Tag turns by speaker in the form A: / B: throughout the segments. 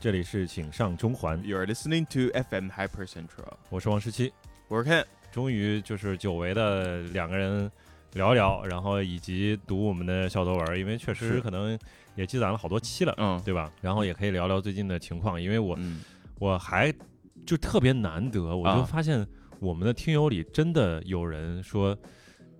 A: 这里是请上中环，
B: You're listening to FM Hyper Central.
A: 我是王十七。
B: 我是 Ken，
A: 终于就是久违的两个人聊聊，然后以及读我们的小作文，因为确实
B: 是
A: 可能也积攒了好多期了，
B: 嗯，
A: 对吧？然后也可以聊聊最近的情况，因为我
B: 嗯，
A: 我还就特别难得，我就
B: 啊
A: 发现我们的听友里真的有人说，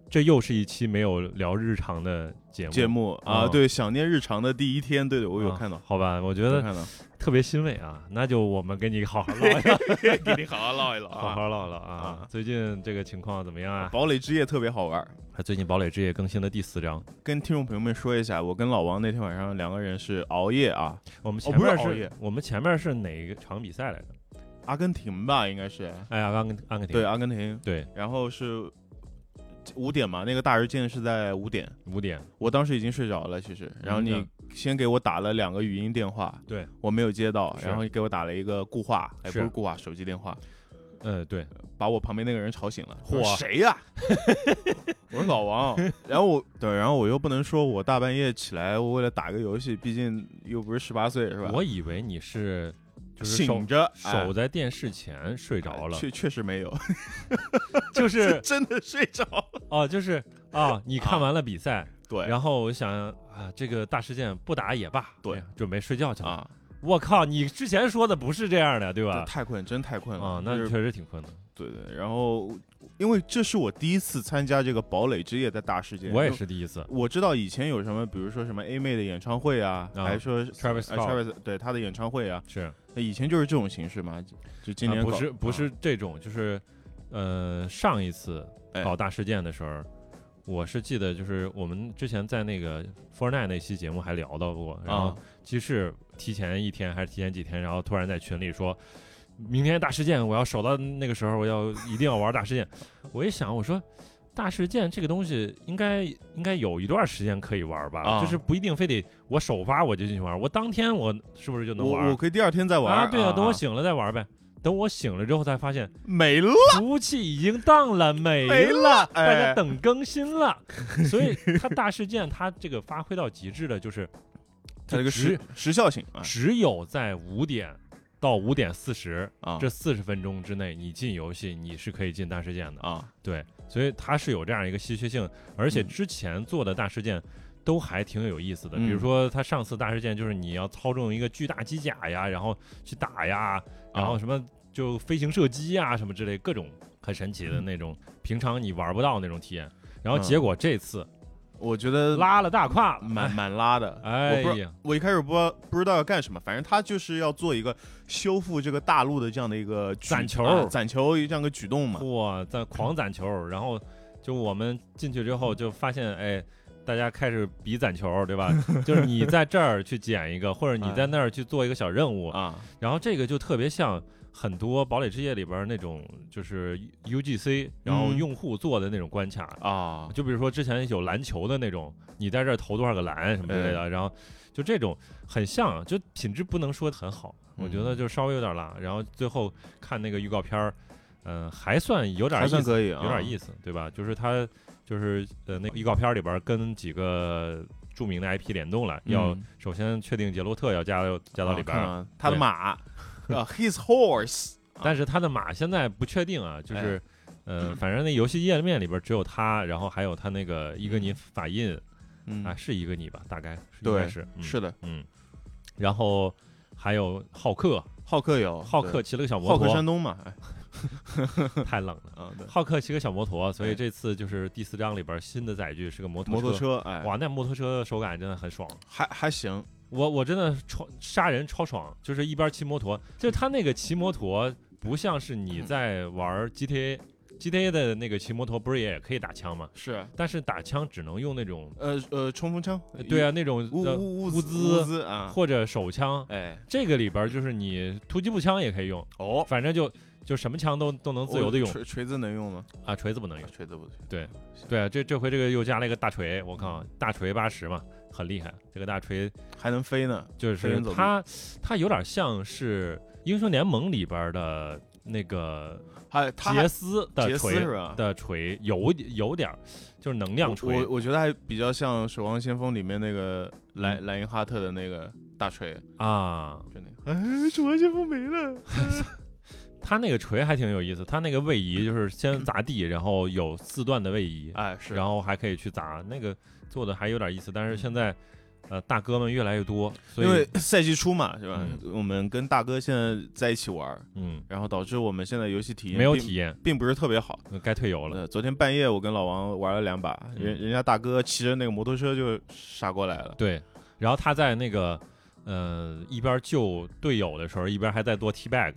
A: 这又是一期没有聊日常的节目。
B: 节目啊，
A: 嗯
B: 对，想念日常的第一天，对的，我有
A: 啊
B: 看到，
A: 好吧，我觉
B: 我有
A: 得
B: 看到，
A: 特别欣慰啊！那就我们跟你好 好唠一唠，
B: 给你好好唠一唠
A: 好
B: 啊。
A: 好唠唠啊
B: 啊！
A: 最近这个情况怎么样啊？
B: 堡垒之夜特别好玩，
A: 最近《堡垒之夜》更新了第四章，
B: 跟听众朋友们说一下，我跟老王那天晚上两个人是熬夜啊，
A: 我们前
B: 哦不是
A: 面
B: 熬
A: 是
B: 夜，
A: 我们前面是哪一个场比赛来着？
B: 阿根廷吧，应该是，
A: 哎呀，阿根阿根廷，
B: 对，阿根廷，
A: 对，
B: 然后是五点嘛，那个大日见是在五点，
A: 五点，
B: 我当时已经睡着了，其实，然后
A: 嗯这
B: 你
A: 样
B: 先给我打了两个语音电话，
A: 对
B: 我没有接到，
A: 是
B: 然后你给我打了一个固话，哎，不
A: 是
B: 是固话，手机电话，
A: 呃，对，
B: 把我旁边那个人吵醒 了。
A: 嚯
B: 我说谁呀、 我说 老王。然后我对，然后我又不能说我大半夜起来，我为了打个游戏，毕竟又不是十八岁，是吧？
A: 我以为你是就是手
B: 醒着，哎
A: 守在电视前睡着了，
B: 确确实没有，
A: 就是
B: 真的睡着了。
A: 哦，就是啊，你看完了比赛，
B: 对，
A: 然后我想啊，这个大事件不打也罢，
B: 对
A: 哎，准备睡觉去了。
B: 啊，
A: 我靠，你之前说的不是这样的，对
B: 这
A: 吧？
B: 太困，真太困了
A: 啊，
B: 就
A: 那
B: 是
A: 确实挺困的，
B: 对对。然后，因为这是我第一次参加这个堡垒之夜的大事件，
A: 我也
B: 因为
A: 是第一次。
B: 我知道以前有什么，比如说什么 A 妹的演唱会啊，
A: 啊
B: 还说
A: Travis
B: 哎
A: Scott
B: Travis 对他的演唱会啊，
A: 是，
B: 那以前就是这种形式嘛，就就今
A: 啊
B: 年
A: 不
B: 搞
A: 是不
B: 啊
A: 是这种，就是呃上一次
B: 哎
A: 搞大事件的时候，我是记得就是我们之前在那个 f o r n i t e 那期节目还聊到过，然后
B: 啊
A: 鸡翅提前一天还是提前几天，然后突然在群里说。明天大事件，我要守到那个时候，我要一定要玩大事件。我一想，我说大事件这个东西应该应该有一段时间可以玩吧，
B: 啊
A: 就是不一定非得我首发我就进去玩，我当天我是不是就能玩？
B: 我我可以第二天再玩
A: 啊，对
B: 啊，
A: 等我醒了再玩呗。等我醒了之后才发现，
B: 没了，
A: 服务器已经当了，没
B: 没了
A: 大家
B: 哎
A: 等更新了。 所以它大事件，它这个发挥到极致的就是，
B: 它这个
A: 只
B: 时时效性啊
A: 只有在五点到五点四十
B: 啊
A: 这四十分钟之内，你进游戏你是可以进大事件的。
B: 啊
A: 对，所以它是有这样一个稀缺性，而且
B: 嗯
A: 之前做的大事件。都还挺有意思的，比如
B: 嗯
A: 说它上次大事件就是你要操纵一个巨大机甲呀，然后去打呀，然
B: 啊
A: 后什么就飞行射击啊什么之类，各种很神奇的
B: 嗯
A: 那种，平常你玩不到那种体验。然后结果这次
B: 我觉得
A: 拉了大胯，
B: 蛮蛮拉的，
A: 哎
B: 嗯我不知
A: 呀
B: 我一开始不知道不知道要干什么，反正他就是要做一个修复这个大陆的这样的一个举
A: 攒球
B: 啊攒球这样一个举动嘛，
A: 哇，在狂攒球， 然后就我们进去之后就发现，哎。大家开始比攒球，对吧？ 就是你在这儿去捡一个，或者你在那儿去做一个小任务，
B: 啊
A: 然后这个就特别像很多《堡垒之夜》里边那种，就是 UGC，然后
B: 嗯
A: 用户做的那种关卡，
B: 啊
A: 就比如说之前有篮球的那种，你在这儿投多少个篮什么之类
B: 嗯
A: 的，然后就这种很像，啊就品质不能说很好，
B: 嗯
A: 我觉得就稍微有点拉。然后最后看那个预告片儿，嗯、还算有点
B: 还
A: 意
B: 算
A: 思，
B: 可以啊，
A: 有点意
B: 思
A: 思，对吧？就是它就是呃那个预告片儿里边跟几个著名的 IP 联动了，
B: 嗯
A: 要首先确定杰洛特要加到加到里边儿，
B: 他的
A: 对
B: 马啊，his horse
A: 但是他的马现在不确定啊，
B: 哎
A: 就是。 呃，反正那游戏页面里边只有他，然后还有他那个伊格尼法印，
B: 嗯
A: 啊，是一个你吧，大概是应
B: 对
A: 该是、嗯、
B: 是的，
A: 嗯，然后还有浩克，
B: 浩克有
A: 浩
B: 对
A: 克骑了个小摩
B: 浩克山
A: 托，
B: 东嘛，哎
A: 太冷 了。
B: 啊对，
A: 浩克骑个小摩托，所以
B: 对
A: 这次就是第四章里边新的载具是个摩托
B: 摩托车哎，
A: 哇，那摩托车手感真的很爽，
B: 还还行，
A: 我我真的超杀人超爽，就是一边骑摩托，就是他那个骑摩托不像是
B: 嗯
A: 你在玩 GTA。GTA 的那个骑摩托不是也可以打枪吗？
B: 是
A: 但是打枪只能用那种，
B: 呃呃冲锋枪，
A: 对啊，那种
B: 乌，
A: 呃
B: 乌乌
A: 乌兹
B: 乌兹啊，
A: 或者手枪，
B: 哎
A: 这个里边儿就是你突击步枪也可以用，
B: 哦，
A: 反正就就什么枪都都能自哦由的用
B: 锤锤子能用吗？
A: 啊，锤子不能
B: 啊
A: 用。
B: 锤子不行，
A: 对对啊，这这回这个又加了一个大锤，我靠，大锤八十嘛，很厉害。这个大锤
B: 还能飞呢，
A: 就
B: 飞
A: 是
B: 人走路，
A: 它，它有点像是英雄联盟里边儿的那个
B: 还他
A: 杰斯的
B: 杰斯
A: 锤
B: 是吧？
A: 的锤，有有点儿就是能量
B: 我
A: 锤
B: 我我觉得还比较像《守望先锋》里面那个莱
A: 嗯
B: 莱因哈特的那个大锤，
A: 啊，
B: 就那个，哎，楚河先锋没了，
A: 他那个锤还挺有意思，他那个位移就是先砸地，然后有四段的位移，
B: 哎是，
A: 然后还可以去砸，那个做的还有点意思。但是
B: 嗯
A: 现在，呃，大哥们越来越多，所
B: 因为
A: 以
B: 赛季初嘛，是吧？
A: 嗯
B: 我们跟大哥现在在一起玩儿，
A: 嗯，
B: 然后导致我们现在游戏体验
A: 没有
B: 并
A: 体验，
B: 并不是特别好。
A: 呃该退游了。
B: 呃，昨天半夜我跟老王玩了两把，
A: 嗯
B: 人人家大哥骑着那个摩托车就杀过来了。
A: 对，然后他在那个呃一边救队友的时候，一边还在做 T bag，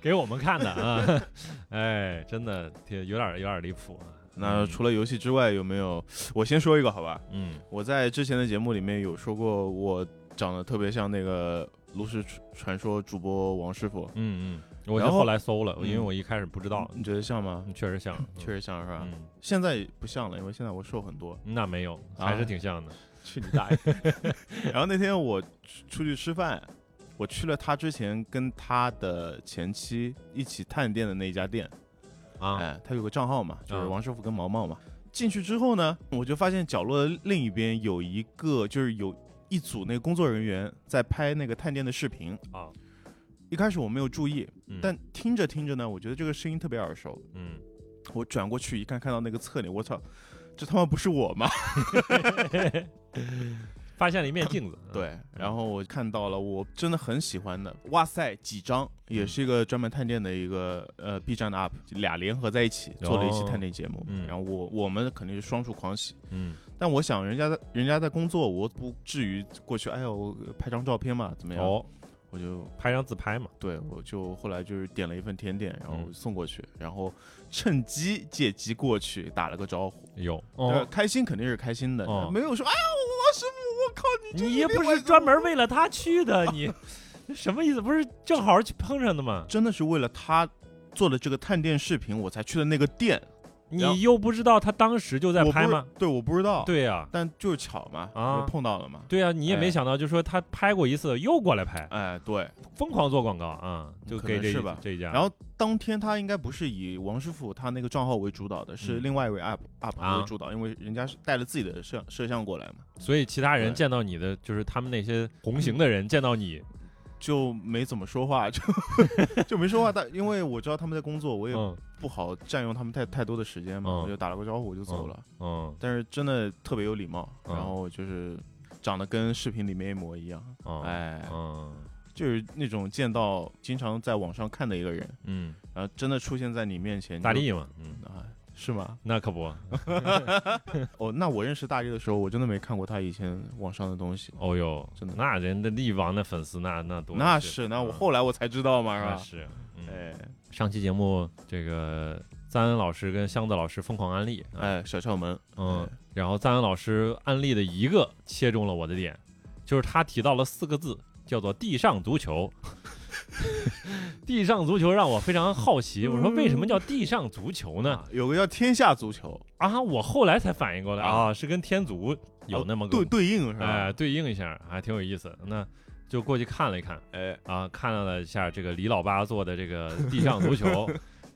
A: 给我们看的啊， 哎，真的挺有点有点离谱啊。
B: 那
A: 嗯
B: 除了游戏之外，有没有？我先说一个好吧，
A: 嗯
B: 我在之前的节目里面有说过，我长得特别像那个炉石传传说主播王师傅，
A: 嗯嗯，我就
B: 然后
A: 后来搜了，因为
B: 嗯
A: 我一开始不知道，
B: 你觉得像吗？
A: 嗯确实像，
B: 确实像是吧？
A: 嗯，
B: 现在不像了，因为现在我瘦很多。
A: 那没有，
B: 啊
A: 还是挺像的。
B: 去你大爷！ 然后那天我出出去吃饭，我去了他之前跟他的前妻一起探店的那一家店，
A: 啊，
B: 哎，他有个账号嘛，就是
A: 啊
B: 王师傅跟毛毛嘛。进去之后呢，我就发现角落的另一边有一个，就是有一组那个工作人员在拍那个探店的视频
A: 啊。
B: 一开始我没有注意，
A: 嗯
B: 但听着听着呢，我觉得这个声音特别耳熟。
A: 嗯，
B: 我转过去一看，看到那个侧脸，我操，这他妈不是我吗？
A: 发现了一面镜 子。
B: 对，然后我看到了我真的很喜欢的，哇塞，几张，
A: 嗯
B: 也是一个专门探店的一个呃 B 站的 UP，俩联合在一起做了一期探店节目，
A: 嗯
B: 然后我我们肯定是双数狂喜，
A: 嗯，
B: 但我想人家在人家在工作，我不至于过去，哎呦，我拍张照片嘛，怎么样？
A: 哦，
B: 我就
A: 拍张自拍嘛。
B: 对，我就后来就是点了一份甜点，然后
A: 嗯
B: 送过去，然后趁机借机过去打了个招呼。
A: 有
B: 呃，
A: 哦，
B: 开心肯定是开心的，
A: 哦
B: 没有说哎呀，王师傅，我靠你这
A: 你也
B: 一定
A: 不
B: 会
A: 是专门为了他去的， 你什么意思？不是正好去碰上的吗？
B: 真的是为了他做的这个探店视频，我才去的那个店。然后
A: 你又不知道他当时就在
B: 我不
A: 拍
B: 是
A: 吗？？
B: 对，我不知道。，
A: 对呀，
B: 但就是巧嘛，
A: 啊
B: 就碰到了嘛。
A: 对呀，你也
B: 哎
A: 没想到，就说他拍过一次，又过来拍，
B: 哎，对。
A: 疯狂做广告啊，就
B: 可
A: 给
B: 能
A: 这
B: 是
A: 一
B: 吧
A: 这一家。
B: 然后当天他应该不是以王师傅他那个账号为主导的，
A: 嗯
B: 是另外一位 UP UP
A: 啊
B: 为主导，因为人家是带了自己的摄摄像过来嘛，
A: 所以其他人
B: 对
A: 见到你的，就是他们那些红行的人见到你，
B: 就没怎么 说话，就 就没说话。但因为我知道他们在工作，我也
A: 嗯
B: 不好占用他们太太多的时间嘛，
A: 嗯
B: 我就打了个招呼我就走了。
A: 嗯
B: 但是真的特别有礼貌，
A: 嗯
B: 然后就是长得跟视频里面一模一样，
A: 嗯，
B: 哎，
A: 嗯
B: 就是那种见到经常在网上看的一个人，
A: 嗯，
B: 然后真的出现在你面前，
A: 大
B: 力
A: 力嘛，嗯，
B: 啊，是吗？
A: 那可不，
B: 哦，那我认识大力的时候，我真的没看过他以前网上的东西，
A: 哦哟，
B: 真的
A: 那人的力王的粉丝那那多，
B: 那是那我后来我才知道嘛，
A: 嗯那
B: 是吧？
A: 是，嗯，
B: 哎
A: 上期节目这个赞恩老师跟箱子老师疯狂安利，啊，
B: 哎，小窍门，
A: 嗯，然后赞恩老师安利的一个切中了我的点，就是他提到了四个字，叫做“地上足球”。 地上足球让我非常好
B: 嗯
A: 奇，我说为什么叫地上足球呢？
B: 啊有个叫天下足球，
A: 啊，我后来才反应过来
B: 啊
A: 啊，是跟天足有那么
B: 哦
A: 个
B: 对对应是
A: 哎
B: 吧？
A: 对应一下，还挺有意思。那就过去看了一看
B: 哎，
A: 啊，看了一下这个李老八做的这个 地上足球，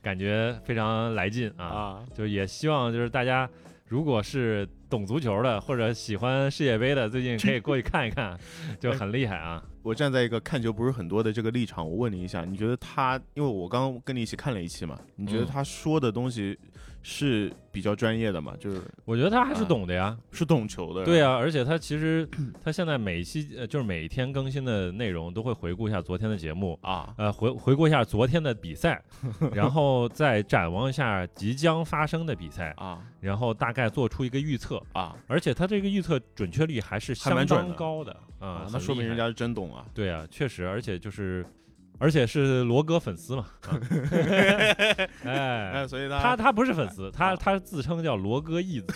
A: 感觉非常来劲啊。
B: 啊，
A: 就也希望就是大家如果是懂足球的或者喜欢世界杯的，最近可以过去看一看，就很厉害啊。
B: 我站在一个看球不是很多的这个立场，我问你一下，你觉得他，因为我刚刚跟你一起看了一期嘛，你觉得
A: 嗯
B: 他说的东西是比较专业的嘛？就是
A: 我觉得他还是
B: 啊
A: 懂的呀，
B: 是懂球的，
A: 对
B: 啊，
A: 啊，而且他其实他现在每一期呃就是每一天更新的内容都会回顾一下昨天的节目，
B: 啊，
A: 呃，回回顾一下昨天的比赛，然后再展望一下即将发生的比赛，
B: 啊
A: 然后大概做出一个预测，
B: 啊，
A: 而且他这个预测准确率还是
B: 还
A: 相
B: 蛮准
A: 当
B: 的
A: 高的啊
B: 那
A: 很
B: 说
A: 厉
B: 明人
A: 害
B: 家是真懂啊。
A: 对啊，确实，而且就是，而且是罗哥粉丝嘛， 啊哎，
B: 哎，所以
A: 他
B: 他
A: 他不是粉丝，他
B: 啊
A: 他自称叫罗哥义子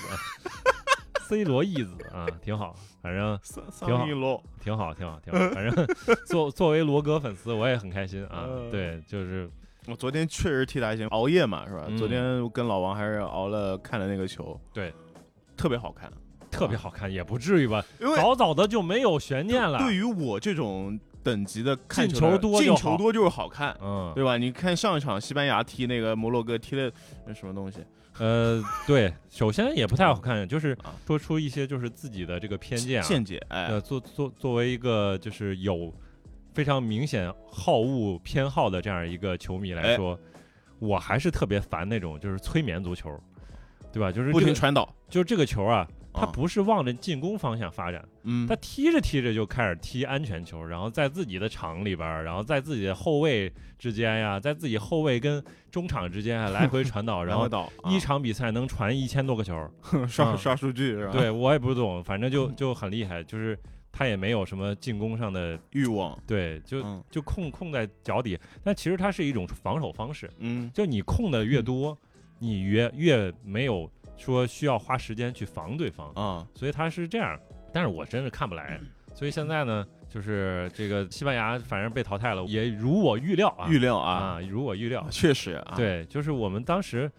A: ，C 罗义子啊，挺好，反正
B: 他
A: 挺好
B: 一喽，
A: 挺好，挺好，挺好，反正 作作为罗哥粉丝，我也很开心啊
B: 嗯。
A: 对，就是
B: 我昨天确实替他先熬夜嘛，是吧？
A: 嗯
B: 昨天跟老王还是熬了看了那个球，
A: 对，
B: 特别好看，
A: 特别好看，也不至于吧，
B: 啊因为
A: 早早的就没有悬念了。
B: 对于我这种等级的看
A: 进
B: 球
A: 球
B: 的
A: 多
B: 进
A: 就
B: 球
A: 好
B: 多就是好看，
A: 嗯，
B: 对吧？你看上一场西班牙踢那个摩洛哥踢了呃什么东西？
A: 呃，对，首先也不太好 看，就是
B: 啊
A: 说出一些就是自己的这个偏见啊，
B: 见解，哎
A: 呃，，作作作为一个就是有非常明显好恶偏好的这样一个球迷来
B: 哎
A: 说，我还是特别烦那种就是催眠足球，对吧？就是
B: 不
A: 这
B: 停
A: 个
B: 传导，
A: 就是这个球啊，它
B: 啊
A: 不是往着进攻方向发展，
B: 嗯
A: 他，踢着踢着就开始踢安全球，然后在自己的场里边儿，然后在自己的后卫之间呀，在自己后卫跟中场之间啊来回传 导，然后
B: 导啊
A: 一场比赛能传一千多个球儿。
B: 刷
A: 嗯
B: 刷数据是吧？，
A: 对我也不懂，反正就
B: 嗯
A: 就很厉害，就是他也没有什么进攻上的，
B: 欲望，
A: 对，就
B: 嗯
A: 就控控在脚底。但其实它是一种防守方式，
B: 嗯，
A: 就你控的越多，你越越没有说需要花时间去防对方。
B: 啊，嗯
A: 所以他是这样，但是我真是看不来。所以现在呢，就是这个西班牙反正被淘汰了，也如我预料啊，
B: 预料
A: 啊
B: 啊，，
A: 如我预料。
B: 确实啊，，
A: 对，就是我们当时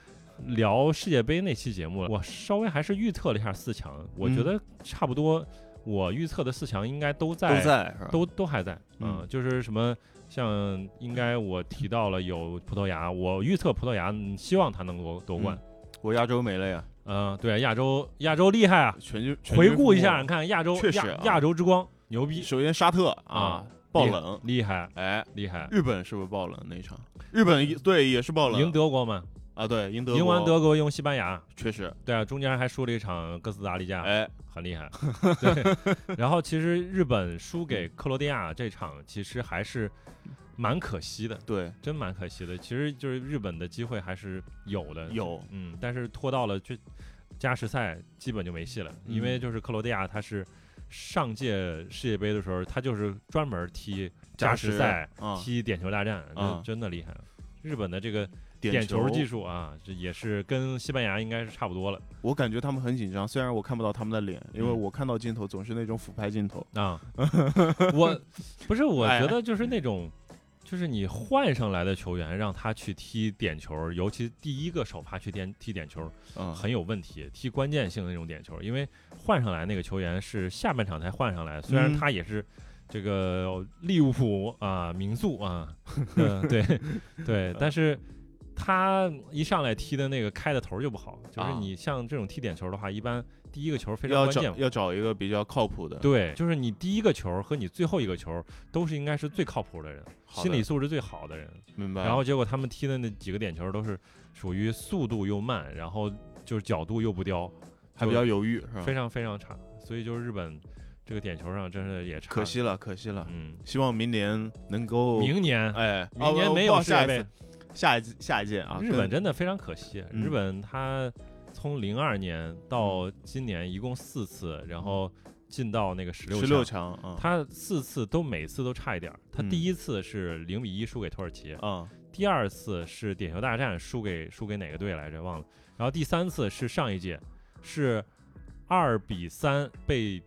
A: 聊世界杯那期节目，我稍微还是预测了一下四强，我觉
B: 嗯
A: 得差不多，我预测的四强应该都在
B: 都在是吧？
A: 都都还在，嗯、
B: 嗯
A: 就是什么像应该我提到了有葡萄牙，我预测葡萄牙，嗯希望他能够夺冠。
B: 我亚洲没了呀，
A: 嗯、对，亚洲亚洲厉害啊，
B: 全军全
A: 回
B: 军
A: 顾一
B: 覆
A: 下，
B: 没
A: 你看亚洲
B: 确实
A: 亚
B: 啊
A: 亚洲之光牛逼，
B: 首先沙特啊
A: 啊
B: 爆冷，
A: 厉害
B: 哎，
A: 厉害，
B: 日本是不是爆冷那一场？日本一对也是爆冷，
A: 赢德国嘛，
B: 啊，对，赢德
A: 赢完
B: 国
A: 德国用西班牙，
B: 确实，
A: 对啊，中间还输了一场哥斯达黎加，
B: 哎，
A: 很厉害。对，然后其实日本输给克罗地亚这场，其实还是蛮可惜的，
B: 对，
A: 真蛮可惜的。其实就是日本的机会还是有的，，
B: 有，
A: 嗯，但是拖到了就加时赛，基本就没戏了，因为就是克罗地亚他是。上届世界杯的时候，他就是专门踢加时赛，
B: 啊，
A: 踢点球大战，
B: 啊
A: 那真的厉害。日本的这个点球
B: 球
A: 技，术啊，这也是跟西班牙应该是差不多了
B: 我感觉他们很紧张，虽然我看不到他们的脸，因为
A: 嗯
B: 我看到镜头总是那种俯拍镜头，
A: 啊。我不是，我
B: 哎
A: 觉得就是那种，就是你换上来的球员让他去踢点球，尤其第一个首发去点踢点球
B: 嗯，
A: 很有问题，踢关键性的那种点球，因为换上来那个球员是下半场才换上来，虽然
B: 嗯
A: 他也是。这个利物浦啊，名宿啊，嗯，对 对，但是他一上来踢的那个开的头就不好，就是
B: 啊
A: 你像这种踢点球的话，一般第一个球非常
B: 要
A: 关键
B: 找
A: 嘛，
B: 要找一个比较靠谱的，
A: 对，就是你第一个球和你最后一个球都是应该是最靠谱的人，
B: 好的
A: 心
B: 啊
A: 理素质最好的人。
B: 明白。
A: 然后结果他们踢的那几个点球都是属于速度又慢，然后就是角度又不刁，
B: 还比较犹豫，是吧
A: 非？常非常差。所以就是日本这个点球上真是也差，
B: 可。惜了，可惜了。
A: 嗯，
B: 希望明年能够，
A: 明年
B: 哎，
A: 明年
B: 哦
A: 没
B: 我
A: 有
B: 报
A: 世
B: 下
A: 界
B: 一
A: 杯
B: 次，，下一次下一届啊，
A: 日本
B: 跟
A: 真的非常可惜。
B: 嗯
A: 日本他从零二年到今年一共四次，然后进到那个十六
B: 十六强啊，
A: 他四次都每次都差一点儿，他
B: 嗯
A: 第一次是零比一输给土耳其，
B: 啊
A: 第二次是点球大战输给输给哪个队来着忘了，然后第三次是上一届是二比三被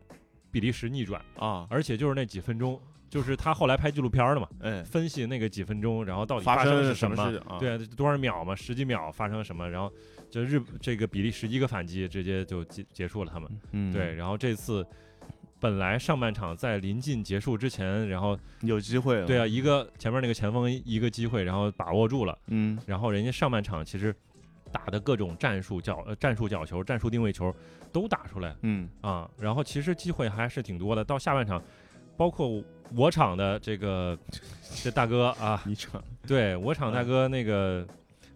A: 比利时逆转，
B: 啊，
A: 而且就是那几分钟，就是他后来拍纪录片儿了嘛，
B: 哎，
A: 分析那个几分钟，然后到底生
B: 发生
A: 的
B: 了
A: 是什
B: 么
A: 么。
B: 事啊？，
A: 对，多少秒嘛，十几秒发生了什么？然后就日这个比利时一个反击，直接就结结束了他们。
B: 嗯，
A: 对，，然后这次本来上半场在临近结束之前，然后
B: 有机会了，
A: 对啊，一个前面那个前锋一个机会，然后把握住了，
B: 嗯，
A: 然后人家上半场其实打的各种战术角、呃战术角球、战术定位球都打出来
B: 嗯
A: 啊，然后其实机会还是挺多的，到下半场，包括。我场的这个这大哥啊，
B: 嗯，一场
A: 对我场大哥那个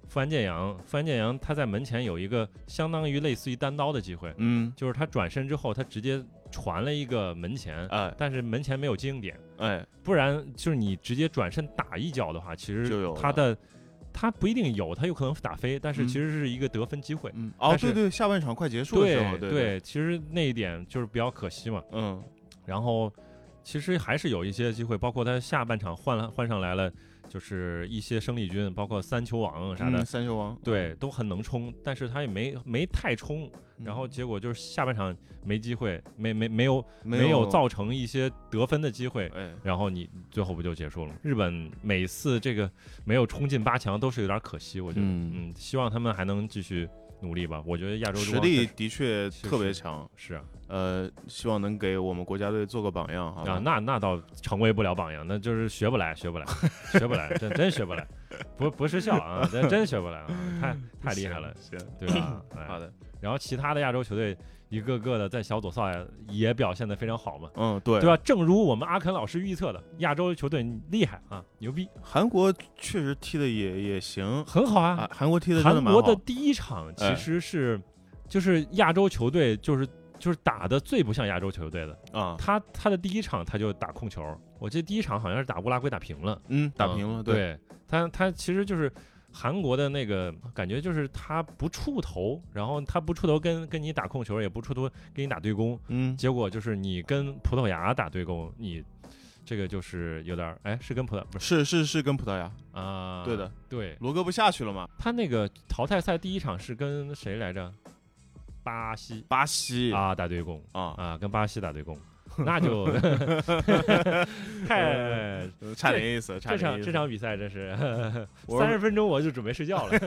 A: 富安健洋，富安健洋他在门前有一个相当于类似于单刀的机会，
B: 嗯，
A: 就是他转身之后，他直接传了一个门前，
B: 哎
A: 但是门前没有接应点，
B: 哎，
A: 不然就是你直接转身打一脚的话，其
B: 就
A: 实
B: 有了
A: 他的他不一定有，他有可能打飞，但是
B: 嗯
A: 其实是一个得分机会。
B: 嗯，哦，
A: 但是
B: 对对，下半场快结束的时候，
A: 对
B: 对，
A: 其实那一点就是比较可惜嘛。
B: 嗯，
A: 然后其实还是有一些机会，包括他下半场换了换上来了，就是一些生力军，包括三球王啥的，
B: 嗯三球王，
A: 对，都很能冲，但是他也没没太冲，
B: 嗯，
A: 然后结果就是下半场没机会，没没没有
B: 没
A: 没有，造成一些得分的机会，
B: 哎，
A: 然后你最后不就结束了吗？日本每次这个没有冲进八强都是有点可惜，我觉得，
B: 嗯
A: 嗯，希望他们还能继续努力吧。我觉得亚洲之
B: 实
A: 光
B: 力
A: 确实
B: 的确
A: 确
B: 特别
A: 实
B: 强，
A: 是啊，
B: 呃，希望能给我们国家队做个榜样哈。
A: 啊那那倒成为不了榜样，那就是学不来，学 不来，学不来，真真学不来，不不是笑 啊，真真学不来啊，太太厉害了，
B: 行，行，
A: 对 吧？哎
B: 好的，
A: 然后其他的亚洲球队一个个的在小组赛也表现得非常好嘛，
B: 嗯，对，
A: 对吧？啊正如我们阿肯老师预测的，亚洲球队厉害啊，牛逼，
B: 韩国确实踢的也也行
A: 很好啊。
B: 啊，韩国踢的真的
A: 韩
B: 蛮
A: 国
B: 好。
A: 的第一场其实是就是亚洲球队就是就是打的最不像亚洲球队的，
B: 啊，
A: 他他的第一场他就打控球，我记得第一场好像是打乌拉圭打平了，
B: 嗯，打
A: 嗯
B: 平了，，
A: 对他他其实就是。韩国的那个感觉就是他不出头，然后他不出头跟跟你打控球，也不出头跟你打对攻，
B: 嗯，
A: 结果就是你跟葡萄牙打对攻，你这个就是有点儿哎，是跟葡萄不是
B: 是是是跟葡萄牙，
A: 啊？
B: 对的，
A: 对
B: 罗哥不下去了吗？
A: 他那个淘汰赛第一场是跟谁来着？巴西
B: 巴西
A: 啊，打对攻
B: 啊，
A: 啊，跟巴西打对 攻，那就太
B: 呃差点意思，差
A: 这
B: 点
A: 场
B: 意思。
A: 这场比赛真是
B: 我
A: 三十分钟我就准备睡 觉了，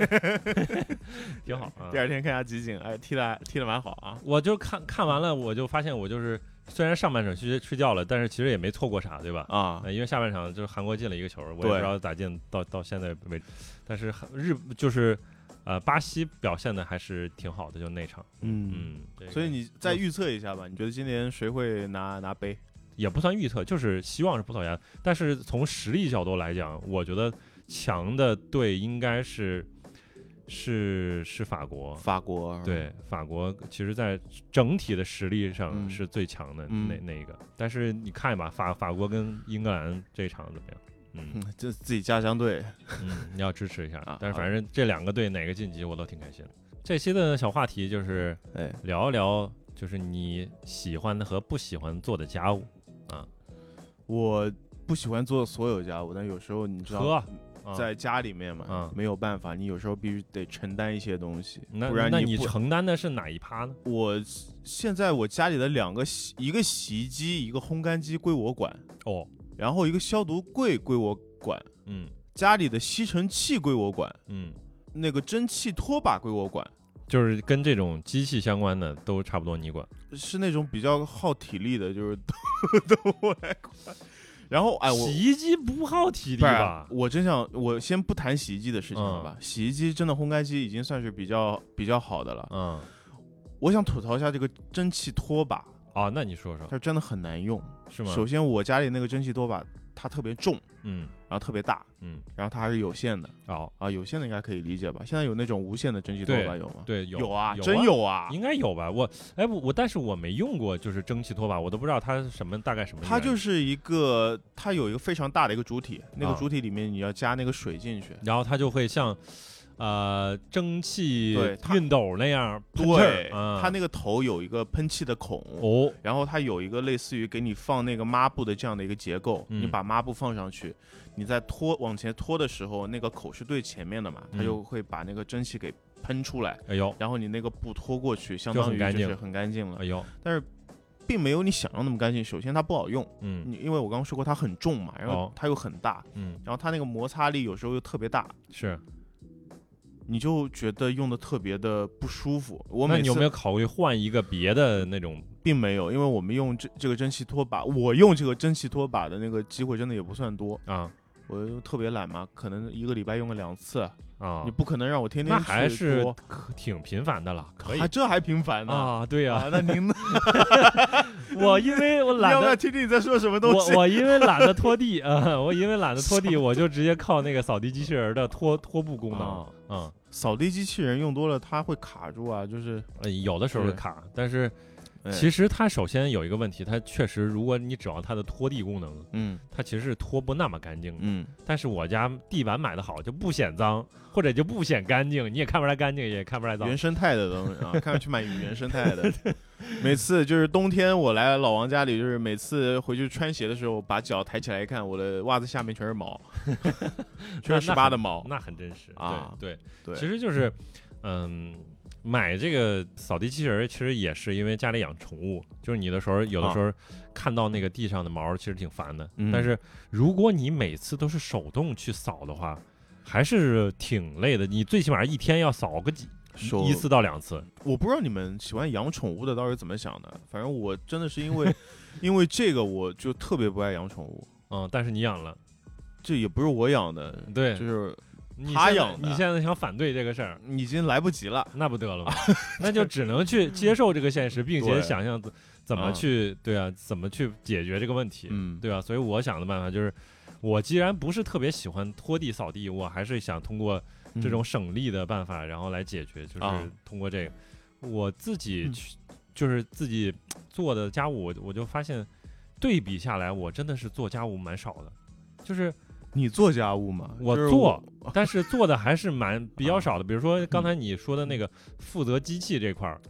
A: 挺好啊
B: 第。二天看下集锦，哎，踢的踢的蛮好啊。
A: 我就看看完了，我就发现我就是虽然上半场睡睡觉了，但是其实也没错过啥，对吧？
B: 啊，
A: 呃，因为下半场就是韩国进了一个球，我也不
B: 对
A: 知道咋进，到到现在为止，但是韩日就是呃巴西表现的还是挺好的，就那场，
B: 嗯，
A: 嗯，这个
B: 所以你再预测一下吧，你觉得今年谁会拿拿杯？
A: 也不算预测，就是希望是葡萄牙，但是从实力角度来讲，我觉得强的队应该是是是法国。
B: 法国，
A: 对法国，其实，在整体的实力上
B: 嗯
A: 是最强的
B: 嗯
A: 那、那一个，但是你看吧，法法国跟英格兰这场怎么样？嗯，
B: 嗯，这 自己家乡队，
A: 嗯，你要支持一下
B: 啊。
A: 但是
B: 好的
A: 反正这两个队哪个晋级，我都挺开心的。这期的小话题就是
B: 哎，
A: 聊一聊，就是你喜欢的和不喜欢做的家务
B: 我不喜欢做所有家务，但有时候你知
A: 和
B: 道，
A: 啊。
B: 在家里面嘛，
A: 嗯
B: 没有办法，你有时候必须得承担一些东西，
A: 那
B: 不然
A: 那
B: 不。
A: 承担的是哪一趴呢？
B: 我现在我家里的两个洗，一个洗衣机，一个烘干机归我管，
A: 哦，
B: 然后一个消毒柜归我管，
A: 嗯
B: 家里的吸尘器归我管，
A: 嗯，
B: 那个蒸汽拖把归我管，
A: 就是跟这种机器相关的都差不多，你管。
B: 是那种比较耗体力的，就是 都都我来管。然后哎，我
A: 洗衣机不耗体力
B: 不是
A: 吧？
B: 我真想，我先不谈洗衣机的事情了吧。
A: 嗯
B: 洗衣机真的烘干机已经算是比较比较好的了。
A: 嗯，
B: 我想吐槽一下这个蒸汽拖把，
A: 啊，那你说说
B: 它真的很难用。
A: 是吗？
B: 首先，我家里那个蒸汽拖把它特别重，
A: 嗯
B: 然后特别大，
A: 嗯，
B: 然后它还是有线的
A: 哦，
B: 啊，有线的应该可以理解吧？现在有那种无线的蒸汽拖把有吗？
A: 对，有
B: 啊，
A: 有
B: 真有啊。
A: 应该有吧？我哎，我我但是我没用过，就是蒸汽拖把，我都不知道它是什么大概什么原理。
B: 它就是一个，它有一个非常大的一个主体，那
A: 啊
B: 个主体里面你要加那个水进去，
A: 然后它就会像呃蒸汽
B: 对它
A: 熨斗那样喷气
B: 对
A: 儿，啊、
B: 它那个头有一个喷气的孔，
A: 哦，
B: 然后它有一个类似于给你放那个抹布的这样的一个结构，
A: 嗯
B: 你把抹布放上去，你在拖往前拖的时候，那个口是对前面的嘛，
A: 嗯
B: 它就会把那个蒸汽给喷出来，
A: 哎呦，
B: 然后你那个布拖过去，相
A: 就
B: 当
A: 很
B: 于
A: 干
B: 就是
A: 净
B: 很干净了
A: 哎，呦，
B: 但是并没有你想象那么干净。首先它不好用，
A: 嗯
B: 你因为我刚刚说过它很重嘛，然后
A: 哦
B: 它又很大，
A: 嗯，
B: 然后它那个摩擦力有时候又特别大，
A: 是。
B: 你就觉得用的特别的不舒服。我
A: 那
B: 每
A: 你有
B: 次
A: 没有考虑换一个别的那种？
B: 并没有，因为我们用这这个蒸汽拖把，我用这个蒸汽拖把的那个机会真的也不算多，
A: 啊
B: 我就特别懒嘛，可能一个礼拜用个两次，
A: 啊
B: 你，不可能让我天天
A: 那还
B: 去
A: 是
B: 拖
A: 可挺频繁的了，可以
B: 还这还频繁呢。
A: 啊，对呀、
B: 啊那您呢？
A: 我因为我 懒
B: 要不要
A: 得。
B: 听听你在说什么东西
A: 我？我因为懒得拖地啊、我因为懒得拖地，我就直接靠那个扫地机器人儿的拖拖布功能，
B: 啊
A: 嗯，
B: 扫地机器人用多了，它会卡住啊，就是
A: 呃，有的时候会
B: 是
A: 卡，但是
B: 哎
A: 其实它首先有一个问题，它确实如果你指望它的拖地功能，
B: 嗯
A: 它其实是拖不那么干净的。
B: 嗯，
A: 但是我家地板买的好，就不显脏，或者就不显干净，你也看不出来干净，也看不出来脏
B: 原。生态的东西 啊，看上去蛮原生态的。每次就是冬天我来老王家里，就是每次回去穿鞋的时候，把脚抬起来一看，我的袜子下面全是 毛，全是十八的毛。
A: 那很真实
B: 啊
A: 对
B: 对，
A: 其实就是，嗯。买这个扫地机器人儿，其实也是因为家里养宠物，就是你的时候有的时候看到那个地上的毛，其实挺烦的。
B: 啊嗯
A: 但是如果你每次都是手动去扫的话，还是挺累的。你最起码一天要扫个几
B: 手
A: 一次到两次，
B: 我不知道你们喜欢养宠物的到底怎么想的，反正我真的是因 为因为这个我就特别不爱养宠物，
A: 嗯，但是你养了，
B: 这也不是我养的，
A: 对
B: 就，是
A: 你
B: 他
A: 现在
B: 养的
A: 你现在想反对这个事儿，
B: 已经来不及了。
A: 那不得了 吗？那就只能去接受这个现实，并且
B: 对
A: 想象怎怎么
B: 啊
A: 去对啊，怎么去解决这个问题，
B: 嗯，
A: 对吧？啊所以我想的办法就是，我既然不是特别喜欢拖地扫地，我还是想通过这种省力的办法，然后来解决，就是
B: 嗯啊
A: 通过这个，我自己
B: 嗯
A: 去，就是自己做的家务，我我就发现对比下来，我真的是做家务蛮少的，就是
B: 你做家务吗？
A: 我
B: 就是
A: 做，但是做的还是蛮比
B: 啊
A: 较少的。比如
B: 嗯
A: 说刚才你说的那个负责机器这块 儿，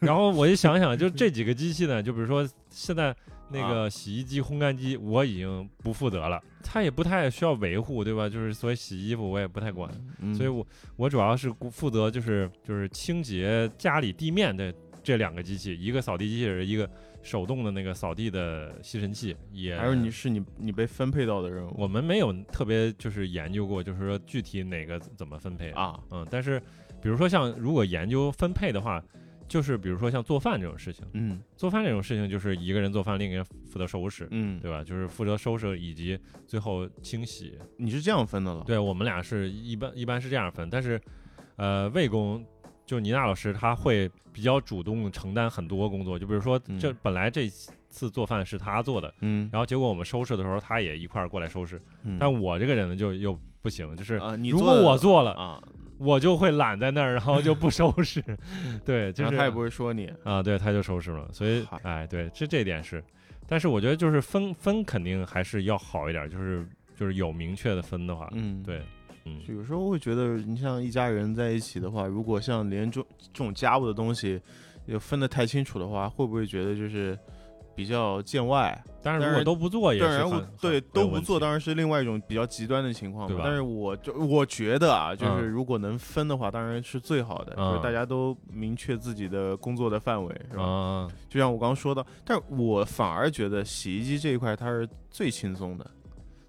A: 然后我一想想，就这几个机器呢，就比如说现在
B: 啊
A: 那个洗衣机、烘干机，我已经不负责了，它也不太需要维护，对吧？就是所以洗衣服我也不太管，
B: 嗯
A: 所以我我主要是顾负责就是就是清洁家里地面的这两个机器，一个扫地机器人，一个手动的那个扫地的吸尘器，也
B: 还有你是你你被分配到的任务
A: 我们没有特别就是研究过，就是说具体哪个怎么分配。
B: 啊，
A: 嗯，但是比如说像如果研究分配的话，就是比如说像做饭这种事情，
B: 嗯
A: 做饭这种事情就是一个人做饭，另一个人负责收拾，
B: 嗯，
A: 对吧？就是负责收拾以及最后清洗。
B: 你是这样分的了，
A: 对我们俩是一般一般是这样分，但是呃，魏工。就倪娜老师，他会比较主动承担很多工作，就比如说
B: 嗯
A: 这本来这次做饭是他做的，
B: 嗯，
A: 然后结果我们收拾的时候，他也一块儿过来收拾，
B: 嗯
A: 但我这个人呢，就又不行，就是
B: 啊，你
A: 如果我做了，
B: 啊，
A: 我就会懒在那儿，然后就不收 拾。对，就
B: 然
A: 是
B: 后他也不会说你，
A: 啊，对，他就收拾了。所以
B: 嗨，
A: 哎，对，这这一点是，但是我觉得就是分分肯定还是要好一点，就是就是有明确的分的话，
B: 嗯，。
A: 对，嗯
B: 就有时候会觉得，你像一家人在一起的话，如果像连这这种家务的东西也分得太清楚的话，会不会觉得就是比较见外？
A: 但
B: 但
A: 是如
B: 是
A: 果都不做也
B: 对，
A: 是
B: 然后
A: 很
B: 对都不做，当
A: 然
B: 然是另外一种比较极端的情况
A: 对
B: 嘛
A: 吧。
B: 但是我就我觉得啊，就
A: 嗯
B: 是如果能分的话，当然是最好的，
A: 嗯
B: 就是大家都明确自己的工作的范围，是吧？
A: 啊，
B: 就像我刚刚说到，但是我反而觉得洗衣机这一块它是最轻松的，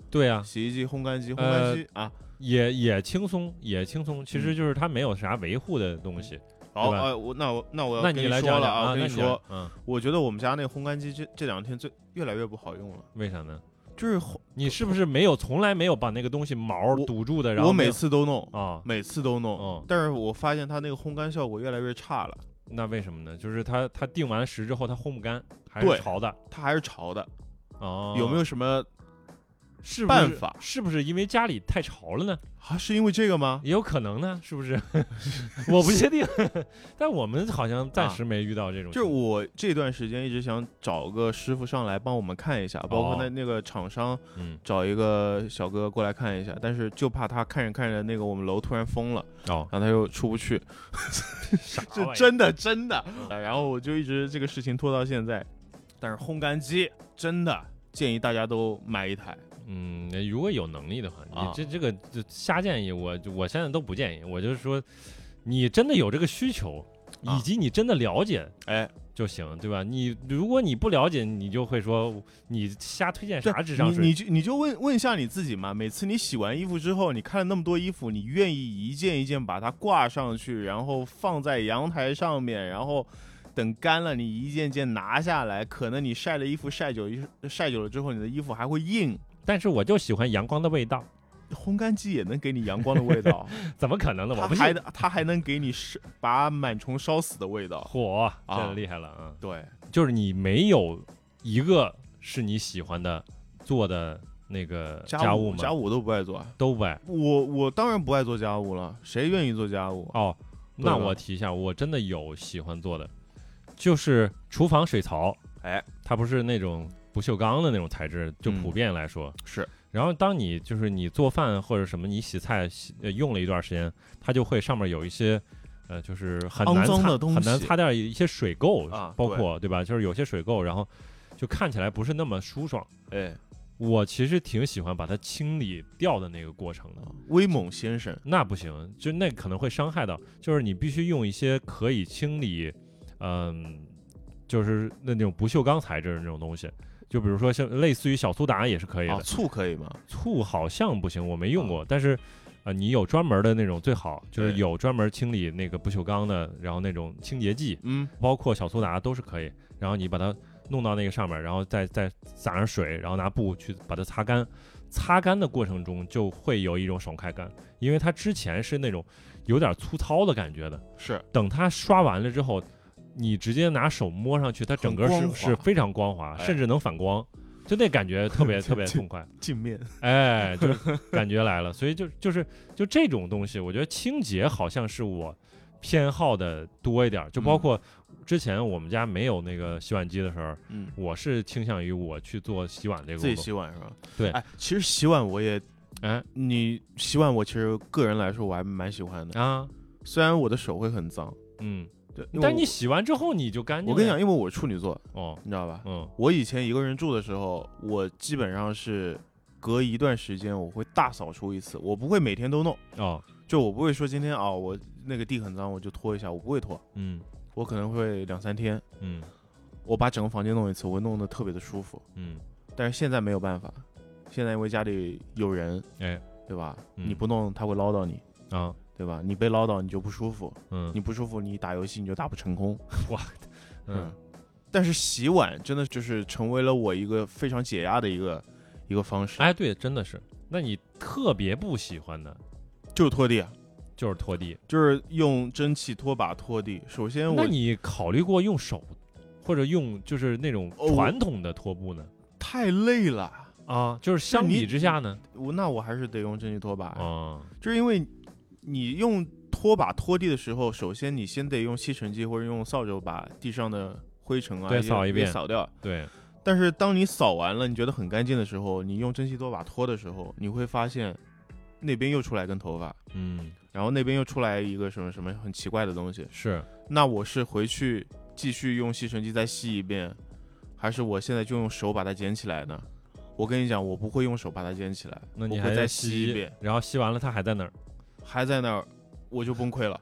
A: 对啊，
B: 洗衣机、烘干机、烘
A: 呃
B: 干机、啊，
A: 也也轻松，也轻松。其
B: 嗯
A: 实就是它没有啥维护的东西。
B: 好，
A: 对吧
B: 呃，我那我那我要
A: 那
B: 跟
A: 你来
B: 说
A: 讲
B: 了
A: 讲啊，
B: 我跟
A: 那
B: 你
A: 你来
B: 说，，
A: 嗯，
B: 我觉得我们家那个烘干机这这两天最越来越不好用了，
A: 为啥呢？
B: 就是烘
A: 你是不是没有从来没有把那个东西毛儿
B: 我
A: 堵住的？然后
B: 我
A: 没
B: 每
A: 有
B: 次都弄，
A: 啊，
B: 每次都弄，
A: 哦，
B: 但是我发现它那个烘干效果越来越差了，
A: 那为什么呢？就是它它定完时之后它烘不干，还是
B: 对
A: 潮的
B: 它还是潮的，
A: 哦。
B: 有没有什么
A: 是不是
B: 办法？
A: 是不是因为家里太潮了呢？
B: 啊？是因为这个吗？
A: 也有可能呢，是不是？ 我不确定， 但我们好像暂时没遇到这种
B: 就是
A: 情况。
B: 我这段时间一直想找个师傅上来帮我们看一下，包括那那个厂商
A: 嗯
B: 找一个小哥过来看一下，但是就怕他看着看着那个我们楼突然封了，
A: 哦，啊
B: 然后他又出不去，
A: 啥
B: 是
A: 玩意
B: 真的真的。呃然后我就一直这个事情拖到现在，但是烘干机真的建议大家都买一台，
A: 嗯，如果有能力的话，你
B: 啊
A: 这这个就瞎建议，我就我现在都不建议。我就是说，你真的有这个需求，
B: 啊
A: 以及你真的了解
B: 哎，
A: 就行，对吧？你如果你不了解，你就会说你瞎推荐
B: 对
A: 啥智商
B: 你
A: 税。
B: 你就你就问问一下你自己嘛，每次你洗完衣服之后，你看了那么多衣服，你愿意一件一件把它挂上去，然后放在阳台上面，然后。等干了，你一件件拿下来，可能你晒的衣服晒久，一晒久了之后，你的衣服还会硬。
A: 但是我就喜欢阳光的味道，
B: 烘干机也能给你阳光的味 道，
A: 怎么可能呢？我
B: 它
A: 不
B: 还
A: 信。
B: 能它还能给你是把螨虫烧死的味道。
A: 火，这
B: 啊
A: 厉害了啊！
B: 对，
A: 就是你没有一个是你喜欢的做的那个
B: 家
A: 务
B: 家
A: 吗？
B: 务我都不爱做，
A: 都不爱
B: 我我当然不爱做家务了，谁愿意做家务？啊
A: 哦。
B: 对
A: 那
B: 吧
A: 我提一下，我真的有喜欢做的，就是厨房水槽，
B: 哎，
A: 它不是那种不锈钢的那种材质，就
B: 嗯
A: 普遍来说、
B: 是。
A: 然后当你就是你做饭或者什么，你洗菜洗、呃、用了一段时间，它就会上面有一些。呃，就是很难
B: 肮脏
A: 擦
B: 的东西
A: 很难擦掉一些水垢，
B: 啊
A: 包
B: 对
A: 括对吧？就是有些水垢，然后就看起来不是那么舒爽。
B: 哎，
A: 我其实挺喜欢把它清理掉的那个过程的。
B: 嗯威猛先生，
A: 那不行，就那可能会伤害到，就是你必须用一些可以清理，嗯，就是那种不锈钢材质的那种东西，就比如
B: 哦
A: 说像类似于小苏打也是可以的，
B: 啊，醋可以吗？
A: 醋好像不行，我没用过，但是。呃，你有专门的那种最好，就是
B: 对
A: 有专门清理那个不锈钢的，然后那种清洁剂，
B: 嗯，
A: 包括小苏打都是可以。然后你把它弄到那个上面，然后再再撒上水，然后拿布去把它擦干。擦干的过程中就会有一种爽快感，因为它之前是那种有点粗糙的感觉的。
B: 是
A: 等它刷完了之后，你直接拿手摸上去，它整个
B: 很
A: 是
B: 光滑
A: 是非常光滑，
B: 哎
A: 甚至能反光，就那感觉特别特别痛快。
B: 镜面，
A: 哎，就是感觉来了，所以就就是就这种东西，我觉得清洁好像是我偏好的多一点儿，就包
B: 嗯
A: 括之前我们家没有那个洗碗机的时候，
B: 嗯，
A: 我是倾向于我去做洗碗这个
B: 自
A: 工
B: 己
A: 作。
B: 洗碗是吧？
A: 对
B: 哎，其实洗碗我也，
A: 哎
B: 你洗碗我其实个人来说我还蛮喜欢的，
A: 啊，
B: 虽然我的手会很脏，
A: 嗯，
B: 对，因为
A: 但
B: 我
A: 你洗完之后你就干净。
B: 我跟你讲，，因为我处女座，
A: 哦，
B: 你知道吧？
A: 嗯，
B: 我以前一个人住的时候，我基本上是隔一段时间我会大扫除一次，我不会每天都弄，
A: 哦，
B: 就我不会说今天啊、我那个地很脏我就拖一下，我不会拖，
A: 嗯
B: 我可能会两三天，
A: 嗯
B: 我把整个房间弄一次，我会弄得特别的舒服。
A: 嗯，
B: 但是现在没有办法，现在因为家里有人，
A: 哎，
B: 对吧？
A: 嗯
B: 你不弄他会唠叨你，
A: 啊，
B: 对吧？你被唠叨你就不舒服，
A: 嗯
B: 你不舒服你打游戏你就打不成功，
A: 嗯，
B: 但是洗碗真的就是成为了我一个非常解压的一个一个方式，
A: 哎，对，真的是。那你特别不喜欢的
B: 就是拖地啊，
A: 就是拖地，
B: 就是用蒸汽拖把拖地。首先
A: 那
B: 我
A: 你考虑过用手，或者用就是那种
B: 哦我
A: 传统的拖布呢？
B: 太累了，
A: 啊，就是相比
B: 你哎
A: 之下呢，
B: 我那我还是得用蒸汽拖把，
A: 啊，
B: 就是因为你用拖把拖地的时候，首先你先得用吸尘器或者用扫帚把地上的灰尘啊
A: 对
B: 也
A: 扫一遍
B: 也扫掉。
A: 对，
B: 但是当你扫完了，你觉得很干净的时候，你用蒸汽拖把拖的时候，你会发现那边又出来根头发，
A: 嗯，
B: 然后那边又出来一个什么什么很奇怪的东西。
A: 是，
B: 那我是回去继续用吸尘器再吸一遍，还是我现在就用手把它捡起来呢？我跟你讲，我不会用手把它捡起来，
A: 那你
B: 我
A: 还
B: 会
A: 要
B: 再
A: 吸
B: 吸一遍，，
A: 然后吸完了它还在那儿，
B: 还在那儿，我就崩 溃了。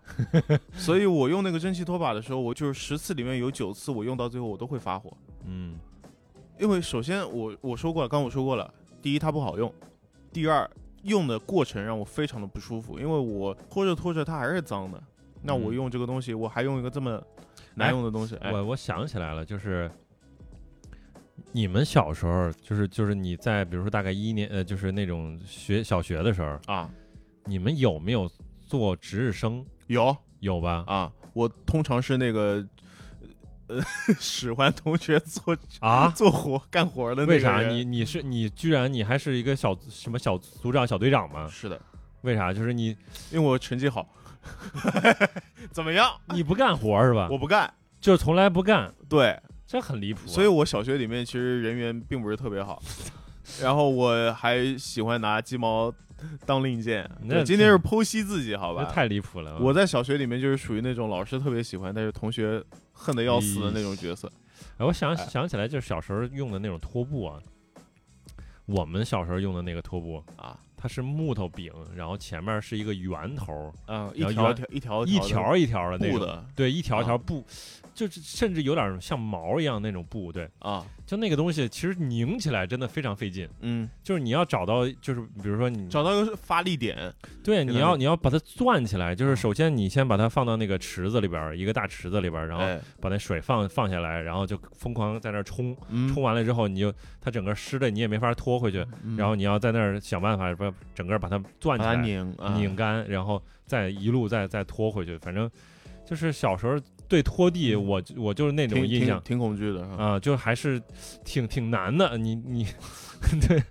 B: 所以我用那个蒸汽拖把的时候，我就是十次里面有九次我用到最后我都会发火，
A: 嗯
B: 因为首先我我说过了，刚我说过了，第一它不好用，第二用的过程让我非常的不舒服，因为我拖着拖着它还是脏的。那我
A: 嗯
B: 用这个东西，我还用一个这么难用的东西，哎，
A: 我我想起来了，就是你们小时候，就是就是你在比如说大概一年，呃，就是那种学小学的时候，
B: 啊，
A: 你们有没有做值日生？
B: 有
A: 有吧？
B: 啊，我通常是那个呃 使唤同学做
A: 啊？
B: 做活干活 的那个
A: 为啥
B: 人
A: 你你是你居然你还是一个小什么小组长小队长吗？
B: 是的，
A: 为啥？就是你
B: 因为我成绩好， 怎么样？
A: 你不干活是吧？
B: 我不干，
A: 就从来不干，
B: 啊对，
A: 这很离谱啊、
B: 所以我小学里面其实人缘并不是特别 好，然后我还喜欢拿鸡毛当令箭。
A: 那
B: 我今天是剖析自己，好
A: 这
B: 吧？嗯
A: 太离谱了。
B: 我在小学里面就是属于那种老师特别喜欢，但是同学恨得要死的那种角色。
A: 哎，我想
B: 哎
A: 想起来，就是小时候用的那种拖布啊，我们小时候用的那个拖布
B: 啊，
A: 它是木头柄，然后前面是一个圆头，
B: 嗯，一
A: 然后
B: 条
A: 原
B: 条一条
A: 一
B: 条
A: 条一条的
B: 的
A: 那
B: 布
A: 种，
B: 的
A: 对，一条一
B: 啊
A: 条布，就是甚至有点像毛一样那种布，对，
B: 啊，
A: 就那个东西其实拧起来真的非常费劲，
B: 嗯，
A: 就是你要找到，就是比如说你
B: 找到一个发力点，
A: 对，
B: 给
A: 你
B: 它
A: 要
B: 那
A: 你要把它攥起来，就是首先你先把它放到那个池子里边儿，一个大池子里边儿，然后
B: 哎
A: 把那水放放下来，然后就疯狂在那儿冲，
B: 嗯
A: 冲完了之后，你就它整个湿的，你也没法拖回去，
B: 嗯
A: 然后你要在那儿想办法把整个把它攥
B: 把
A: 起
B: 它
A: 来，
B: 拧啊
A: 拧干，然后再一路再再拖回去。反正就是小时候对拖地，
B: 嗯
A: 我我就是那种
B: 挺
A: 印象
B: 挺挺恐惧的啊。
A: 啊、就还是挺挺难的。你你 对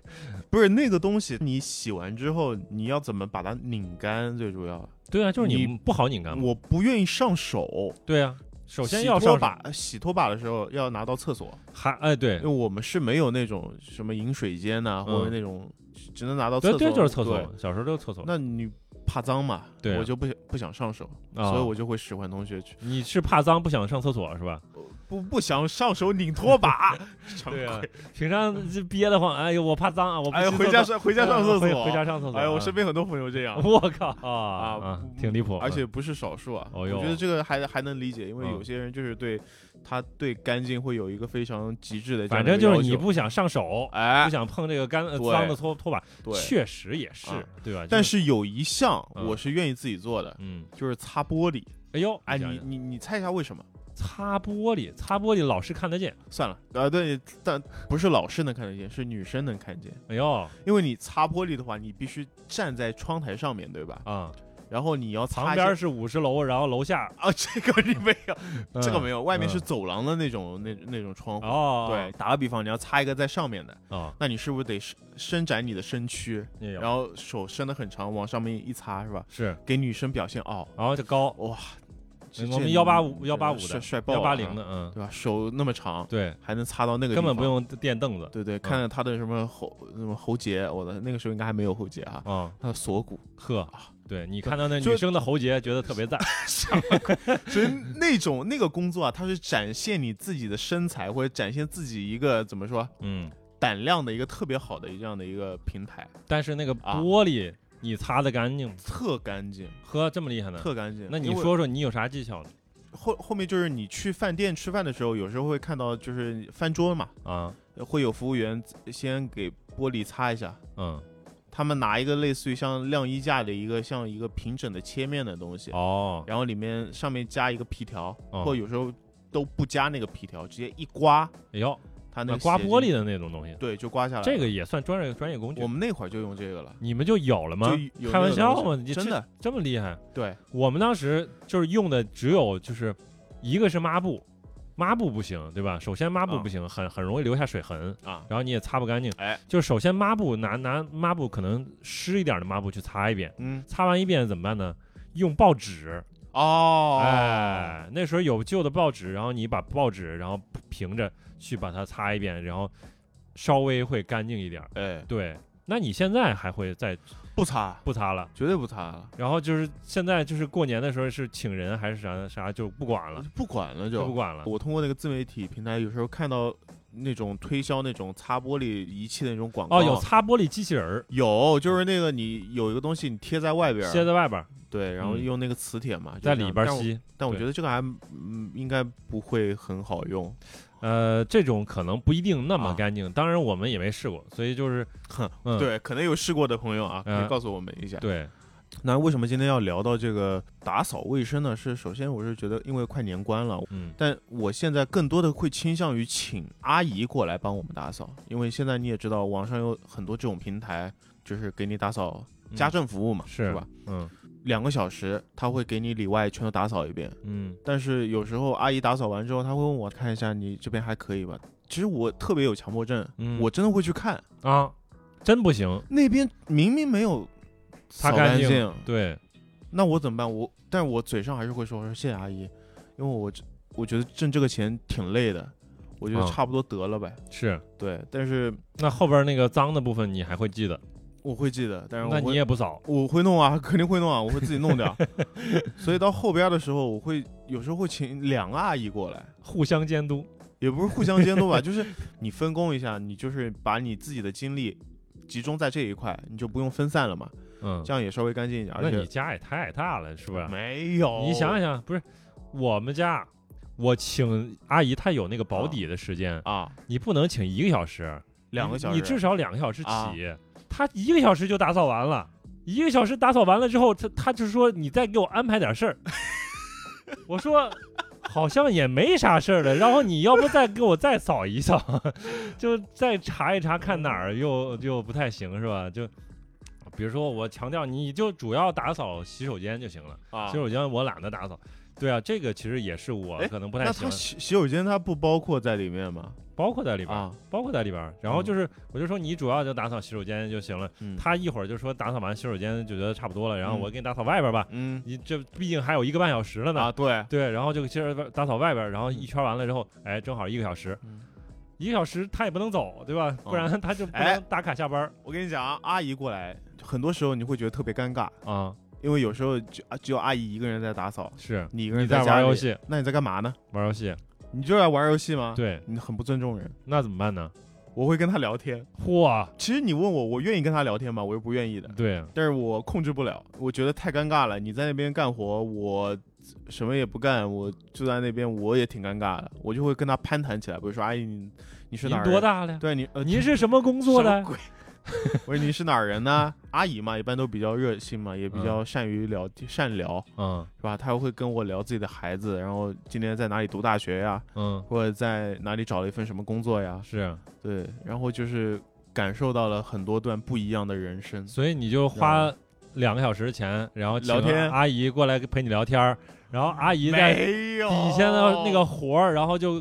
B: 不是那个东西，你洗完之后你要怎么把它拧干？最主要，
A: 对啊，就是你
B: 你
A: 不好拧干嘛。
B: 我不愿意上手。
A: 对啊，首先
B: 洗
A: 要
B: 拖
A: 上手
B: 把洗拖把的时候要拿到厕所，
A: 还哎对
B: 因为我们是没有那种什么饮水间呐、
A: 嗯
B: 或者那种只能拿到
A: 对
B: 厕所。
A: 对，就是厕所
B: 对。，
A: 小时候就是厕所。
B: 那你怕脏嘛？
A: 对啊
B: 我就不想不想上手，
A: 啊
B: 所以我就会使唤同学去。
A: 你是怕脏不想上厕所是吧？
B: 不不不想上手拧拖把，什
A: 对
B: 么
A: 啊
B: 鬼？，
A: 平常就憋得慌，哎呦，我怕脏 啊，我不去
B: 哎，回
A: 厕
B: 家
A: 所
B: 上回家上 厕
A: 啊回
B: 所，
A: 回家上厕所啊。
B: 哎，我身边很多朋友这样，
A: 我靠啊
B: 啊
A: 啊，挺离谱，
B: 而且不是少数啊。
A: 哦
B: 我
A: 哟
B: 觉得这个还还能理解，因为
A: 嗯
B: 有些人就是对他对干净会有一个非常极致的这
A: 反
B: 样的一
A: 正
B: 个
A: 就
B: 要求，
A: 是你不想上手，
B: 哎
A: 不，想碰这个干呃
B: 对
A: 脏的拖拖把，
B: 对。
A: 确实也是
B: 啊，
A: 对吧？
B: 但
A: 就是
B: 有一项
A: 嗯
B: 我是愿意自己做的，
A: 嗯，
B: 就是擦玻璃。
A: 哎呦，
B: 哎，
A: 想
B: 你
A: 想
B: 你你猜一下为什么？
A: 擦玻璃，擦玻璃老是看得见，
B: 算了，呃，对，但不是老师能看得见，是女生能看见。
A: 哎呦
B: 因为你擦玻璃的话，你必须站在窗台上面对吧？
A: 啊，
B: 然后你要擦
A: 旁
B: 一下
A: 边是五十楼，然后楼下
B: 啊，这个 你没有，这个没
A: 有
B: 有，外面是
A: 嗯
B: 走廊的那种那那种窗户。
A: 哦，
B: 对，打个比方，你要擦一个在上面的，
A: 啊，
B: 那你是不是得伸伸展你的身躯，
A: 也有
B: 然后手伸得很长，往上面一擦是吧？
A: 是，
B: 给女生表现哦，
A: 然后就高
B: 哇，这
A: 嗯我们
B: 这
A: 185
B: 这
A: 185的
B: 帅帅爆了
A: 幺
B: 啊
A: 八零的，，嗯，
B: 对吧？手那么长，
A: 对，
B: 还能擦到那个，
A: 根本不。用嗯垫凳子
B: 对对，看着他的什么喉什么喉结，我的那个时候应该还没有喉结啊，
A: 啊，
B: 他的锁骨，
A: 呵，对你
B: 对
A: 看到那
B: 啊就
A: 女生的喉结，觉得特别 赞，
B: 所以那种那个工作啊，它是展现你自己的身材或者展现自己一个怎么说
A: 嗯，
B: 胆量的一个特别好的一这样的一个平台，
A: 但是那个
B: 啊
A: 玻璃你擦的干净吗，
B: 特干净，
A: 呵，这么厉害呢？
B: 特干净。
A: 那你
B: 因为
A: 说说你有啥技巧呢？
B: 后后面就是你去饭店吃饭的时候，有时候会看到就是翻桌嘛，呃
A: 啊，
B: 会有服务员先给玻璃擦一下。
A: 嗯，
B: 他们拿一个类似于像晾衣架的一个像一个平整的切面的东西，
A: 哦，
B: 然后里面上面加一个皮条，
A: 哦
B: 或者有时候都不加那个皮条，直接一刮，
A: 哎呦，
B: 它那
A: 那
B: 个
A: 刮
B: 血就
A: 玻璃的那种东西，
B: 对就刮下来了。
A: 这个也算专业专业工具
B: 我。们那会儿就用这个了，
A: 你们就有了吗
B: 就有？那个
A: 开玩笑
B: 东
A: 吗？
B: 西
A: 你这
B: 真的
A: 这么厉害？
B: 对，
A: 我们当时就是用的只有就是一个是抹布，抹布不行，对吧？首先抹布
B: 啊
A: 不行，很很容易留下水痕，
B: 啊，
A: 然后你也擦不干净。
B: 哎，
A: 就是首先抹布拿拿抹布可能湿一点的抹布去擦一遍，
B: 嗯，
A: 擦完一遍怎么办呢？用报纸，
B: 哦，
A: 哎，那时候有旧的报纸，然后你把报纸然后平着去把它擦一遍，然后稍微会干净一点。
B: 哎，
A: 对，那你现在还会再
B: 不擦，
A: 不擦了？
B: 绝对不擦了，
A: 然后就是现在就是过年的时候是请人还是啥啥就不管了，
B: 不管了
A: 就
B: 就
A: 不。管了。
B: 我通过那个自媒体平台，有时候看到那种推销那种擦玻璃仪器的那种广告，
A: 哦，有擦玻璃机器人儿，
B: 有，就是那个你有一个东西你贴在外边
A: 歇
B: 儿，
A: 在外边儿，
B: 对，然后
A: 嗯
B: 用那个磁铁嘛，就
A: 在
B: 这
A: 里
B: 样
A: 边儿
B: 啊但我
A: 吸。
B: 但我
A: 对
B: 觉得这个还嗯应该不会很好用，
A: 呃，这种可能不一定那么
B: 啊
A: 干净，当然我们也没试过，所以就是
B: 哼，
A: 嗯，
B: 对，可能有试过的朋友啊，可
A: 嗯
B: 以告诉我们一下。
A: 对，
B: 那为什么今天要聊到这个打扫卫生呢？是首先我是觉得，因为快年关了，
A: 嗯，
B: 但我现在更多的会倾向于请阿姨过来帮我们打扫，因为现在你也知道，网上有很多这种平台，就是给你打扫
A: 嗯
B: 家政服务嘛，
A: 是
B: 吧？？
A: 嗯
B: 两个小时，他会给你里外全都打扫一遍。
A: 嗯，
B: 但是有时候阿姨打扫完之后，她会问我看一下你这边还可以吧？其实我特别有强迫症，
A: 嗯
B: 我真的会去看
A: 啊，真不行，
B: 那边明明没有
A: 擦
B: 扫干
A: 净，对，
B: 那我怎么办？我，但是我嘴上还是会说，我说谢谢阿姨，因为我这我觉得挣这个钱挺累的，我觉得
A: 嗯
B: 差不多得了呗。
A: 是。
B: 对，但是
A: 那后边那个脏的部分你还会记得，
B: 我会记得，但是
A: 那
B: 哎我
A: 你
B: 会
A: 也不扫，
B: 我会弄啊， 肯定会弄啊，我会自己 弄掉。所以到后边的时候，我会有时候会请两个阿姨过来，
A: 互相监督，
B: 也不是互相监督吧，就是你分工一下，你就是把你自己的精力集中在这一块，你就不用分散了嘛，
A: 嗯
B: 这，样也稍微干净一点。
A: 那
B: 而
A: 你
B: 且
A: 家也太大了，是不是？
B: 没有，
A: 你想想，不是我们家，我请阿姨，她有那个保
B: 啊
A: 底的时间，
B: 啊，
A: 你不能请一个小时，
B: 两个
A: 你
B: 小时
A: 你至少两个小时
B: 啊
A: 起，她一个小时就打扫完了，一个小时打扫完了之后，她她就说你再给我安排点 事儿，我说。好像也没啥事儿了，然后你要不再给我再扫一扫， 就再查一查看哪儿又又不太行是吧？就比如说我强调，你就主要打扫洗手间就行了。
B: 啊
A: 洗，手间我懒得打扫。对啊，这个其实也是我
B: 哎
A: 可能不太
B: 那
A: 喜
B: 他
A: 欢，
B: 洗洗手间它不包括在里面吗？
A: 包括在里边儿，
B: 啊，
A: 包括在里边儿。然后就是，我就说你主要就打扫洗手间就行了。
B: 嗯
A: 他一会儿就说打扫完洗手间就觉得差不多了，然后
B: 嗯
A: 我给你打扫外边儿吧。
B: 嗯
A: 你这毕竟还有一个半小时了呢。
B: 啊，对，
A: 对，然后就接着打扫外边儿，然后一圈完了之后，哎，正好一个小时。
B: 嗯
A: 一个小时他也不能走，对吧？不然他就不能
B: 哎
A: 打卡下班儿
B: 我跟你讲啊，阿姨过来，很多时候你会觉得特别尴尬，
A: 啊。
B: 因为有时候就啊只有阿姨一个人在打扫，
A: 是
B: 你一个
A: 你
B: 人
A: 在
B: 家
A: 玩
B: 里嗯啊
A: 游，戏，
B: 那你在干嘛呢？
A: 玩游戏，
B: 你就要玩游戏吗？，
A: 对，
B: 你很不尊重人。
A: 那怎么办呢？
B: 我会跟他聊天。
A: 嚯，
B: 其实你问我，我愿意跟他聊天吗？我又不愿意的，
A: 对，
B: 但是我控制不了，我觉得太尴尬了。你在那边干活，我什么也不干，我就在那边，我也挺尴尬的。我就会跟他攀谈起来，比如说：“阿姨，你你是
A: 您
B: 哪儿人？
A: 多大了呀？
B: 对你，呃，
A: 您是什么工作
B: 什
A: 的
B: 么？ 鬼我说你是哪儿人呢？阿姨嘛，一般都比较热心嘛，也比较善于聊、善聊，
A: 嗯
B: 是吧？她会跟我聊自己的孩子，然后今年在哪里读大学呀，
A: 嗯，
B: 或者在哪里找了一份什么工作呀，
A: 是，
B: 对，然后就是感受到了很多段不一样的人生。
A: 所以你就花两个小时的钱，然后请
B: 聊天
A: 阿姨过来陪你聊天儿，然后阿姨在
B: 没有
A: 底下的那个活儿，然后就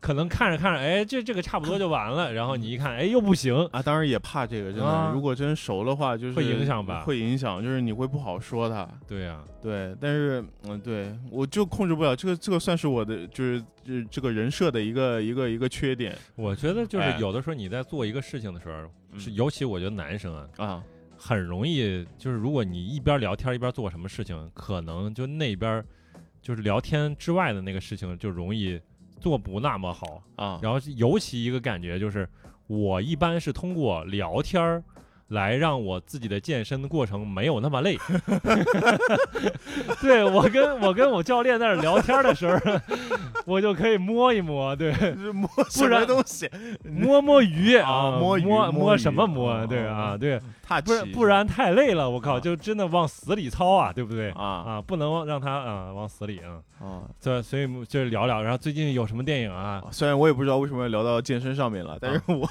A: 可能看着看着，哎，这这个差不多就完
B: 嗯
A: 了，然后你一看，哎，又不行，
B: 啊，当然也怕这个，真的，
A: 啊
B: 如果真熟的话，就是
A: 会影响吧
B: 会影响，就是你会不好说他。
A: 对呀、
B: 对，但是嗯，对我就控制不了这个，这个算是我的，就是就是这个人设的一个一个一个缺点
A: 我觉得就是
B: 哎
A: 有的时候你在做一个事情的时候，
B: 嗯
A: 是尤其我觉得男生啊，
B: 啊。
A: 很容易就是如果你一边聊天一边做什么事情，可能就那边儿就是聊天之外的那个事情就容易做不那么好。
B: 啊，
A: 然后是尤其一个感觉就是，我一般是通过聊天儿。来让我自己的健身的过程没有那么累。 对我跟我跟我教练在那儿聊天的时候，我就可以摸一摸，对，
B: 这摸什么
A: 然
B: 东西？
A: 摸摸鱼
B: 啊摸
A: 摸
B: 鱼摸
A: 摸
B: 鱼
A: 什么摸
B: 哦？
A: 对啊，对，
B: 踏
A: 不然
B: 棋
A: 不然太累了，我靠，
B: 啊
A: 就真的往死里操啊，对不对？
B: 啊
A: 啊，不能让他啊往死里啊，
B: 啊！
A: 对，所以就是聊聊，然后最近有什么电影啊？
B: 虽然我也不知道为什么要聊到健身上面了，但是我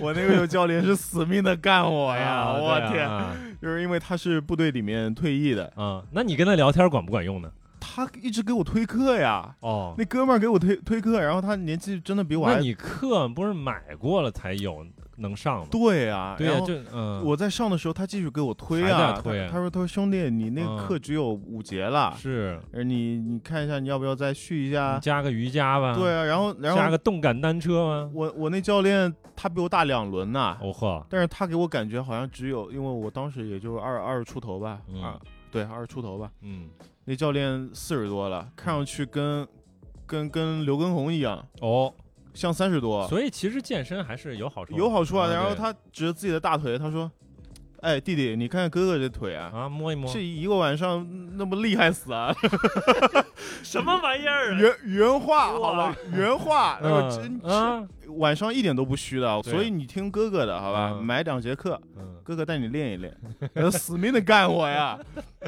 B: 我那 个有教练是死命的干我哎呀！
A: 啊
B: 我
A: 对啊
B: 天，
A: 啊
B: 就是因为他是部队里面退役的，
A: 啊，那你跟他聊天管不管用呢？
B: 他一直给我推课呀。
A: 哦，
B: 那哥们儿给我推推课，然后他年纪真的比我
A: 那
B: 还
A: 你课不是买过了才有能上吗？
B: 对啊，
A: 对呀
B: 然，后
A: 就嗯，
B: 我在上的时候，他继续给我推
A: 还
B: 啊，
A: 在推
B: 他他说他说兄弟，你那个
A: 嗯
B: 课只有五节了，
A: 是
B: 呃你你看一下，你要不要再续一下
A: 你？加个瑜伽吧，
B: 啊对，啊，然后然
A: 加
B: 后
A: 嗯个动感单车吗？
B: 我我那教练他比我大两轮呐、
A: 哦呵，
B: 但是他给我感觉好像只有，因为我当时也就二二十出头吧，
A: 嗯
B: 二对二十出头吧，
A: 嗯，
B: 那教练四十多了，看上去跟跟跟刘畊宏一样，
A: 哦，
B: 像三十多，
A: 所以其实健身还是有好处的，
B: 有好处啊。
A: 对
B: 然后他指着自己的大腿，他说：“哎，弟弟，你看看哥哥这腿啊，
A: 啊摸一摸
B: 这，一个晚上那么厉害死啊！
A: 什么玩意儿啊
B: 原原话
A: 哇
B: 好吧，原话，那个真
A: 嗯啊，
B: 晚上一点都不虚的，
A: 对
B: 所以你听哥哥的好吧，
A: 嗯
B: 买两节课，
A: 嗯
B: 哥哥带你练一练， 呃死命的干我呀，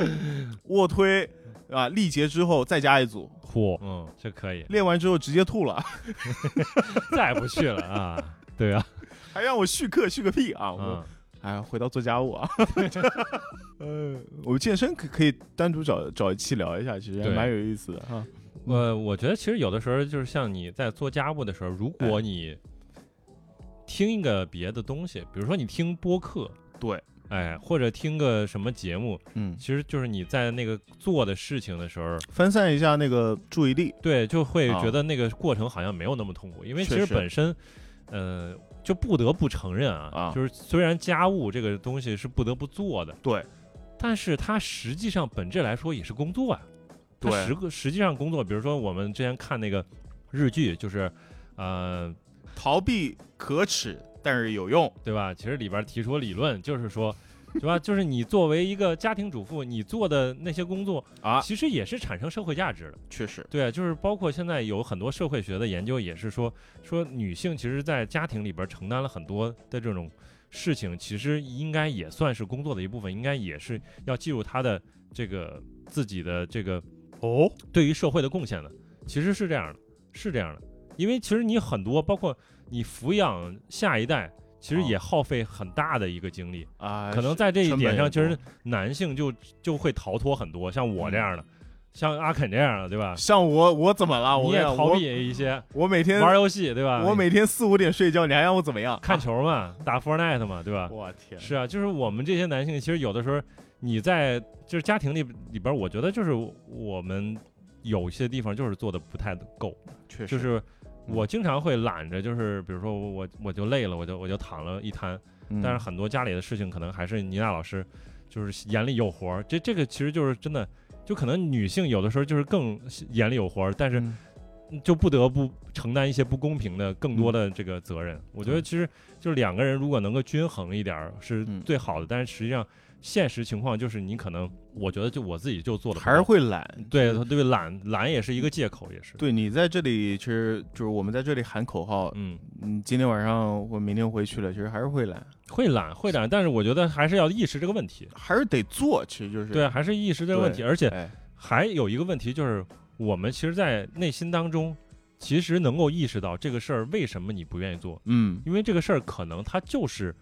B: 卧推啊，力竭之后再加一组，
A: 嚯，嗯，这可以，
B: 练完之后直接吐了，
A: 再不去了啊，对 啊，
B: 还让我续课续个屁啊！我
A: 嗯
B: 哎呀，回到做家务啊， 呃，我健身可可以单独找找一期聊一下，其实还
A: 对
B: 蛮有意思的哈。
A: 呃，我觉得其实有的时候就是像你在做家务的时候，如
B: 哎
A: 果你听一个别的东西，比如说你听播客，
B: 对，
A: 哎，或者听个什么节目，
B: 嗯，
A: 其实就是你在那个做的事情的时候，
B: 分散一下那个注意力，
A: 对，就会
B: 啊
A: 觉得那个过程好像没有那么痛苦，因为其
B: 确
A: 实
B: 实
A: 本身，呃，就不得不承认啊，
B: 啊
A: 就是虽然家务这个东西是不得不做的，
B: 对，
A: 但是它实际上本质来说也是工作啊，它
B: 对
A: 实个实际上工作，比如说我们之前看那个日剧，就是，呃，
B: 逃避可耻但是有用。
A: 对吧？其实里边提出理论就是说。对吧？就是你作为一个家庭主妇，你做的那些工作
B: 啊
A: 其实也是产生社会价值的。
B: 确实，
A: 对，啊就是包括现在有很多社会学的研究也是说，说女性其实，在家庭里边承担了很多的这种事情，其实应该也算是工作的一部分，应该也是要记录她的这个自己的这个
B: 哦，
A: 对于社会的贡献的，其实是这样的，是这样的，因为其实你很多，包括你抚养下一代，其实
B: 哦
A: 也耗费很大的一个精力。
B: 啊，
A: 可能在这一
B: 成本
A: 点
B: 也
A: 上，其实
B: 多嗯
A: 男性就就会逃脱很多，像我这样的，像阿肯这样的，对吧？
B: 像我，我怎么啊了？我
A: 你
B: 跟
A: 也
B: 你讲
A: 逃
B: 我
A: 避一些，
B: 我每天
A: 玩游戏对吧？
B: 我每天四五点睡觉，你还让我怎么样？
A: 看球嘛，打 Fortnite 嘛，对吧？
B: 我天
A: 是啊，就是我们这些男性，其实有的时候你在就是家庭里里边，我觉得就是我们有些地方就是做的不太够，
B: 确
A: 就
B: 实，嗯
A: 是我经常会懒着，就是比如说我我我就累了，我就我就躺了一摊，
B: 嗯
A: 但是很多家里的事情可能还是倪娜老师就是眼里有活儿，这这个其实就是真的，就可能女性有的时候就是更眼里有活儿，但是
B: 嗯
A: 就不得不承担一些不公平的更多的这个责任。我觉得其实就是两个人如果能够均衡一点儿是
B: 嗯
A: 最好的，但是实际上现实情况就是你可能，我觉得就我自己就做的
B: 嗯还是会懒。
A: 对对懒懒也是一个借口，也是
B: 对你在这里，其实就是我们在这里喊口号，
A: 嗯
B: 嗯，今天晚上我明天回去了，其实还是会懒，
A: 会懒会懒，但是我觉得还是要意识这个问题，
B: 还是得做，其实就是
A: 对啊，还是意识这个问题，而且
B: 哎，
A: 还有一个问题就是，我们其实，在内心当中，其实能够意识到这个事儿为什么你不愿意做，
B: 嗯，
A: 因为这个事儿可能它就是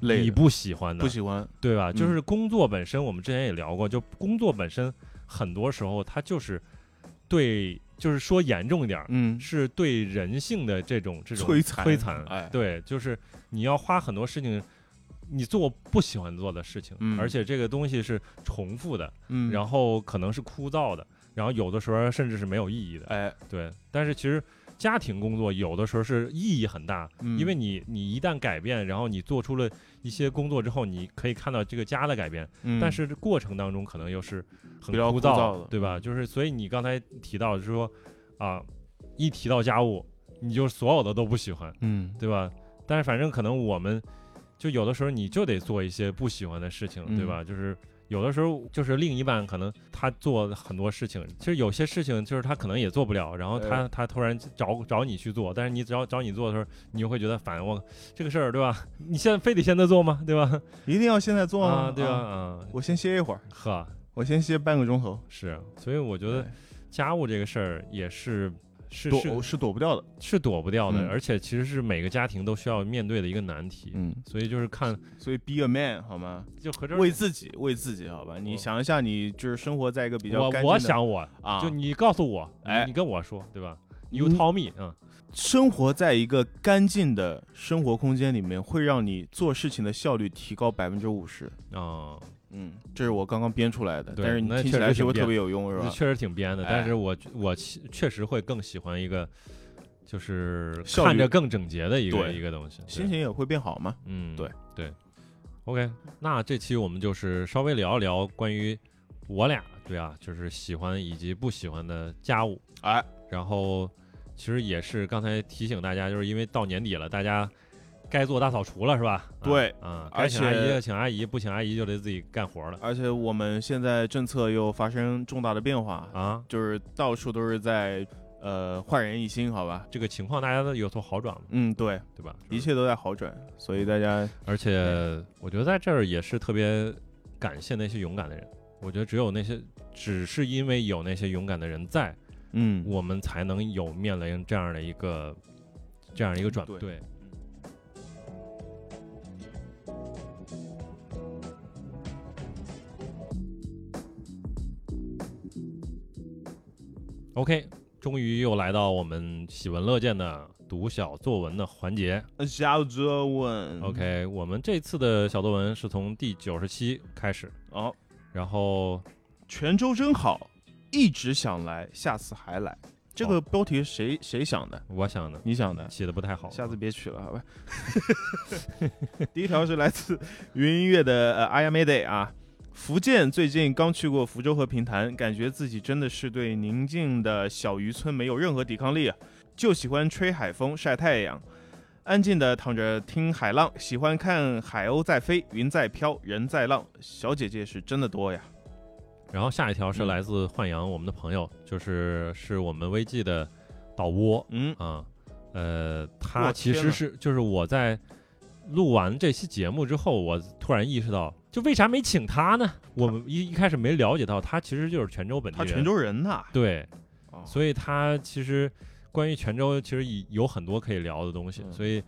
B: 累
A: 你
B: 的
A: 不喜欢的，
B: 不喜欢，
A: 对吧？
B: 嗯
A: 就是工作本身，我们之前也聊过，就工作本身很多时候它就是对，就是说严重一点儿，
B: 嗯，
A: 是对人性的这种这种
B: 摧残
A: 摧残，
B: 哎
A: 对，就是你要花很多事情。你做不喜欢做的事情，
B: 嗯
A: 而且这个东西是重复的，
B: 嗯，
A: 然后可能是枯燥的，然后有的时候甚至是没有意义的。
B: 哎，
A: 对，但是其实家庭工作有的时候是意义很大，
B: 嗯
A: 因为你你一旦改变，然后你做出了一些工作之后，你可以看到这个家的改变，
B: 嗯
A: 但是这过程当中可能又是很
B: 比较
A: 枯
B: 枯燥的
A: 对吧？就是所以你刚才提到就是说啊，一提到家务，你就所有的都不喜欢，
B: 嗯，
A: 对吧？但是反正可能我们就有的时候你就得做一些不喜欢的事情，对
B: 嗯
A: 吧？就是有的时候就是另一半可能他做很多事情，其实有些事情就是他可能也做不了，然后
B: 哎
A: 他、他突然找找你去做，但是你只要找你做的时候，你就会觉得烦我这个事儿，对吧？ 你现在非得现在做吗？对吧？
B: 一定要现在做
A: 啊，
B: 吗？
A: 对吧？啊，
B: 我先歇一会儿，
A: 呵，
B: 我先歇半个钟头。
A: 是，所以我觉得
B: 哎
A: 家务这个事儿也是。是
B: 躲
A: 是
B: 是躲不掉的，
A: 是躲不掉的，
B: 嗯
A: 而且其实是每个家庭都需要面对的一个难题，
B: 嗯，
A: 所以就是看
B: 所以 be a man 好吗？
A: 就合着
B: 为自己，为自己好吧？
A: 我
B: 你想一下，你就是生活在一个比较
A: 我
B: 干净的
A: 我想我、
B: 啊，
A: 就你告诉我，
B: 哎
A: 你跟我说对吧
B: 嗯
A: ？You tell me，嗯，
B: 生活在一个干净的生活空间里面，会让你做事情的效率提高百分之五十。
A: 哦、
B: 嗯，这是我刚刚编出来的，
A: 对
B: 但是你
A: 那
B: 听
A: 确
B: 起
A: 实
B: 来
A: 挺
B: 是不是
A: 编
B: 特别有用是
A: 这
B: 吧？
A: 确实挺编的，
B: 哎
A: 但是我我其确实会更喜欢一个，就是
B: 效率
A: 看着更整洁的一个
B: 对
A: 一个东西，对
B: 心情也会变好嘛？
A: 嗯，
B: 对
A: 对，OK，那这期我们就是稍微聊一聊关于我俩对啊，就是喜欢以及不喜欢的家务，
B: 哎，
A: 然后其实也是刚才提醒大家，就是因为到年底了，大家该做大扫除了，是吧？啊
B: 对
A: 啊，
B: 而
A: 该请阿姨
B: 且
A: 就请阿姨，不请阿姨就得自己干活了
B: 而且我们现在政策又发生重大的变化，
A: 啊。
B: 就是到处都是在呃焕然一新，好吧？
A: 这个情况大家都有所好转嘛，
B: 嗯，对，
A: 对吧？
B: 一，切都在好转，所以大家
A: 而且我觉得在这儿也是特别感谢那些勇敢的人。我觉得只有那些，只是因为有那些勇敢的人在，
B: 嗯，
A: 我们才能有面临这样的一个这样一个转
B: 对
A: 对，OK，终于又来到我们喜闻乐见的读小作文的环节。
B: 小作文
A: OK，我们这次的小作文是从第九十期开始，
B: 哦，
A: 然后
B: 泉州真好，一直想来，下次还来。这个标题谁、谁想的？
A: 我想呢
B: 你想的？
A: 写的不太好，
B: 下次别取了，好吧？第一条是来自云音乐的呃 I Am a Day 啊，福建最近刚去过福州和平潭，感觉自己真的是对宁静的小渔村没有任何抵抗力，啊就喜欢吹海风晒太阳，安静的躺着听海浪，喜欢看海鸥在飞，云在飘，人在浪，小姐姐是真的多呀。
A: 然后下一条是
B: 嗯
A: 来自焕阳，我们的朋友，就是是我们微记的导播
B: 嗯，
A: 啊，呃，他
B: 我
A: 其
B: 天
A: 实
B: 呐
A: 是就是我在录完这期节目之后，我突然意识到，就为啥没请他呢？我们一一开始没了解到，他其实就是泉州本地
B: 她
A: 人，
B: 泉州人呐，
A: 对，
B: 哦
A: 所以他其实关于泉州其实已有很多可以聊的东西，
B: 嗯
A: 所以。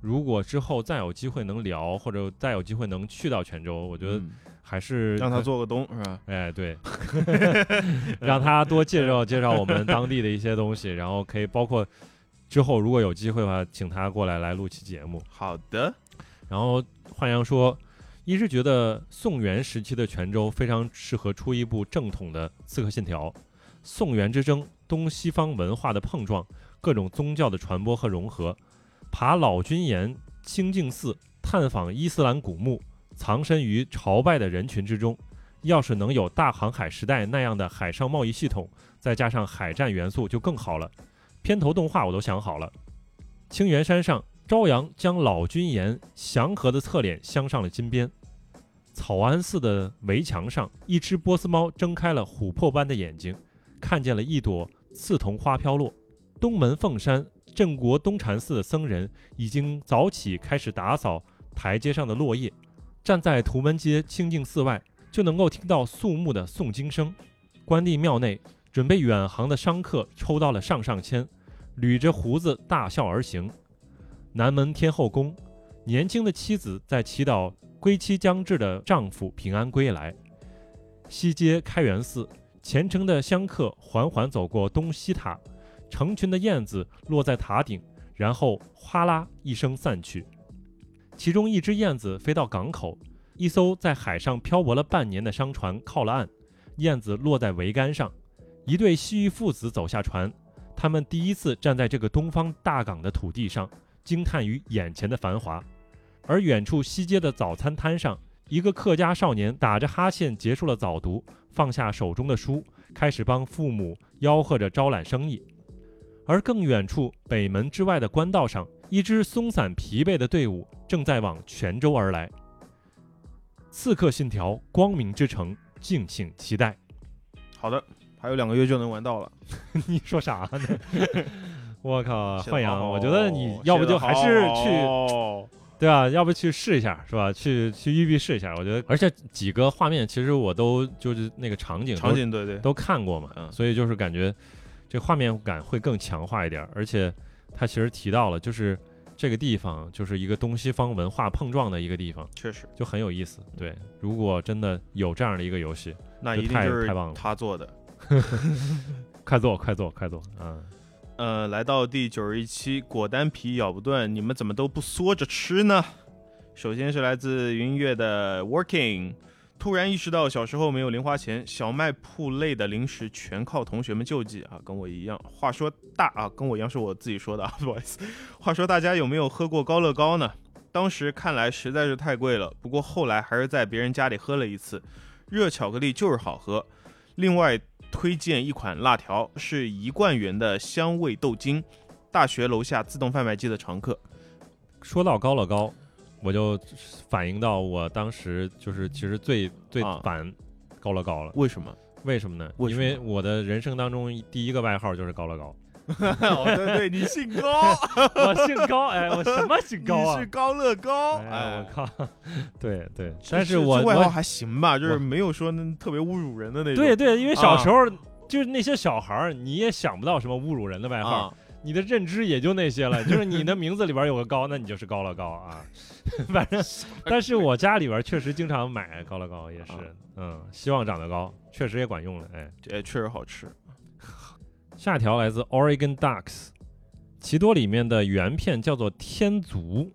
A: 如果之后再有机会能聊，或者再有机会能去到泉州，我觉得
B: 嗯
A: 还是
B: 让
A: 可
B: 他做个东是吧？
A: 哎，对， 让他多介绍介绍我们当地的一些东西，然后可以包括之后如果有机会的话，请他过来来录期节目。
B: 好的，
A: 然后焕阳说，一是觉得宋元时期的泉州非常适合出一部正统的《刺客信条》，宋元之争，东西方文化的碰撞，各种宗教的传播和融合，爬老君岩、清净寺，探访伊斯兰古墓，藏身于朝拜的人群之中。要是能有大航海时代那样的海上贸易系统，再加上海战元素就更好了。片头动画我都想好了。清源山上，朝阳将老君岩祥和的侧脸镶上了金边。草庵寺的围墙上，一只波斯猫睁开了琥珀般的眼睛，看见了一朵刺桐花飘落。东门凤山镇国东禅寺的僧人已经早起开始打扫台阶上的落叶，站在图门街清净寺外，就能够听到肃穆的诵经声。关帝庙内，准备远航的商客抽到了上上签，捋着胡子大笑而行。南门天后宫，年轻的妻子在祈祷归期将至的丈夫平安归来。西街开元寺，虔诚的香客缓缓走过东西塔，成群的燕子落在塔顶，然后哗啦一声散去。其中一只燕子飞到港口，一艘在海上漂泊了半年的商船靠了岸，燕子落在桅杆上。一对西域父子走下船，他们第一次站在这个东方大港的土地上，惊叹于眼前的繁华。而远处西街的早餐摊上，一个客家少年打着哈欠结束了早读，放下手中的书，开始帮父母吆喝着招揽生意。而更远处北门之外的官道上，一支松散疲惫的队伍正在往泉州而来。《刺客信条：光明之城》，敬请期待。
B: 好的，还有两个月就能玩到了。
A: 你说啥呢？ 我靠，
B: 写
A: 焕
B: 得好
A: 阳，啊我觉得你要不
B: 写得
A: 就还是去
B: 好
A: 对啊，要不去试一下是吧？去去育碧试一下，我觉得。而且几个画面其实我都就是那个场景都
B: 场景，对对，
A: 都看过嘛，
B: 嗯
A: 所以就是感觉这画面感会更强化一点儿。而且他其实提到了，就是这个地方就是一个东西方文化碰撞的一个地方，
B: 确实，
A: 就很有意思。对，如果真的有这样的一个游戏，
B: 那
A: 这
B: 一定
A: 太
B: 就是
A: 太棒了
B: 他做的。
A: 快做快做快做啊！
B: 呃，来到第九十一期，果丹皮咬不断，你们怎么都不缩着吃呢？首先是来自云音乐的 Working，突然意识到小时候没有零花钱，小卖铺类的零食全靠同学们救济啊，跟我一样。话说大啊，跟我一样是我自己说的啊，不好意思。 话说大家有没有喝过高乐高呢？当时看来实在是太贵了，不过后来还是在别人家里喝了一次，热巧克力就是好喝。另外，推荐一款辣条，是一罐元的香味豆精，大学楼下自动贩卖机的常客。
A: 说到高乐高，我就反映到我当时就是其实最最
B: 啊
A: 烦高乐高了。
B: 为什 么？
A: 为什么呢？
B: 为什
A: 因
B: 么
A: 为我的人生当中第一个外号就是高乐高，
B: 哦，对对，你姓 高，
A: 我姓高，哎，我什么姓啊
B: 你是高乐高。
A: 哎，我
B: 哎，
A: 靠， 对对，
B: 这
A: 但是我
B: 这外号
A: 我
B: 还行吧，就是
A: 我
B: 没有说那特别侮辱人的那种。
A: 对对，因为小
B: 啊
A: 时候、就是那些小孩儿，你也想不到什么侮辱人的外号，
B: 啊，
A: 你的认知也就那些 了，就是你的名字里边有个高，那你就是高乐高啊， 反 正，但是我家里边确实经常买高乐高，也是，
B: 啊
A: 嗯，希望长得高，确实也管用了，哎。
B: 哎，确实好吃。
A: 下一条来自 Oregon Ducks，奇多里面的原片叫做《天族》，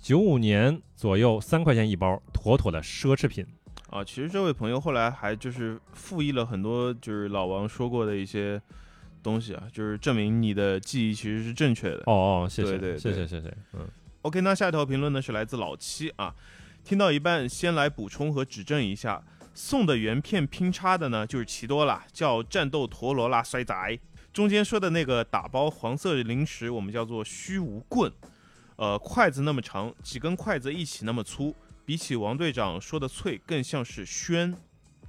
A: 九五年左右三块钱一包，妥妥的奢侈品。
B: 啊，其实这位朋友后来还就是复议了很多，就是老王说过的一些东西啊，就是证明你的记忆其实是正确的。
A: 哦哦，谢谢
B: 对对
A: 谢谢
B: 对
A: 谢谢，嗯，
B: OK，那下一条评论呢是来自老七啊，听到一半先来补充和指正一下，送的原片拼插的呢就是奇多啦，叫战斗陀螺啦衰仔。中间说的那个打包黄色零食，我们叫做虚无棍，呃，筷子那么长，几根筷子一起那么粗，比起王队长说的脆，更像是宣。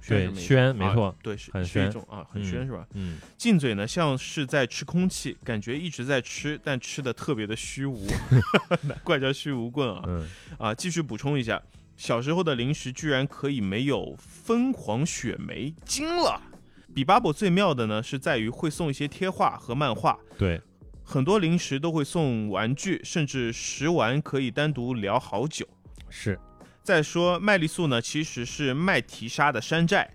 B: 宣什
A: 对，
B: 么意思
A: 轩没错
B: 啊，对，是
A: 很
B: 是一
A: 宣
B: 种啊，很
A: 嗯
B: 宣是吧？
A: 嗯，
B: 进嘴呢像是在吃空气，感觉一直在吃，但吃的特别的虚无， 难怪叫虚无棍啊。
A: 嗯，
B: 啊，继续补充一下，小时候的零食居然可以没有疯狂雪梅，惊了！比巴博最妙的呢，是在于会送一些贴画和漫画，
A: 对，
B: 很多零食都会送玩具，甚至食玩可以单独聊好久。
A: 是
B: 再说麦丽素呢，其实是麦提莎的山寨，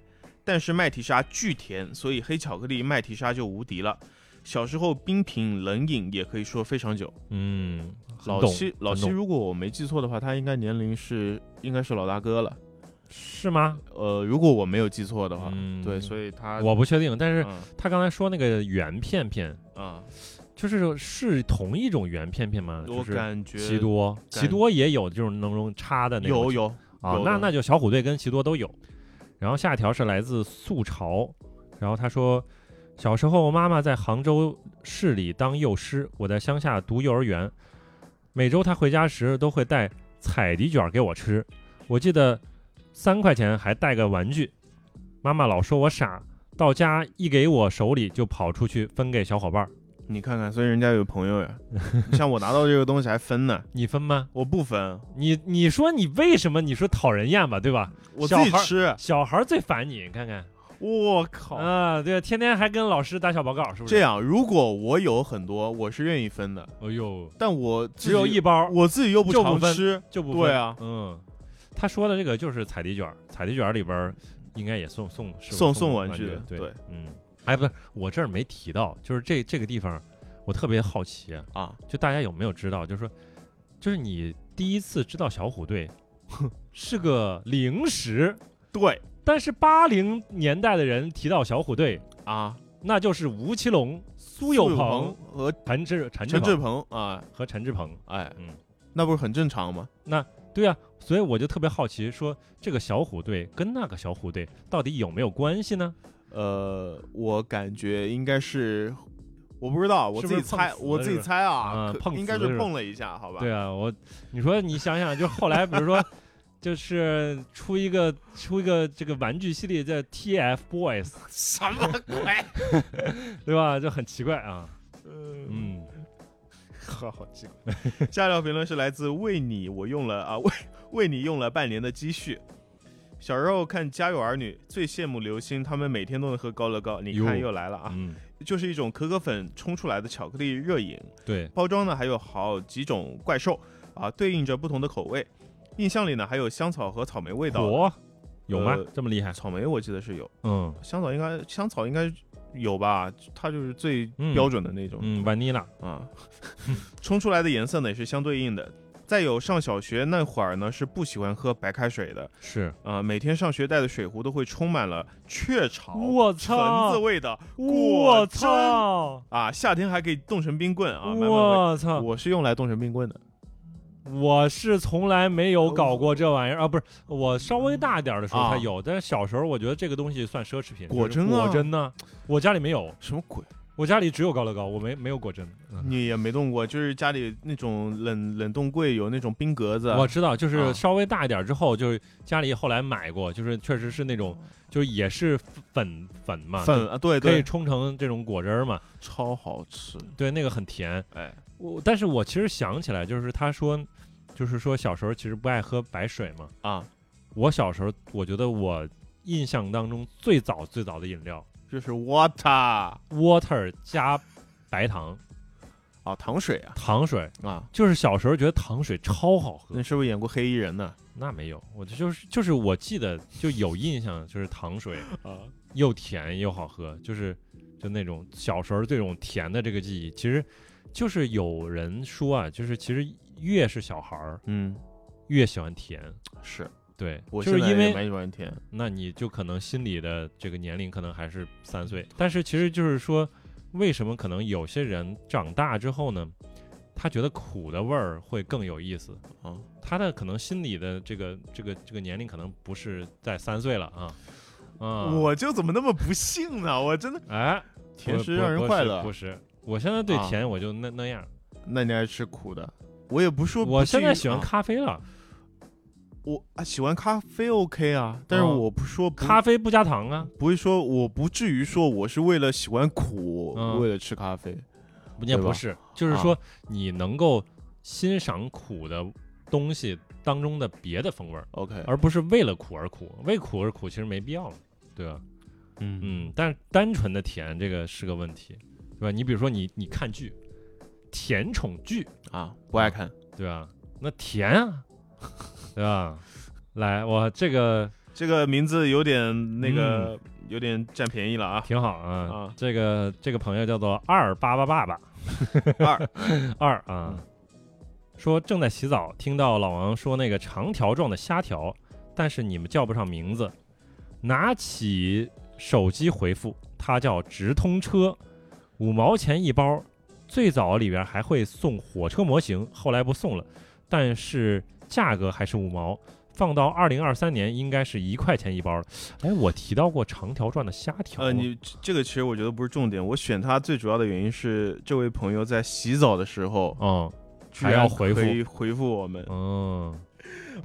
B: 但是麦提莎巨甜，所以黑巧克力麦提莎就无敌了。小时候冰品冷饮也可以说非常久。
A: 嗯，很
B: 老
A: 懂
B: 七老
A: 很
B: 七，
A: 懂
B: 如果我没记错的话，他应该年龄是应该是老大哥了。
A: 是吗？
B: 呃，如果我没有记错的话，
A: 嗯
B: 对，所以他
A: 我不确定，但是
B: 嗯
A: 他刚才说那个圆片片，
B: 啊，
A: 就是是同一种圆片片吗？就
B: 我
A: 是
B: 感觉
A: 奇多，奇
B: 感
A: 多也有就是能容插的那种
B: 有有
A: 啊
B: 有，
A: 那
B: 的
A: 那就小虎队跟奇多都有。然后下一条是来自素潮，然后他说，小时候，妈妈在杭州市里当幼师，我在乡下读幼儿园。每周她回家时都会带彩迪卷给我吃，我记得三块钱还带个玩具。妈妈老说我傻，到家一给我手里就跑出去分给小伙伴儿。
B: 你看看，所以人家有 朋友呀。像我拿到这个东西还分呢，
A: 你分吗？
B: 我不分，
A: 你你说你为什么？你说讨人厌吧，对吧？
B: 我自
A: 小
B: 己
A: 孩儿
B: 吃。
A: 小孩儿最烦你，你看看
B: 我靠！
A: 啊，对，天天还跟老师打小报告，是不是？
B: 这，样，如果我有很多，我是愿意分的，
A: 哎呦，
B: 但我自己
A: 只有一，包
B: 我自己又不
A: 就不
B: 常
A: 分
B: 吃，
A: 就不分
B: 对啊，
A: 嗯，他说的这个就是彩迪卷儿，彩迪卷儿里边儿应该也送送是不是
B: 送
A: 送
B: 送玩具
A: 具
B: 的
A: 对
B: 对
A: 嗯，哎，不是，我这儿没提到，就是这这个地方，我特别好奇，
B: 啊，
A: 就大家有没有知道，就是说，就是你第一次知道小虎队 是个零食，
B: 对
A: 但是八零年代的人提到小虎队，
B: 啊，
A: 那就是吴奇隆、苏有朋、
B: 和
A: 陈志陈志
B: 陈志
A: 朋
B: 鹏啊，
A: 和陈志鹏。
B: 哎，
A: 嗯
B: 那不是很正常吗？
A: 对啊，所以我就特别好奇，说这个小虎队跟那个小虎队到底有没有关系呢？
B: 呃，我感觉应该是，我不知道，我
A: 是
B: 自
A: 不
B: 己
A: 是碰
B: 猜，
A: 瓷
B: 我
A: 了
B: 自
A: 是
B: 己
A: 吧
B: 猜啊
A: 啊，
B: 可
A: 碰
B: 应
A: 瓷
B: 该
A: 了
B: 是
A: 是吧
B: 碰了一下，好吧？
A: 对啊，我你说你想想，就是后来比如说，就是出一个出一个这个玩具系列叫 TFBOYS，
B: 什么鬼？
A: 对吧？就很奇怪啊。
B: 嗯，
A: 嗯，
B: 好 好奇怪。下一条评论是来自为你我用了啊为为你用了半年的积蓄。小时候看《家有儿女》，最羡慕刘星，他们每天都能喝高乐高。你看
A: 哟
B: 又来了啊，
A: 嗯，
B: 就是一种可可粉冲出来的巧克力热饮，
A: 对，
B: 包装呢还有好几种怪兽啊，对应着不同的口味。印象里呢还有香草和草莓味道，
A: 火有吗
B: 呃？
A: 这么厉害？
B: 草莓我记得是有，
A: 嗯
B: 香草应该香草应该有吧，它就是最
A: 嗯
B: 标准的那种。
A: 嗯，vanilla，
B: 啊， 冲出来的颜色呢也是相对应的。再有上小学那会儿呢，是不喜欢喝白开水的，
A: 是。
B: 啊，每天上学带的水壶都会充满了雀巢、
A: 我
B: 橙子
A: 操！
B: 味的
A: 我
B: 果汁
A: 操！
B: 啊，夏天还可以冻成冰棍啊，慢慢会
A: 我操！
B: 我是用来冻成冰棍的，
A: 我是从来没有搞过这玩意儿啊，不是我稍微大一点的时候
B: 啊
A: 才有，但是小时候我觉得这个东西算奢侈品。
B: 果
A: 就是
B: 真啊
A: 果真呢？我家里没有，
B: 什么鬼？
A: 我家里只有高乐高，我没没有果真。嗯
B: 你也没冻过，就是家里那种冷冷冻柜有那种冰格子，
A: 我知道，就是
B: 啊
A: 稍微大一点之后，就是家里后来买过，就是确实是那种，就是也是粉粉嘛，
B: 粉啊，对
A: 可以
B: 对，
A: 冲成这种果汁儿嘛，
B: 超好吃，
A: 对，那个很甜。
B: 哎，
A: 我但是我其实想起来，就是他说，就是说小时候其实不爱喝白水嘛，
B: 啊，
A: 我小时候，我觉得我印象当中最早最早的饮料
B: 就是 water
A: ，water 加白糖
B: 啊，糖水啊
A: 糖水，
B: 啊，
A: 就是小时候觉得糖水超好喝
B: 那。是不是演过黑衣人呢？
A: 那没有，我就是就是我记得就有印象，就是糖水
B: 啊，
A: 又甜又好喝，就是就那种小时候这种甜的这个记忆，其实就是有人说啊，就是其实越是小孩儿
B: 嗯，
A: 越喜欢甜，
B: 是
A: 对，
B: 我
A: 就是
B: 现在
A: 因
B: 也
A: 为
B: 蛮喜欢甜，
A: 那你就可能心里的这个年龄可能还是三岁。但是其实就是说，为什么可能有些人长大之后呢，他觉得苦的味儿会更有意思
B: 啊？
A: 他的可能心里的这个这个这个年龄可能不是在三岁了啊，啊，
B: 我就怎么那么不幸呢？我真的
A: 哎，
B: 甜
A: 不
B: 食
A: 不
B: 让人
A: 不
B: 快
A: 是
B: 乐
A: 不。是。我现在对
B: 啊
A: 甜我就那、那样，
B: 那你爱吃苦的？我也不说不
A: 我
B: 至于
A: 现在喜欢
B: 啊
A: 咖啡了，
B: 我啊喜欢咖啡 OK 啊，但是
A: 啊
B: 我不说不
A: 咖啡不加糖啊，
B: 不会说我不至于说我是为了喜欢苦，
A: 嗯
B: 为了吃咖啡
A: 也
B: 对吧
A: 不是，就是
B: 啊
A: 说你能够欣赏苦的东西当中的别的风味儿。
B: OK。
A: 而不是为了苦而苦，为苦而苦其实没必要了，对吧？
B: 嗯
A: 嗯，但是单纯的甜这个是个问题，对吧？你比如说你你看剧，甜宠剧，
B: 啊，不爱看
A: 对吧？那甜啊， 对吧？来，我这个
B: 这个名字有点那个有点占便宜了啊。
A: 挺好啊，
B: 啊
A: 这个这个朋友叫做二八八爸爸
B: 二
A: 二啊，说正在洗澡，听到老王说那个长条状的虾条，但是你们叫不上名字，拿起手机回复，它叫直通车，五毛钱一包，最早里边还会送火车模型，后来不送了，但是价格还是五毛，放到二零二三年应该是一块钱一包了。哎，我提到过长条状的虾条，
B: 呃，你这个其实我觉得不是重点，我选它最主要的原因是这位朋友在洗澡的时候
A: 嗯
B: 居
A: 还要
B: 然
A: 回复
B: 可以回复我们。
A: 嗯，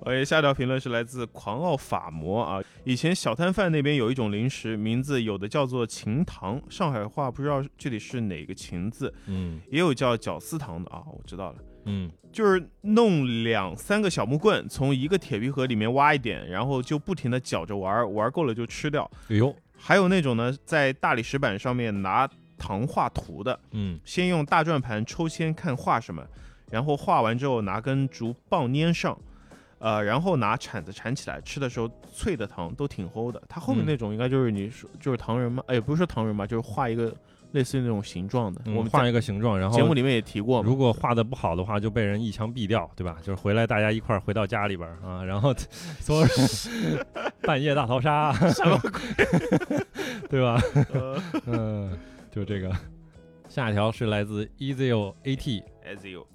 B: OK，下条评论是来自狂傲法魔啊。以前小摊贩那边有一种零食，名字有的叫做芹糖，上海话不知道这里是哪个芹字，
A: 嗯
B: 也有叫绞丝糖的啊。我知道了，
A: 嗯
B: 就是弄两三个小木棍，从一个铁皮盒里面挖一点，然后就不停的搅着玩儿，玩够了就吃掉。
A: 哎呦，
B: 还有那种呢，在大理石板上面拿糖画图的，
A: 嗯
B: 先用大转盘抽签看画什么，然后画完之后拿根竹棒粘上，呃，然后拿铲子铲起来，吃的时候脆的糖都挺齁的。它后面
A: 嗯
B: 那种应该就是你说就是糖人吗？哎，不是说糖人吧，就是画一个类似于那种形状的。
A: 嗯
B: 我们
A: 画
B: 在
A: 一个形状，然后
B: 节目里面也提过嘛，
A: 如果画的不好的话，就被人一枪毙掉，对吧？就是回来大家一块儿回到家里边儿啊， 然后所有人半夜大逃杀，什么鬼？ 对吧？
B: 呃
A: 嗯，就这个。下一条是来自 E Ezio AT，
B: as you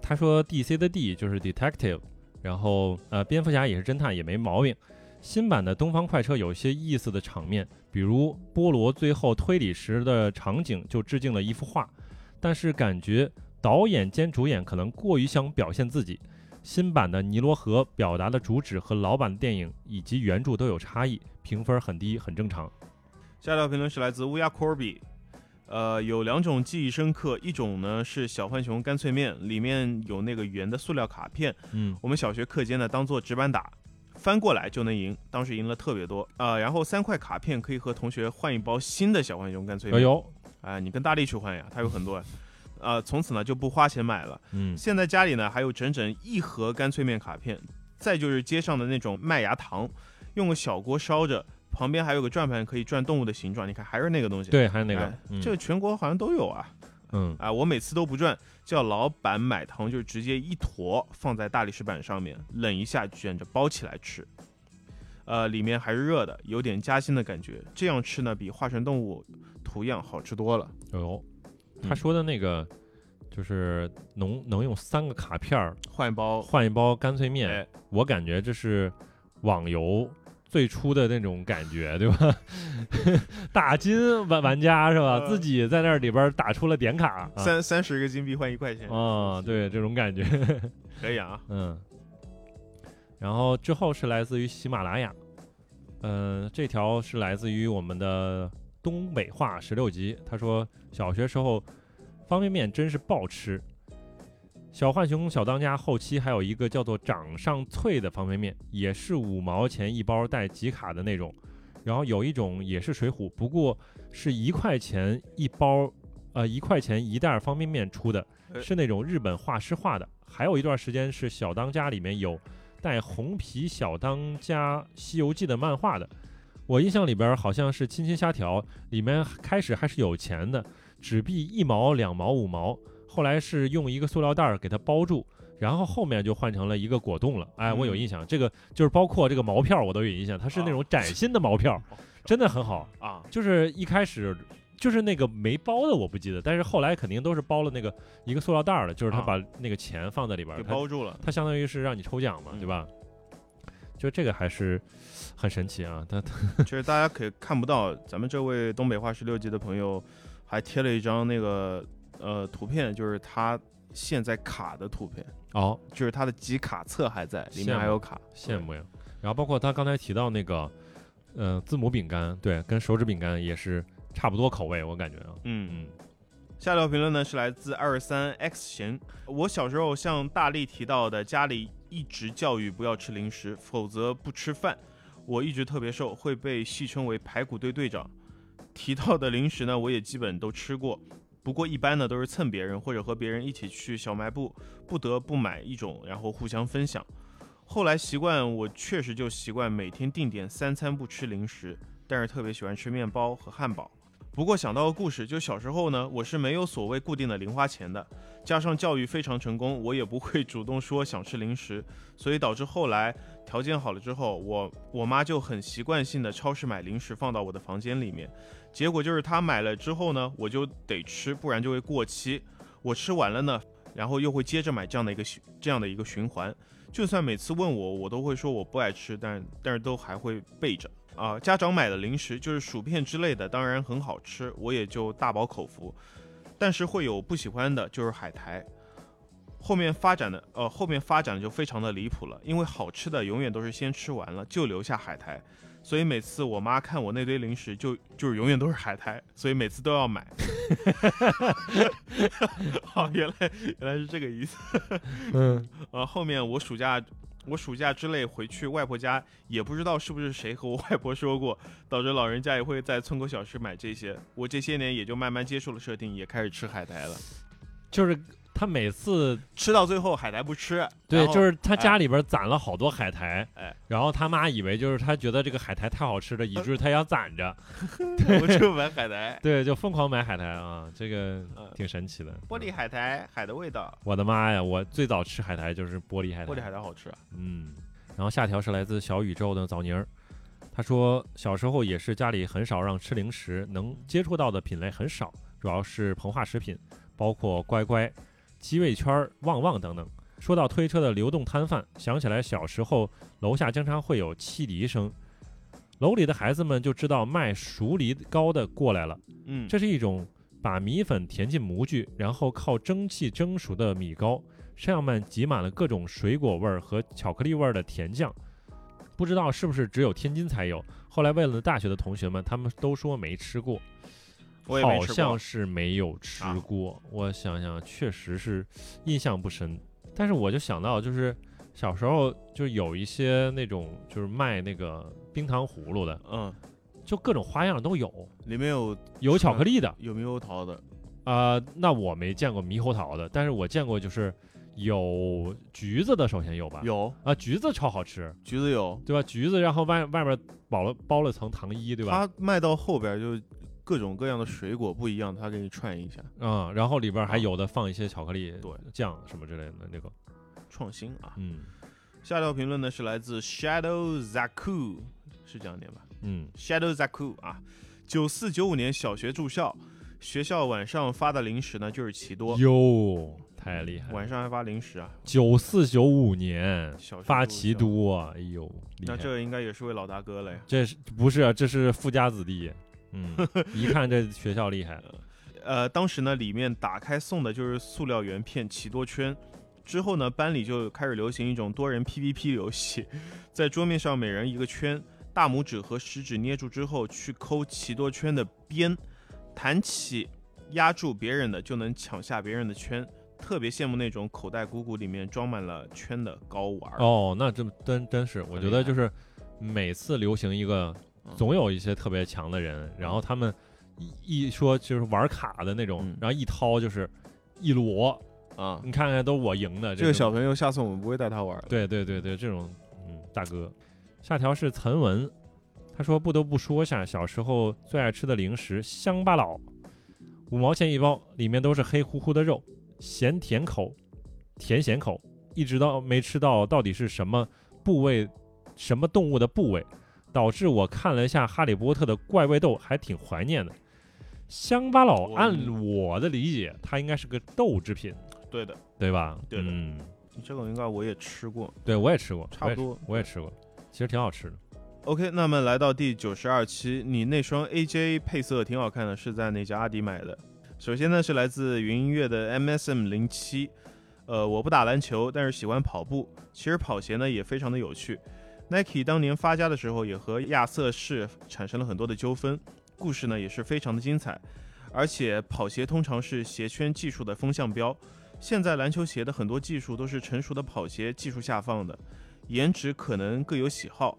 A: 他说 DC 的 D 就是 detective，然后呃，蝙蝠侠也是侦探，也没毛病。新版的《东方快车》有些意思的场面，比如波罗最后推理时的场景就致敬了一幅画，但是感觉导演兼主演可能过于想表现自己。新版的《尼罗河》表达的主旨和老版的电影以及原著都有差异，评分很低，很正常。
B: 下一条评论是来自乌鸦 Corby，呃，有两种记忆深刻，一种呢是小浣熊干脆面，里面有那个圆的塑料卡片，
A: 嗯
B: 我们小学课间呢当做值班打，翻过来就能赢，当时赢了特别多啊、呃然后三块卡片可以和同学换一包新的小浣熊干脆
A: 加
B: 面，
A: 油！
B: 哎、你跟大力去换呀，他有很多啊。呃，从此呢就不花钱买了。
A: 嗯
B: 现在家里呢还有整整一盒干脆面卡片，再就是街上的那种麦芽糖，用个小锅烧着，旁边还有个转盘可以转动物的形状。你看还是那个东西，，
A: 对，还有那个，
B: 哎
A: 嗯
B: 这个全国好像都有啊。
A: 嗯
B: 啊，我每次都不转，叫老板买糖，就是直接一坨放在大理石板上面，冷一下卷着包起来吃。呃，里面还是热的，有点夹心的感觉。这样吃呢，比化成动物图样好吃多了。
A: 有，
B: 嗯
A: 他说的那个就是能能用三个卡片儿
B: 换一包，
A: 换一包干脆面，
B: 哎，
A: 我感觉这是网游最初的那种感觉，对吧？ 打金玩玩家是吧？
B: 呃
A: 自己在那里边儿打出了点卡，啊
B: 三三十个金币换一块钱，
A: 啊，对这种感觉，
B: 可以啊。
A: 嗯。然后之后是来自于喜马拉雅，嗯，这条是来自于我们的东北话十六集。他说，小学时候方便面真是爆吃。小浣熊小当家后期还有一个叫做“掌上脆”的方便面，也是五毛钱一包带集卡的那种。然后有一种也是水浒，不过是一块钱一包，呃，一块钱一袋方便面出的，
B: 呃
A: 是那种日本画师画的。还有一段时间是小当家里面有带红皮小当家《西游记》的漫画的。我印象里边好像是亲亲虾条，里面开始还是有钱的，纸币一毛、两毛、五毛，后来是用一个塑料袋儿给它包住，然后后面就换成了一个果冻了。哎，我有印象，这个就是包括这个毛票我都有印象，它是那种崭新的毛 票，真的很好。
B: 啊，
A: 就是一开始就是那个没包的我不记得，但是后来肯定都是包了那个一个塑料袋儿的，就是他
B: 啊
A: 把那个钱放在里边儿，
B: 给
A: 它
B: 包住了。
A: 它相当于是让你抽奖嘛，
B: 嗯
A: 对吧？就这个还是很神奇啊，它
B: 其实大家可以看不到，咱们这位东北话十六级的朋友还贴了一张那个呃图片，就是他现在卡的图片。
A: 哦
B: 就是它的集卡册还在，里
A: 羡
B: 面
A: 慕
B: 还有卡，
A: 羡慕呀。然后包括他刚才提到那个，呃，字母饼干，对，跟手指饼干也是差不多口味，我感觉啊，
B: 嗯，
A: 嗯
B: 下条评论呢是来自二三 X 贤。我小时候像大力提到的，家里一直教育不要吃零食，否则不吃饭。我一直特别瘦，会被戏称为排骨队队长。提到的零食呢，我也基本都吃过，不过一般呢都是蹭别人或者和别人一起去小卖部，不得不买一种，然后互相分享。后来习惯，我确实就习惯每天定点三餐不吃零食，但是特别喜欢吃面包和汉堡。不过想到个故事，就小时候呢，我是没有所谓固定的零花钱的，加上教育非常成功，我也不会主动说想吃零食，所以导致后来条件好了之后，我我妈就很习惯性的超市买零食放到我的房间里面，结果就是她买了之后呢，我就得吃，不然就会过期，我吃完了呢，然后又会接着买这样的一个循这样的一个循环。就算每次问我，我都会说我不爱吃，但但是都还会备着啊、家长买的零食就是薯片之类的，当然很好吃，我也就大饱口福，但是会有不喜欢的，就是海苔。后面发展的呃，后面发展的就非常的离谱了，因为好吃的永远都是先吃完了，就留下海苔。所以每次我妈看我那堆零食就，就是永远都是海苔，所以每次都要买。 哦，原来原来是这个意思。
A: 嗯，
B: 呃，后面我暑假我暑假之类回去外婆家，也不知道是不是谁和我外婆说过，导致老人家也会在村口小吃买这些。我这些年也就慢慢接受了设定，也开始吃海苔了。
A: 就是他每次
B: 吃到最后海苔不吃，
A: 对，就是是他家里边攒了好多海苔，
B: 哎，呃
A: 然后他妈以为就是他觉得这个海苔太好吃了，以至于他要攒着，，
B: 我就买海苔
A: 对，就疯狂买海苔啊，这个
B: 嗯
A: 挺神奇的。
B: 玻璃海苔，海的味道，
A: 我的妈呀！我最早吃海苔就是玻璃海苔，
B: 玻璃海苔好吃。啊
A: 嗯，然后下条是来自小宇宙的枣泥儿，他说小时候也是家里很少让吃零食，能接触到的品类很少，主要是膨化食品，包括乖乖、鸡味圈儿、旺旺等等。说到推车的流动摊贩，想起来小时候楼下经常会有汽笛声，楼里的孩子们就知道卖熟梨糕的过来了。
B: 嗯，
A: 这是一种把米粉填进模具，然后靠蒸汽蒸熟的米糕，上面挤满了各种水果味儿和巧克力味儿的甜酱。不知道是不是只有天津才有？后来问了大学的同学们，他们都说没吃过，
B: 我也
A: 好
B: 没吃
A: 像
B: 过。啊
A: 是没有吃过。我想想，确实是印象不深。但是我就想到，就是小时候就有一些那种就是卖那个冰糖葫芦的，
B: 嗯，
A: 就各种花样都有，
B: 里面有
A: 有巧克力的，
B: 有猕猴桃的，
A: 啊，那我没见过猕猴桃的，但是我见过就是有橘子的，首先有吧？
B: 有
A: 啊，橘子超好吃，
B: 橘子有，
A: 对吧？橘子，然后外外面包了包了层糖衣，对吧？
B: 它卖到后边就各种各样的水果不一样，它给你串一下，
A: 嗯，然后里边还有的放一些巧克力
B: 啊对
A: 酱什么之类的那个，
B: 创新啊。
A: 嗯
B: 下条评论呢是来自 Shadow Zaku，是这样念吧
A: 嗯，
B: ？Shadow Zaku 啊，九四九五年小学住校，学校晚上发的零食呢就是奇多，
A: 哟，太厉害了！
B: 晚上还发零食啊，
A: 九四九五年
B: 小学
A: 发
B: 住
A: 奇
B: 校，
A: 多，哎呦，厉
B: 那
A: 害！
B: 这应该也是位老大哥了呀。
A: 这是不是啊？这是富家子弟， 嗯，一看这学校厉害，
B: 呃，当时呢，里面打开送的就是塑料圆片奇多圈。之后呢，班里就开始流行一种多人 PVP 游戏，在桌面上每人一个圈，大拇指和食指捏住之后去抠奇多圈的边，弹起压住别人的就能抢下别人的圈。特别羡慕那种口袋鼓鼓里面装满了圈的高玩儿。
A: 哦，那这真真是，我
B: 很
A: 觉
B: 厉
A: 得
B: 害
A: 就是每次流行一个，
B: 嗯
A: 总有一些特别强的人，然后他们一一说就是玩卡的那种，
B: 嗯
A: 然后一掏就是一摞，
B: 啊、
A: 你看看都我赢的。
B: 这
A: 种
B: 个小朋友下次我们不会带他玩儿了。
A: 对对对对，这种嗯大哥。下条是岑文，他说不得不说下小时候最爱吃的零食乡巴佬，五毛钱一包，里面都是黑乎乎的肉，咸甜口，甜咸口，一直到没吃到到底是什么部位，什么动物的部位，导致我看了一下《哈利波特》的怪味豆，还挺怀念的。乡巴佬
B: 我嗯
A: 按我的理解，它应该是个豆制品，
B: 对的，
A: 对吧？
B: 对的
A: 嗯，
B: 这个应该我也吃过，
A: 对我也吃过，
B: 差不多。
A: 我也吃过，其实挺好吃的。
B: OK，那么来到第九十二期，你那双 AJ 配色挺好看的，是在哪家阿迪买的？首先呢是来自云音乐的 MSM 零七，呃，我不打篮球，但是喜欢跑步。其实跑鞋呢也非常的有趣。Nike 当年发家的时候，也和亚瑟士产生了很多的纠纷，故事呢也是非常的精彩。而且跑鞋通常是鞋圈技术的风向标，现在篮球鞋的很多技术都是成熟的跑鞋技术下放的，颜值可能各有喜好，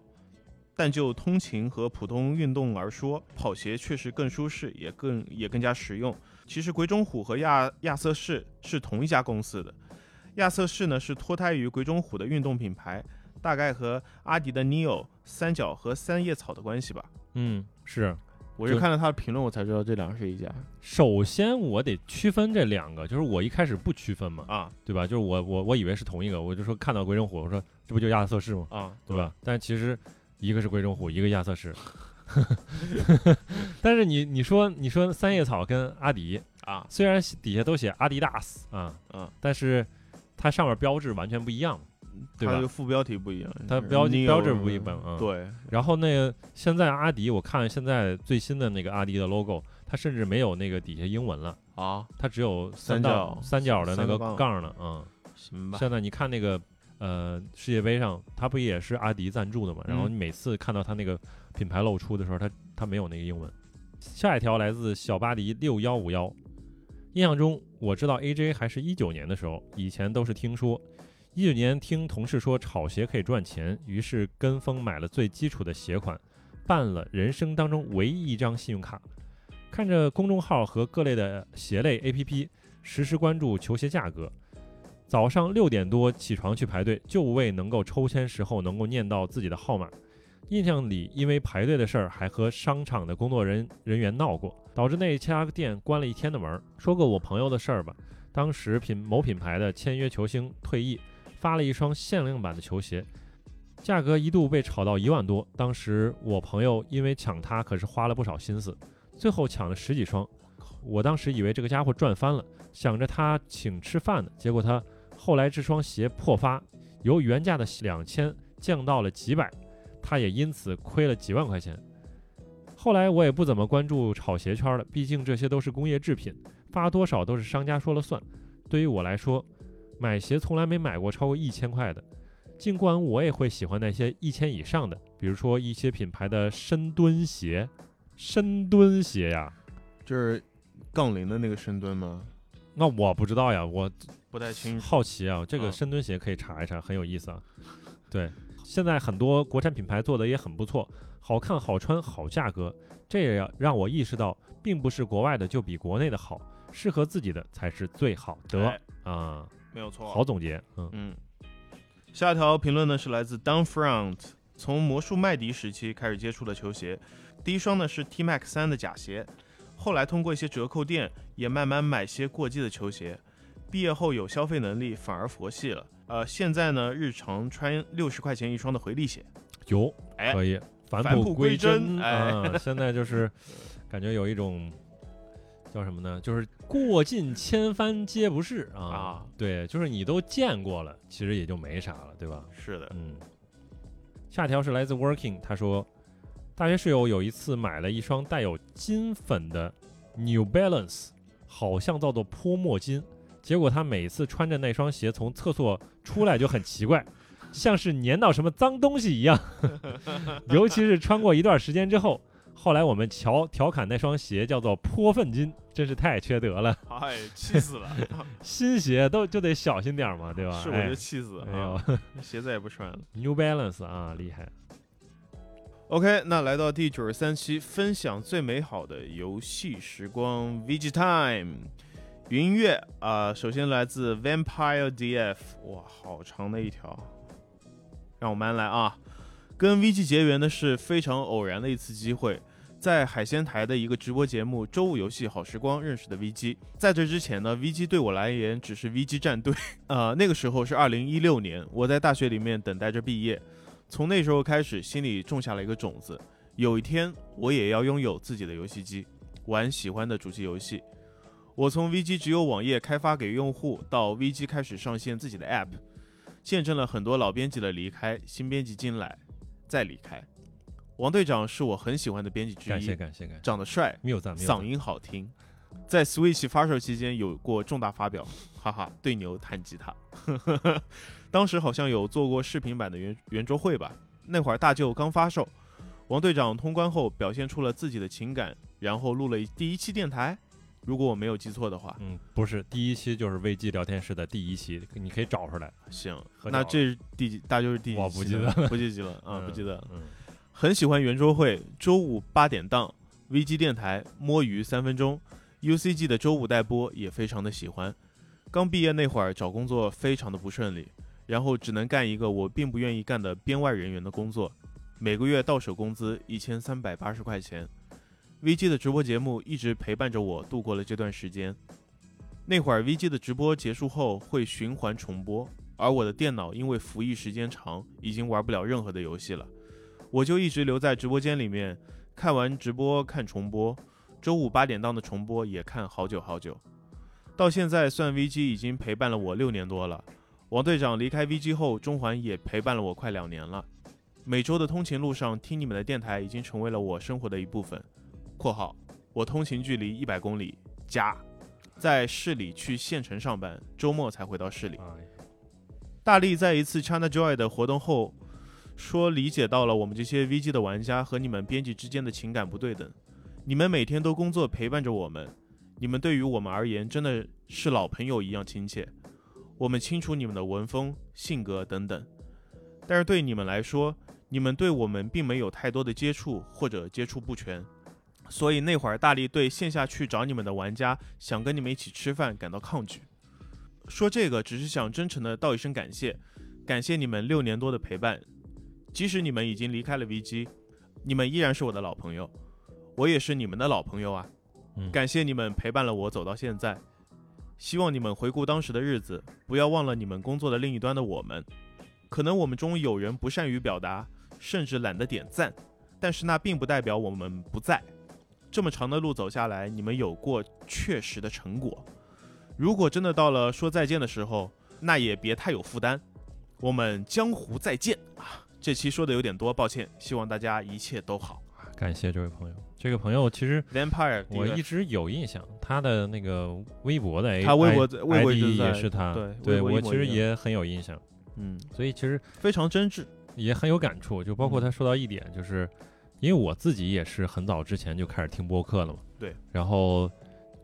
B: 但就通勤和普通运动而说，跑鞋确实更舒适，也更也更加实用。其实鬼冢虎和亚亚瑟士是同一家公司的，亚瑟士呢是脱胎于鬼冢虎的运动品牌，大概和阿迪的 Neo、三角和三叶草的关系吧。
A: 嗯，是。
B: 我
A: 就是
B: 看了他的评论，我才知道这两个是一家
A: 首先我得区分这两个，就是我一开始不区分嘛，
B: 啊
A: 对吧？就是我我我以为是同一个，我就说看到鬼冢虎，我说这不就亚瑟士吗？
B: 啊，
A: 对吧？但其实一个是鬼冢虎，一个亚瑟士。 但是你你说你说三叶草跟阿迪，
B: 啊
A: 虽然底下都写阿迪达斯啊，
B: 嗯，
A: 但是它上面标志完全不一样。对
B: 它
A: 吧
B: 这个？副标题不一样，
A: 它
B: 是
A: 标
B: 嗯 Neo 嗯
A: 标志不一般啊。。
B: 对，
A: 然后那个现在阿迪，我看现在最新的那个阿迪的 logo，它甚至没有那个底下英文了，
B: 啊，
A: 它只有三
B: 三角
A: 道三角的那
B: 三
A: 个
B: 个杠
A: 杠了。嗯，
B: 行吧，
A: 现在你看那个呃世界杯上，它不也是阿迪赞助的嘛？然后
B: 嗯
A: 你每次看到它那个品牌露出的时候，它它没有那个英文。下一条来自小巴黎六幺五幺，印象中我知道 AJ 还是一九年的时候，以前都是听说。一九年听同事说炒鞋可以赚钱，于是跟风买了最基础的鞋款，办了人生当中唯一一张信用卡。看着公众号和各类的鞋类 APP，实时关注球鞋价格，早上六点多起床去排队，就为能够抽签时候能够念到自己的号码。印象里，因为排队的事儿，还和商场的工作人人员闹过，导致那家店关了一天的门儿。说个我朋友的事儿吧，当时品某品牌的签约球星退役，发了一双限量版的球鞋，价格一度被炒到一万多。当时我朋友因为抢它，可是花了不少心思，最后抢了十几双。我当时以为这个家伙赚翻了，想着他请吃饭呢，结果他后来这双鞋破发，由原价的两千降到了几百，他也因此亏了几万块钱。后来我也不怎么关注炒鞋圈了，毕竟这些都是工业制品，发多少都是商家说了算。对于我来说，买鞋从来没买过超过一千块的，尽管我也会喜欢那些一千以上的，比如说一些品牌的深蹲鞋。深蹲鞋呀，
B: 就是杠铃的那个深蹲吗？
A: 那我不知道呀，我
B: 不太清楚。
A: 好奇啊，这个
B: 嗯
A: 深蹲鞋可以查一查，很有意思啊。对，现在很多国产品牌做的也很不错，好看、好穿、好价格，这也让我意识到，并不是国外的就比国内的好，适合自己的才是最好的
B: 哎
A: 啊。
B: 没有错。
A: 好总结，嗯，
B: 嗯，下一条评论呢是来自 Down Front，从魔术麦迪时期开始接触的球鞋，第一双呢是 T Max 三的假鞋，后来通过一些折扣店也慢慢买些过季的球鞋。毕业后有消费能力，反而佛系了。呃，现在呢，日常穿六十块钱一双的回力鞋，
A: 有
B: 哎
A: 可以返
B: 返璞
A: 归
B: 归
A: 真
B: 真哎
A: 啊。 现在就是感觉有一种叫什么呢？就是过尽千帆皆不是啊
B: 啊。
A: 对，就是你都见过了，其实也就没啥了，对吧？
B: 是的，
A: 嗯，下一条是来自 Working，他说，大学室友有一次买了一双带有金粉的 New Balance，好像叫做泼墨金，结果他每次穿着那双鞋从厕所出来就很奇 怪。像是粘到什么脏东西一样，尤其是穿过一段时间之后，后来我们调调侃那双鞋叫做“泼粪金”，真是太缺德了。
B: 哎，气死了，
A: 新鞋都就得小心点儿嘛，对吧？
B: 是我就气死了，啊
A: 哎哎呦、
B: 鞋再也不穿了。
A: ，New Balance 啊，厉害。
B: OK，那来到第九十三期，分享最美好的游戏时光 VG Time。云乐啊、首先来自 Vampire DF，哇，好长的一条，让我慢慢来啊。跟 VG 结缘的是非常偶然的一次机会，在海鲜台的一个直播节目《周五游戏好时光》认识的 VG。在这之前呢，VG 对我来言只是 VG 战队，呃，那个时候是二零一六年，我在大学里面等待着毕业，从那时候开始，心里种下了一个种子，有一天我也要拥有自己的游戏机，玩喜欢的主机游戏。我从 VG 只有网页开发给用户，到 VG 开始上线自己的 App，见证了很多老编辑的离开，新编辑进来，再离开。王队长是我很喜欢的编辑之
A: 感谢
B: 一，
A: 感谢感谢，
B: 长得帅，
A: 没有赞，没有赞
B: 嗓音好听。在 Switch 发售期间有过重大发表，哈哈，对牛弹吉他。 当时好像有做过视频版的圆圆桌会吧？那会儿大舅刚发售，王队长通关后表现出了自己的情感，然后录了一第一期电台，如果我没有记错的话。
A: 嗯，不是第一期就是危机聊天室的第一期，你可以找出来。
B: 行，
A: 合照
B: 那这是第几？大舅是第几期？
A: 我不记得
B: 了，不记得了啊，
A: 嗯
B: 不记得了。
A: 嗯，
B: 很喜欢圆桌会，周五八点档，VG 电台摸鱼三分钟，UCG 的周五待播也非常的喜欢。刚毕业那会儿找工作非常的不顺利，然后只能干一个我并不愿意干的编外人员的工作，每个月到手工资一千三百八十块钱。VG 的直播节目一直陪伴着我度过了这段时间。那会儿 VG 的直播结束后会循环重播，而我的电脑因为服役时间长，已经玩不了任何的游戏了。我就一直留在直播间里面，看完直播看重播，周五八点档的重播也看好久好久。到现在算 VG 已经陪伴了我六年多了，王队长离开 VG 后，中环也陪伴了我快两年了。每周的通勤路上听你们的电台已经成为了我生活的一部分。（括号我通勤距离一百公里加，在市里去县城上班，周末才回到市里。）
A: 啊
B: 大力在一次 ChinaJoy 的活动后说，理解到了我们这些 VG 的玩家和你们编辑之间的情感不对等。你们每天都工作陪伴着我们，你们对于我们而言真的是老朋友一样亲切。我们清楚你们的文风、性格等等，但是对你们来说，你们对我们并没有太多的接触或者接触不全。所以那会儿，大力对线下去找你们的玩家想跟你们一起吃饭感到抗拒。说这个只是想真诚的道一声感谢，感谢你们六年多的陪伴。即使你们已经离开了 VG，你们依然是我的老朋友，我也是你们的老朋友啊。
A: 嗯
B: 感谢你们陪伴了我走到现在，希望你们回顾当时的日子，不要忘了你们工作的另一端的我们。可能我们中有人不善于表达，甚至懒得点赞，但是那并不代表我们不在。这么长的路走下来，你们有过确实的成果。如果真的到了说再见的时候，那也别太有负担。我们江湖再见啊！这期说的有点多，抱歉，希望大家一切都好。
A: 感谢这位朋友。这个朋友其实
B: Vampire，
A: 我一直有印象，他的那个微博的 A，
B: 他微博
A: 哎 I-
B: 微博
A: ID
B: 就是在
A: 也是他，
B: 对微
A: 对
B: 博
A: 我
B: 一模
A: 其实
B: 一样
A: 也很有印象，
B: 嗯，
A: 所以其实
B: 非常真挚，
A: 也很有感触。就包
B: 嗯
A: 括他说到一点，就是因为我自己也是很早之前就开始听播客了嘛，
B: 对，
A: 然后。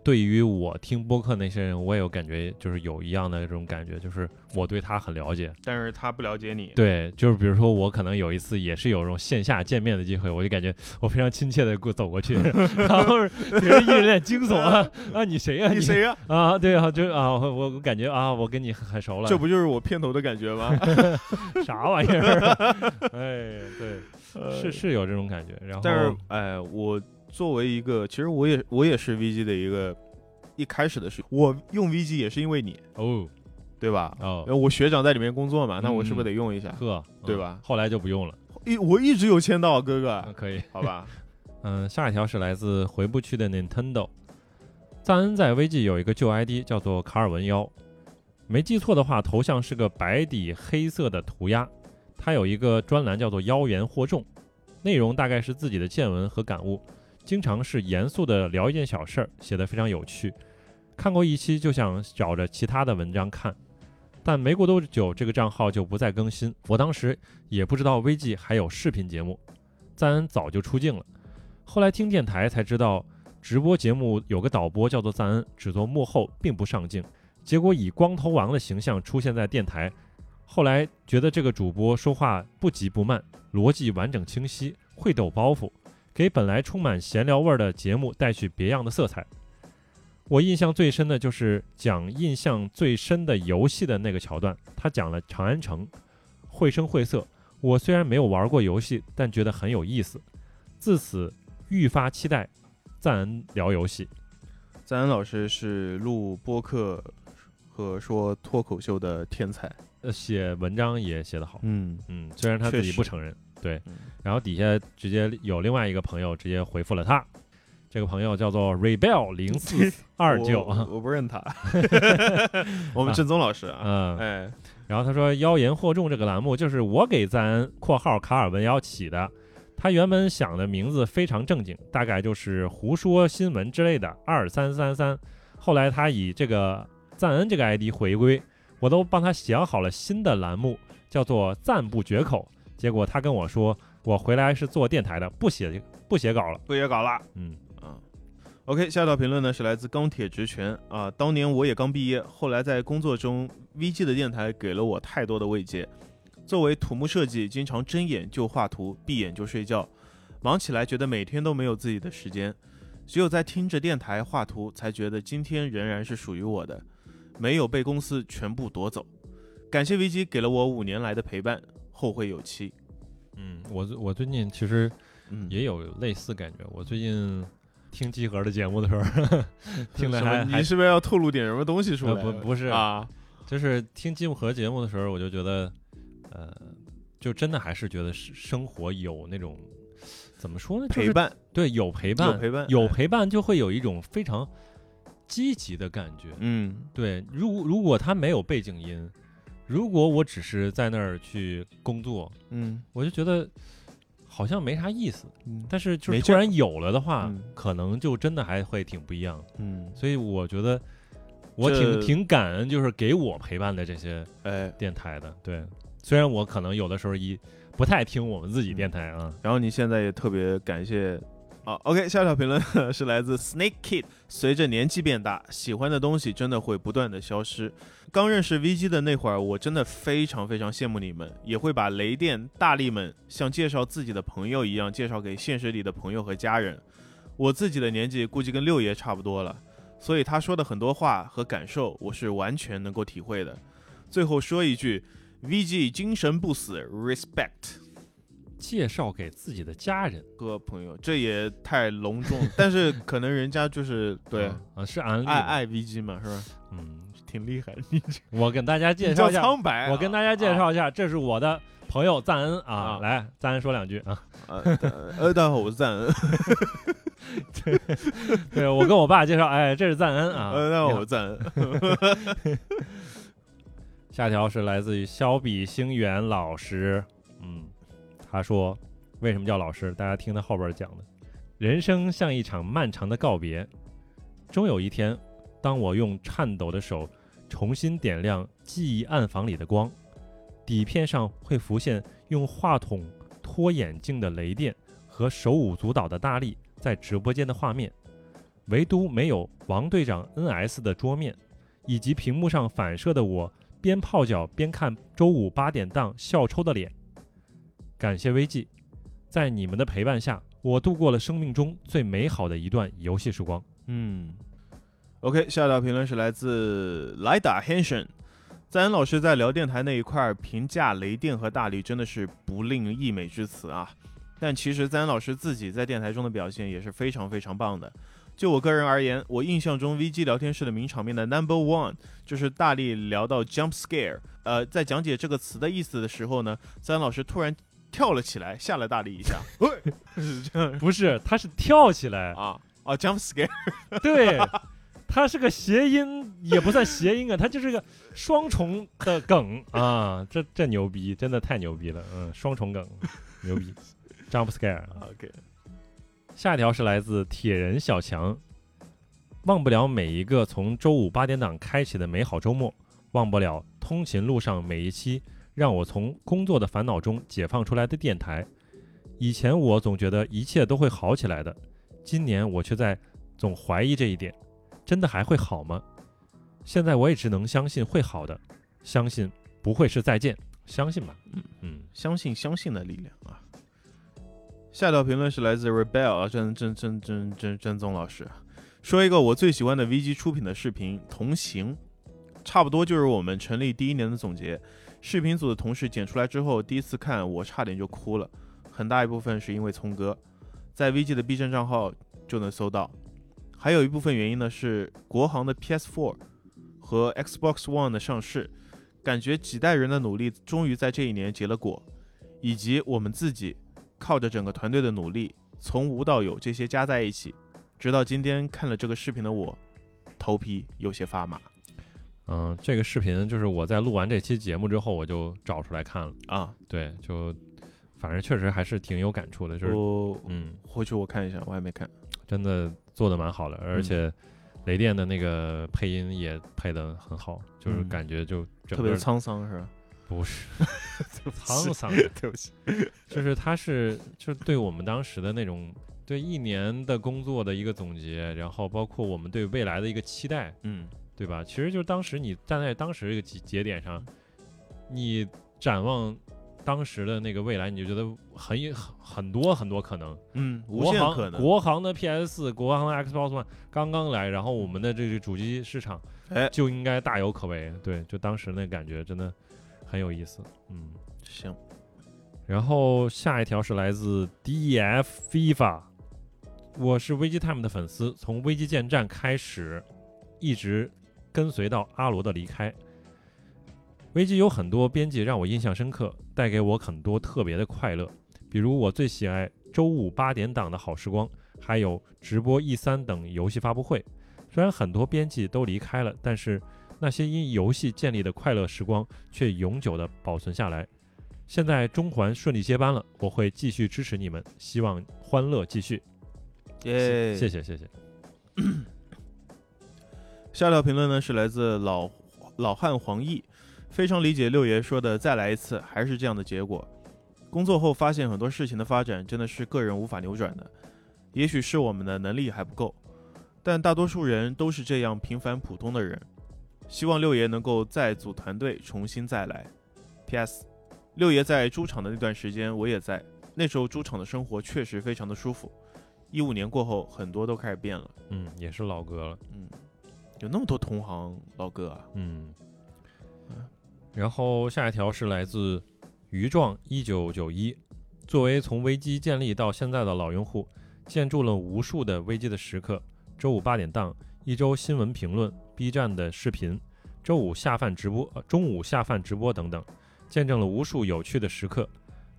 A: 对于我听播客那些人，我也有感觉，就是有一样的这种感觉，就是我对他很了解，
B: 但是他不了解你，
A: 对，就是比如说我可能有一次也是有这种线下见面的机会，我就感觉我非常亲切的过走 过去，然后别人一直在惊悚啊啊你谁呀、
B: 你谁 呀、
A: 啊对啊就啊我我我感觉啊我跟你很很熟了，
B: 这不就是我片头的感 觉吗？
A: 啥玩意儿、啊？ 哎对，是是有这种感觉，然后
B: 呃但是，哎，我作为一个，其实我也我也是 VG 的一个一开始的是，我用 VG 也是因为你，
A: 哦
B: 对吧？然
A: 哦
B: 后我学长在里面工作嘛，那我是不是
A: 嗯
B: 得用一下？
A: 呵
B: 对
A: 嗯
B: 吧
A: 后来就不用了，
B: 一我一直有签到，哥
A: 啊
B: 哥，
A: 可以。
B: 好吧？
A: 嗯，下一条是来自回不去的 Nintendo。赞恩在 VG 有一个旧 ID 叫做卡尔文妖，没记错的话，头像是个白底黑色的涂鸦。他有一个专栏叫做“妖言惑众”，内容大概是自己的见闻和感悟，经常是严肃的聊一件小事儿，写得非常有趣。看过一期就想找着其他的文章看，但没过多久这个账号就不再更新。我当时也不知道 VG 还有视频节目，赞恩早就出镜了。后来听电台才知道，直播节目有个导播叫做赞恩，只做幕后，并不上镜。结果以光头王的形象出现在电台。后来觉得这个主播说话不急不慢，逻辑完整清晰，会抖包袱，给本来充满闲聊味儿的节目带去别样的色彩。我印象最深的就是讲印象最深的游戏的那个桥段，他讲了《长安城》，绘声绘色。我虽然没有玩过游戏，但觉得很有意思。自此愈发期待赞恩聊游戏。
B: 嗯赞恩老师是录播客和说脱口秀的天才，
A: 呃，写文章也写得好，
B: 嗯，
A: 嗯，虽然他
B: 确
A: 自己不
B: 实嗯
A: 承认，对。然后底下直接有另外一个朋友直接回复了他，这个朋友叫做 rebel 零四二九
B: 我
A: 啊，
B: 我不 认他，我们正宗老师啊，
A: 嗯，
B: 哎，
A: 然后他说“妖言惑众”这个栏目就是我给赞恩（括号卡尔文妖）起的。他原本想的名字非常正经，大概就是胡说新闻之类的二三三三。后来他以这个赞恩这个 ID 回归，我都帮他想好了新的栏目，叫做“赞不绝口”。结果他跟我说，我回来是做电台的，不写不写稿了。
B: 不也搞啦。
A: 嗯，
B: 啊。OK，下一条评论呢是来自钢铁直拳啊。当年我也刚毕业，后来在工作中，VG 的电台给了我太多的慰藉。作为土木设计，经常睁眼就画图，闭眼就睡觉，忙起来觉得每天都没有自己的时间，只有在听着电台画图，才觉得今天仍然是属于我的，没有被公司全部夺走。感谢 VG 给了我五年来的陪伴，后会有期。
A: 嗯，我最我最近其实
B: 嗯，
A: 也有类似感觉。我最近听集合的节目的时候， 听了
B: 什么
A: 还还
B: 你是不是要透露点什么东西出
A: 呃
B: 来？
A: 不不是
B: 啊，
A: 就是听金木盒节目的时候，我就觉得，呃，就真的还是觉得是生活有那种怎么说呢，就是
B: 陪伴。
A: 对有陪伴，
B: 有陪伴哎
A: 有陪伴就会有一种非常积极的感觉。
B: 嗯
A: 对，如如果他没有背景音，如果我只是在那儿去工作，
B: 嗯
A: 我就觉得好像没啥意思。
B: 嗯
A: 但是就
B: 没
A: 是
B: 劲
A: 突
B: 儿
A: 然有了的话
B: 嗯，
A: 可能就真的还会挺不一样。
B: 嗯，
A: 所以我觉得我
B: 这
A: 挺挺感恩，就是给我陪伴的这些
B: 哎，
A: 电台的。对，虽然我可能有的时候一不太听我们自己电台啊，
B: 然后你现在也特别感谢。啊，OK，下一条评论 是来自 Snake Kid。随着年纪变大，喜欢的东西真的会不断的消失。刚认识 VG 的那会儿，我真的非常非常羡慕你们，也会把雷电大力们像介绍自己的朋友一样介绍给现实里的朋友和家人。我自己的年纪估计跟六爷差不多了，所以他说的很多话和感受，我是完全能够体会的。最后说一句，VG 精神不死，respect。
A: 介绍给自己的家人。
B: 哥朋友，这也太隆 重，但是可能人家就是对
A: 啊，啊是安利的
B: 爱爱 VG 嘛，是吧？
A: 嗯，
B: 挺厉害，你
A: 我跟大家介
B: 你
A: 绍
B: 叫
A: 一下，
B: 苍白啊、
A: 我跟大家介绍一下，这是我的朋友赞恩
B: 啊
A: 啊，来，赞恩说两句啊。
B: 啊，呃，呃大家好，我是赞恩，
A: 对我跟我爸介绍，哎，这是赞恩啊。
B: 呃，大家好，
A: 你好
B: 我是赞恩，
A: 下条是来自于肖比星源老师，嗯，他说为什么叫老师？大家听他后边讲的。人生像一场漫长的告别，终有一天，当我用颤抖的手重新点亮记忆暗房里的光，底片上会浮现用话筒托眼镜的雷电和手舞足蹈的大力在直播间的画面，唯独没有王队长 NS 的桌面，以及屏幕上反射的我边泡脚边看周五八点档笑抽的脸。感谢微记，在你们的陪伴下，我度过了生命中最美好的一段游戏时光。
B: 嗯。OK，下一条评论是来自莱达 Henson。赞恩老师在聊电台那一块儿评价雷电和大力真的是不吝溢美之词啊，但其实赞恩老师自己在电台中的表现也是非常非常棒的。就我个人而言，我印象中 VG 聊天室的名场面的 Number One 就是大力聊到 jump scare，呃，在讲解这个词的意思的时候呢，赞恩老师突然跳了起来，吓了大力一下，喂是这 样
A: 不是，他是跳起来，
B: 啊啊 jump scare，
A: 对，它是个谐音，也不算谐音啊，它就是个双重的 梗啊，这这牛逼，真的太牛逼了，嗯，双重梗，牛逼，jump scare 啊。
B: OK，
A: 下一条是来自铁人小强，忘不了每一个从周五八点档开启的美好周末，忘不了通勤路上每一期让我从工作的烦恼中解放出来的电台。以前我总觉得一切都会好起来的，今年我却在总怀疑这一点，真的还会好吗？现在我也只能相信会好的，相信不会是再见，相信吧。嗯，
B: 相信相信的力量啊！下一条评论是来自 Rebel 啊，真真真真真真宗老师，说一个我最喜欢的 VG 出品的视频《同行》，差不多就是我们成立第一年的总结。视频组的同事剪出来之后，第一次看我差点就哭了，很大一部分是因为聪哥，在 VG 的 B 站账号就能搜到，还有一部分原因呢是国行的 PS4 和 Xbox One 的上市，感觉几代人的努力终于在这一年结了果，以及我们自己靠着整个团队的努力，从无到有这些加在一起，直到今天看了这个视频的我，头皮有些发麻
A: 嗯，这个视频就是我在录完这期节目之后，我就找出来看了。
B: 啊！
A: 对，就反正确实还是挺有感触的，就是
B: 我
A: 嗯，
B: 回去我看一下，我还没看。
A: 真的做的蛮好的，
B: 嗯
A: 而且雷电的那个配音也配的很好，就是
B: 嗯
A: 感觉就整
B: 特别
A: 个
B: 的沧桑是吧？
A: 不 是沧桑，
B: 对不起，
A: 就是他是就是对我们当时的那种对一年的工作的一个总结，然后包括我们对未来的一个期待，
B: 嗯
A: 对吧？其实就是当时你站在当时这个节节点上，你展望当时的那个未来，你就觉得很有很很多很多可能，
B: 嗯，无
A: 国
B: 限
A: 行
B: 可能。
A: 国行的 PS 国行的 Xbox One 刚刚来，然后我们的这个主机市场
B: 哎，
A: 就应该大有可为。对，就当时那感觉真的很有意思，嗯。
B: 行，
A: 然后下一条是来自 DEF FIFA，我是危机 Time 的粉丝，从危机建站开始，一直跟随到阿罗的离开。危机有很多编辑让我印象深刻，带给我很多特别的快乐，比如我最喜爱周五八点档的好时光，还有直播 E 三等游戏发布会。虽然很多编辑都离开了，但是那些因游戏建立的快乐时光却永久的保存下来。现在中环顺利接班了，我会继续支持你们，希望欢乐继续。
B: 耶
A: 谢谢谢谢，
B: 下条评论呢是来自老老汉黄奕，非常理解六爷说的“再来一次”还是这样的结果。工作后发现很多事情的发展真的是个人无法扭转的，也许是我们的能力还不够，但大多数人都是这样平凡普通的人。希望六爷能够再组团队，重新再来。P.S. 六爷在猪场的那段时间我也在，那时候猪场的生活确实非常的舒服。一五年过后，很多都开始变了。
A: 嗯，也是老哥了，
B: 嗯，有那么多同行老哥啊，
A: 嗯。然后下一条是来自鱼壮一九九一，作为从危机建立到现在的老用户，见证了无数的危机的时刻。周五八点档，一周新闻评论，B 站的视频，周五下饭直播、呃中午下饭直播等等，见证了无数有趣的时刻。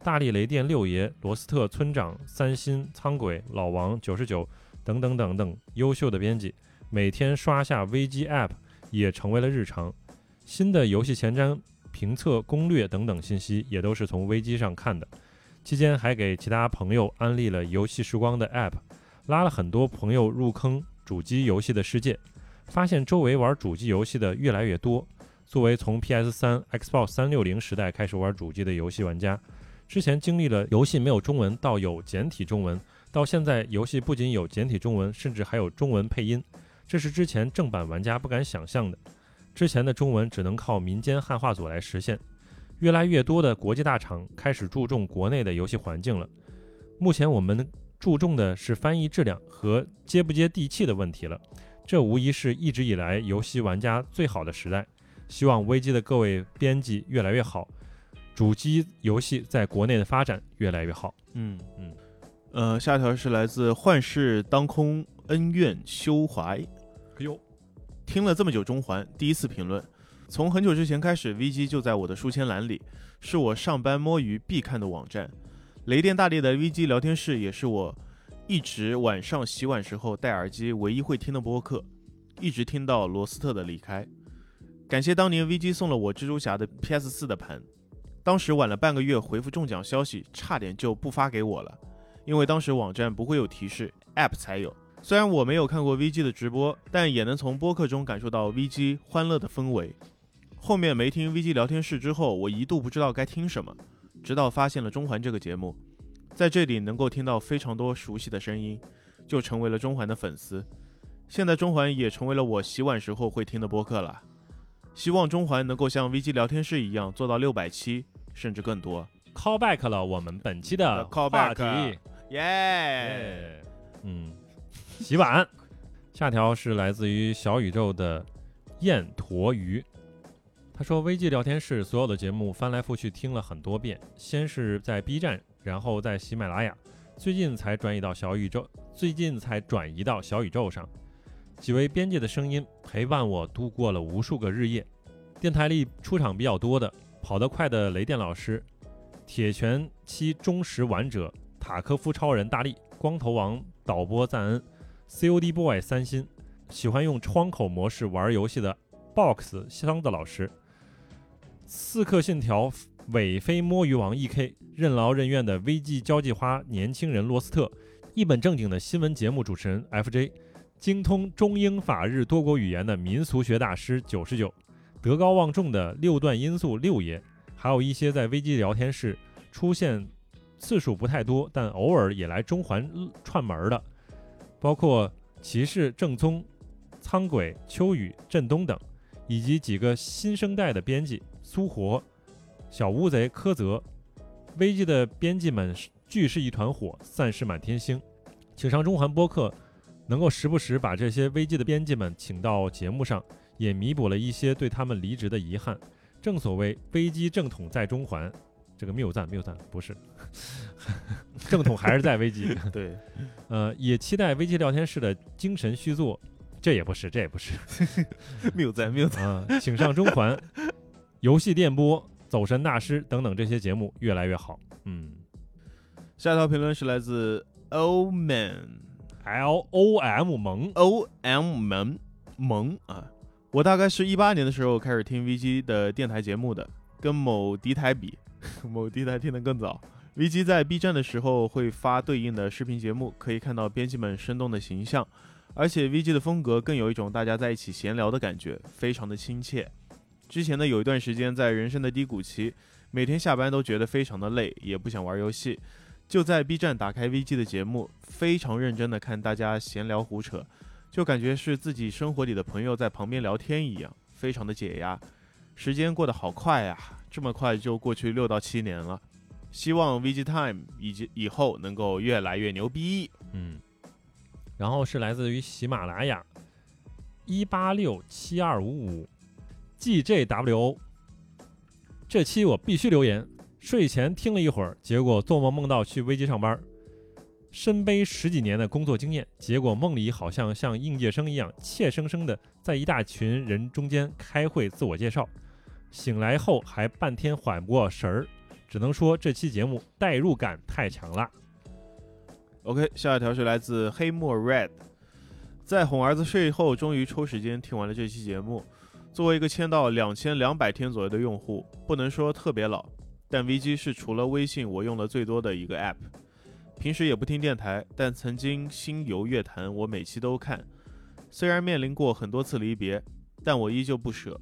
A: 大力雷电六爷、罗斯特村长、三星、苍鬼、老王、九十九等等等等，优秀的编辑，每天刷下危机 App 也成为了日常。新的游戏前瞻、评测、攻略等等信息也都是从危机上看的。期间还给其他朋友安利了游戏时光的 App，拉了很多朋友入坑主机游戏的世界，发现周围玩主机游戏的越来越多。作为从 PS 3 Xbox 三六零时代开始玩主机的游戏玩家，之前经历了游戏没有中文到有简体中文，到现在游戏不仅有简体中文，甚至还有中文配音，这是之前正版玩家不敢想象的。之前的中文只能靠民间汉化组来实现。越来越多的国际大厂开始注重国内的游戏环境了。目前我们注重的是翻译质量和接不接地气的问题了。这无疑是一直以来游戏玩家最好的时代。希望危机的各位编辑越来越好，主机游戏在国内的发展越来越好。
B: 嗯
A: 嗯
B: 嗯，呃，下一条是来自幻世当空恩怨休怀，
A: 哟，
B: 听了这么久中环，第一次评论。从很久之前开始，V G 就在我的书签栏里，是我上班摸鱼必看的网站。雷电大力的 V G 聊天室也是我一直晚上洗碗时候戴耳机唯一会听的播客，一直听到罗斯特的离开。感谢当年 V G 送了我蜘蛛侠的 P S 四的盘，当时晚了半个月回复中奖消息，差点就不发给我了，因为当时网站不会有提示，App 才有。虽然我没有看过 VG 的直播，但也能从播客中感受到 VG 欢乐的氛围。后面没听 VG 聊天室之后，我一度不知道该听什么，直到发现了中环这个节目，在这里能够听到非常多熟悉的声音，就成为了中环的粉丝。现在中环也成为了我洗碗时候会听的播客了。希望中环能够像 VG 聊天室一样做到六百期，甚至更多。
A: call back 了我们本期的
B: Call
A: 话
B: back
A: 题。
B: 耶、
A: 哎，嗯，洗碗。下条是来自于小宇宙的燕驼鱼，他说危机聊天室所有的节目翻来覆去听了很多遍，先是在 B 站，然后在喜马拉雅，最近才转移到小宇宙，最近才转移到小宇宙上。几位编辑的声音陪伴我度过了无数个日夜。电台里出场比较多的、跑得快的雷电老师，铁拳七忠实玩者塔科夫超人大力、光头王导播赞恩、COD boy 三星，喜欢用窗口模式玩游戏的 Box 箱子老师，刺客信条韦飞摸鱼王 EK，任劳任怨的 VG 交际花年轻人罗斯特，一本正经的新闻节目主持人 FJ，精通中英法日多国语言的民俗学大师九十九，德高望重的六段音速六爷，还有一些在 VG 聊天室出现次数不太多，但偶尔也来中环呃串门儿的，包括骑士正宗、苍鬼、秋雨、振东等，以及几个新生代的编辑苏活、小乌贼柯泽。VG 的编辑们是聚是一团火，散是满天星。请上中环播客，能够时不时把这些 VG 的编辑们请到节目上，也弥补了一些对他们离职的遗憾。正所谓危机正统在中环，这个谬赞谬赞不是，正统还是在危机。
B: 对，
A: 呃，也期待危机聊天室的精神续作，这也不是，这也不是
B: 没有在，没有在。
A: 啊、请上中环、游戏电波、走神大师等等这些节目越来越好。嗯
B: 下一条评论是来自 O Man
A: ，L O M 萌，
B: O M 萌萌啊，我大概是一八年的时候开始听 VG 的电台节目的，跟某敌台比，某敌台听得更早。VG 在 B 站的时候会发对应的视频节目，可以看到编辑们生动的形象，而且 VG 的风格更有一种大家在一起闲聊的感觉，非常的亲切。之前呢有一段时间在人生的低谷期，每天下班都觉得非常的累，也不想玩游戏，就在 B 站打开 VG 的节目，非常认真的看大家闲聊胡扯，就感觉是自己生活里的朋友在旁边聊天一样，非常的解压。时间过得好快呀、这么快就过去六到七年了。希望 VG Time 以及以后能够越来越牛逼。
A: 嗯，然后是来自于喜马拉雅一八六七二五五 GJW，这期我必须留言。睡前听了一会儿，结果做梦梦到去危机上班，身背十几年的工作经验，结果梦里好像像应届生一样，怯生生的在一大群人中间开会自我介绍，醒来后还半天缓不过神儿，只能说这期节目代入感太强了。
B: OK，下一条是来自黑墨 Red，在哄儿子睡后，终于抽时间听完了这期节目。作为一个签到两千两百天左右的用户，不能说特别老，但 VG 是除了微信我用的最多的一个 App。平时也不听电台，但曾经新游乐坛我每期都看。虽然面临过很多次离别，但我依旧不舍。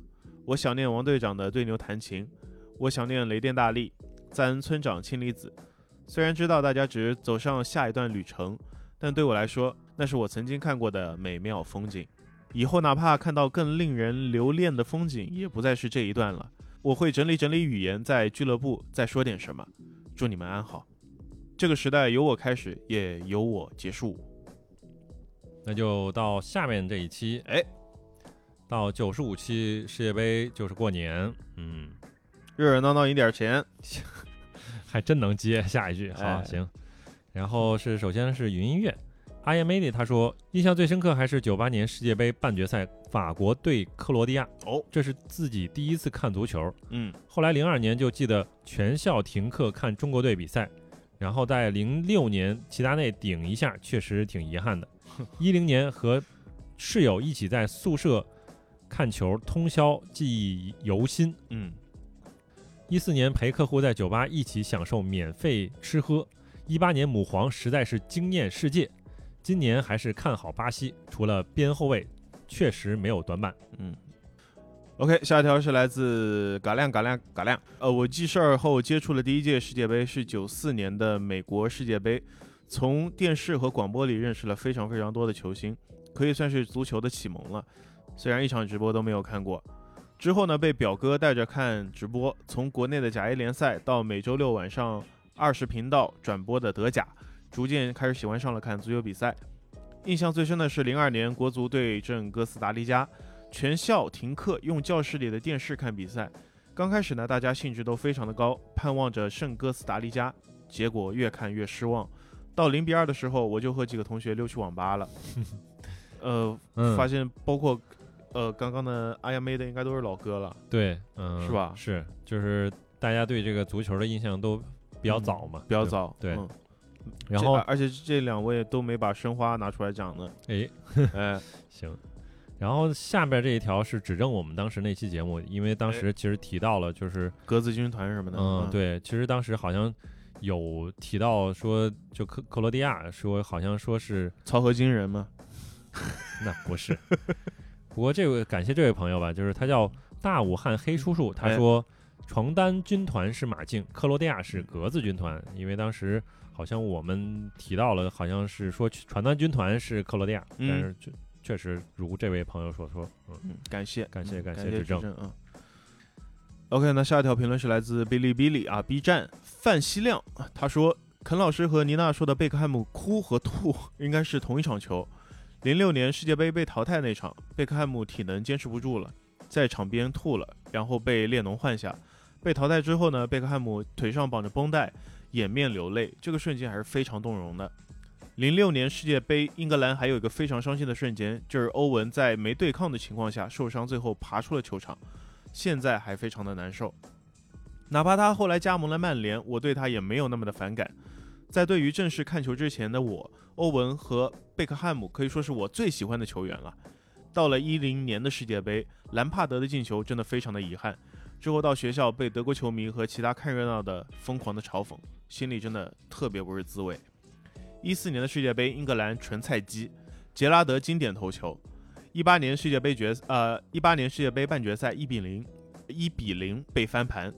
B: 我想念王队长的对牛弹琴，我想念雷电大力，赞恩村长氢离子，虽然知道大家只走上下一段旅程，但对我来说，那是我曾经看过的美妙风景。以后哪怕看到更令人留恋的风景，也不再是这一段了。我会整理整理语言，在俱乐部再说点什么。祝你们安好。这个时代由我开始，也由我结束。
A: 那就到下面这一期，
B: 哎，
A: 到九十五期世界杯就是过年，嗯，
B: 热热闹闹赢点钱，
A: 还真能接下一句，好、
B: 哎
A: 行。然后是首先是云音乐，I am Ady 他说印象最深刻还是九八年世界杯半决赛法国对克罗地亚，
B: 哦，
A: 这是自己第一次看足球，
B: 嗯，
A: 后来零二年就记得全校停课看中国队比赛，然后在零六年齐达内顶一下，确实挺遗憾的。一零年和室友一起在宿舍看球，通宵记忆犹新。
B: 嗯，
A: 一四年陪客户在酒吧一起享受免费吃喝。一八年母皇实在是惊艳世界，今年还是看好巴西，除了边后卫确实没有短板。
B: 嗯，OK，下一条是来自嘎亮嘎亮嘎亮。呃，我记事儿后接触的第一届世界杯是九四年的美国世界杯，从电视和广播里认识了非常非常多的球星，可以算是足球的启蒙了。虽然一场直播都没有看过，之后呢被表哥带着看直播，从国内的甲 A 联赛到每周六晚上二十频道转播的德甲，逐渐开始喜欢上了看足球比赛。印象最深的是零二年国足对阵哥斯达黎加，全校停课，用教室里的电视看比赛。刚开始呢，大家兴致都非常的高，盼望着圣哥斯达黎加，结果越看越失望。到零比二的时候，我就和几个同学溜去网 吧了。呃，
A: 嗯
B: 发现包括呃刚刚的阿亚妹的应该都是老歌了。
A: 对，嗯，
B: 是吧
A: 是，就是大家对这个足球的印象都比较早嘛，
B: 嗯比
A: 对
B: 较
A: 吧。
B: 早，
A: 对
B: 嗯
A: 然
B: 这
A: 后，
B: 而且这两位都没把申花拿出来讲 呢，
A: 哎，
B: 哎，
A: 行。然后下边这一条是指正我们当时那期节目，因为当时其实提到了，就是
B: 格子军团什么的，
A: 嗯，，对，其实当时好像有提到说，就克克罗地亚说好像说是
B: 曹和金人嘛，
A: 那不是，不过这位感谢这位朋友吧，就是他叫大武汉黑叔叔，他
B: 哎
A: 说床单军团是马竞，克罗地亚是格子军团，因为当时好像我们提到了，好像是说去传单军团是克罗地亚，但
B: 嗯
A: 是确确实如这位朋友所说，嗯，
B: 嗯，感谢，
A: 感谢
B: 嗯
A: 感
B: 感
A: 谢指
B: 指
A: 正
B: 正啊。OK，那下一条评论是来自哔哩哔哩啊 B 站范希亮，他说肯老师和妮娜说的贝克汉姆哭和吐应该是同一场球。零六年世界杯被淘汰那场，贝克汉姆体能坚持不住了，在场边吐了，然后被列侬换下。被淘汰之后呢，贝克汉姆腿上绑着绷带，掩面流泪，这个瞬间还是非常动容的。零六年世界杯，英格兰还有一个非常伤心的瞬间，就是欧文在没对抗的情况下受伤，最后爬出了球场，现在还非常的难受。哪怕他后来加盟了曼联，我对他也没有那么的反感。在对于正式看球之前的我，欧文和贝克汉姆可以说是我最喜欢的球员了。到了一零年的世界杯，兰帕德的进球真的非常的遗憾。之后到学校被德国球迷和其他看热闹的疯狂的嘲讽，心里真的特别不是滋味。一四年的世界杯，英格兰纯菜鸡，杰拉德经典头球。一八年世界杯决呃一八年世界杯半决赛一比零一比零被翻盘，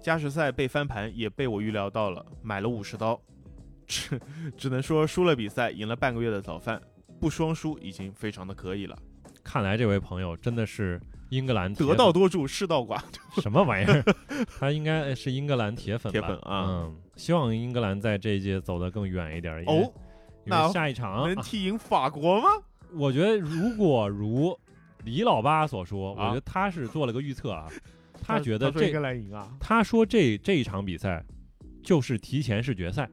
B: 加时赛被翻盘也被我预料到了，买了五十刀，只只能说输了比赛，赢了半个月的早饭，不双输已经非常的可以了。
A: 看来这位朋友真的是英格兰铁
B: 得
A: 粉
B: 道多助，失道寡。
A: 什么玩意儿？ 他应该呃是英格兰铁粉吧
B: 铁粉啊
A: 嗯，希望英格兰在这一届走得更远一点儿。因为
B: 哦，，
A: 因
B: 那
A: 为下一场
B: 能
A: 啊
B: 踢赢法国吗？
A: 我觉得如果如李老八所说，
B: 啊
A: 我觉得他是做了个预测 啊，他觉得
B: 他说
A: 这
B: 英格兰赢啊。
A: 他说这这一场比赛就是提前是决赛，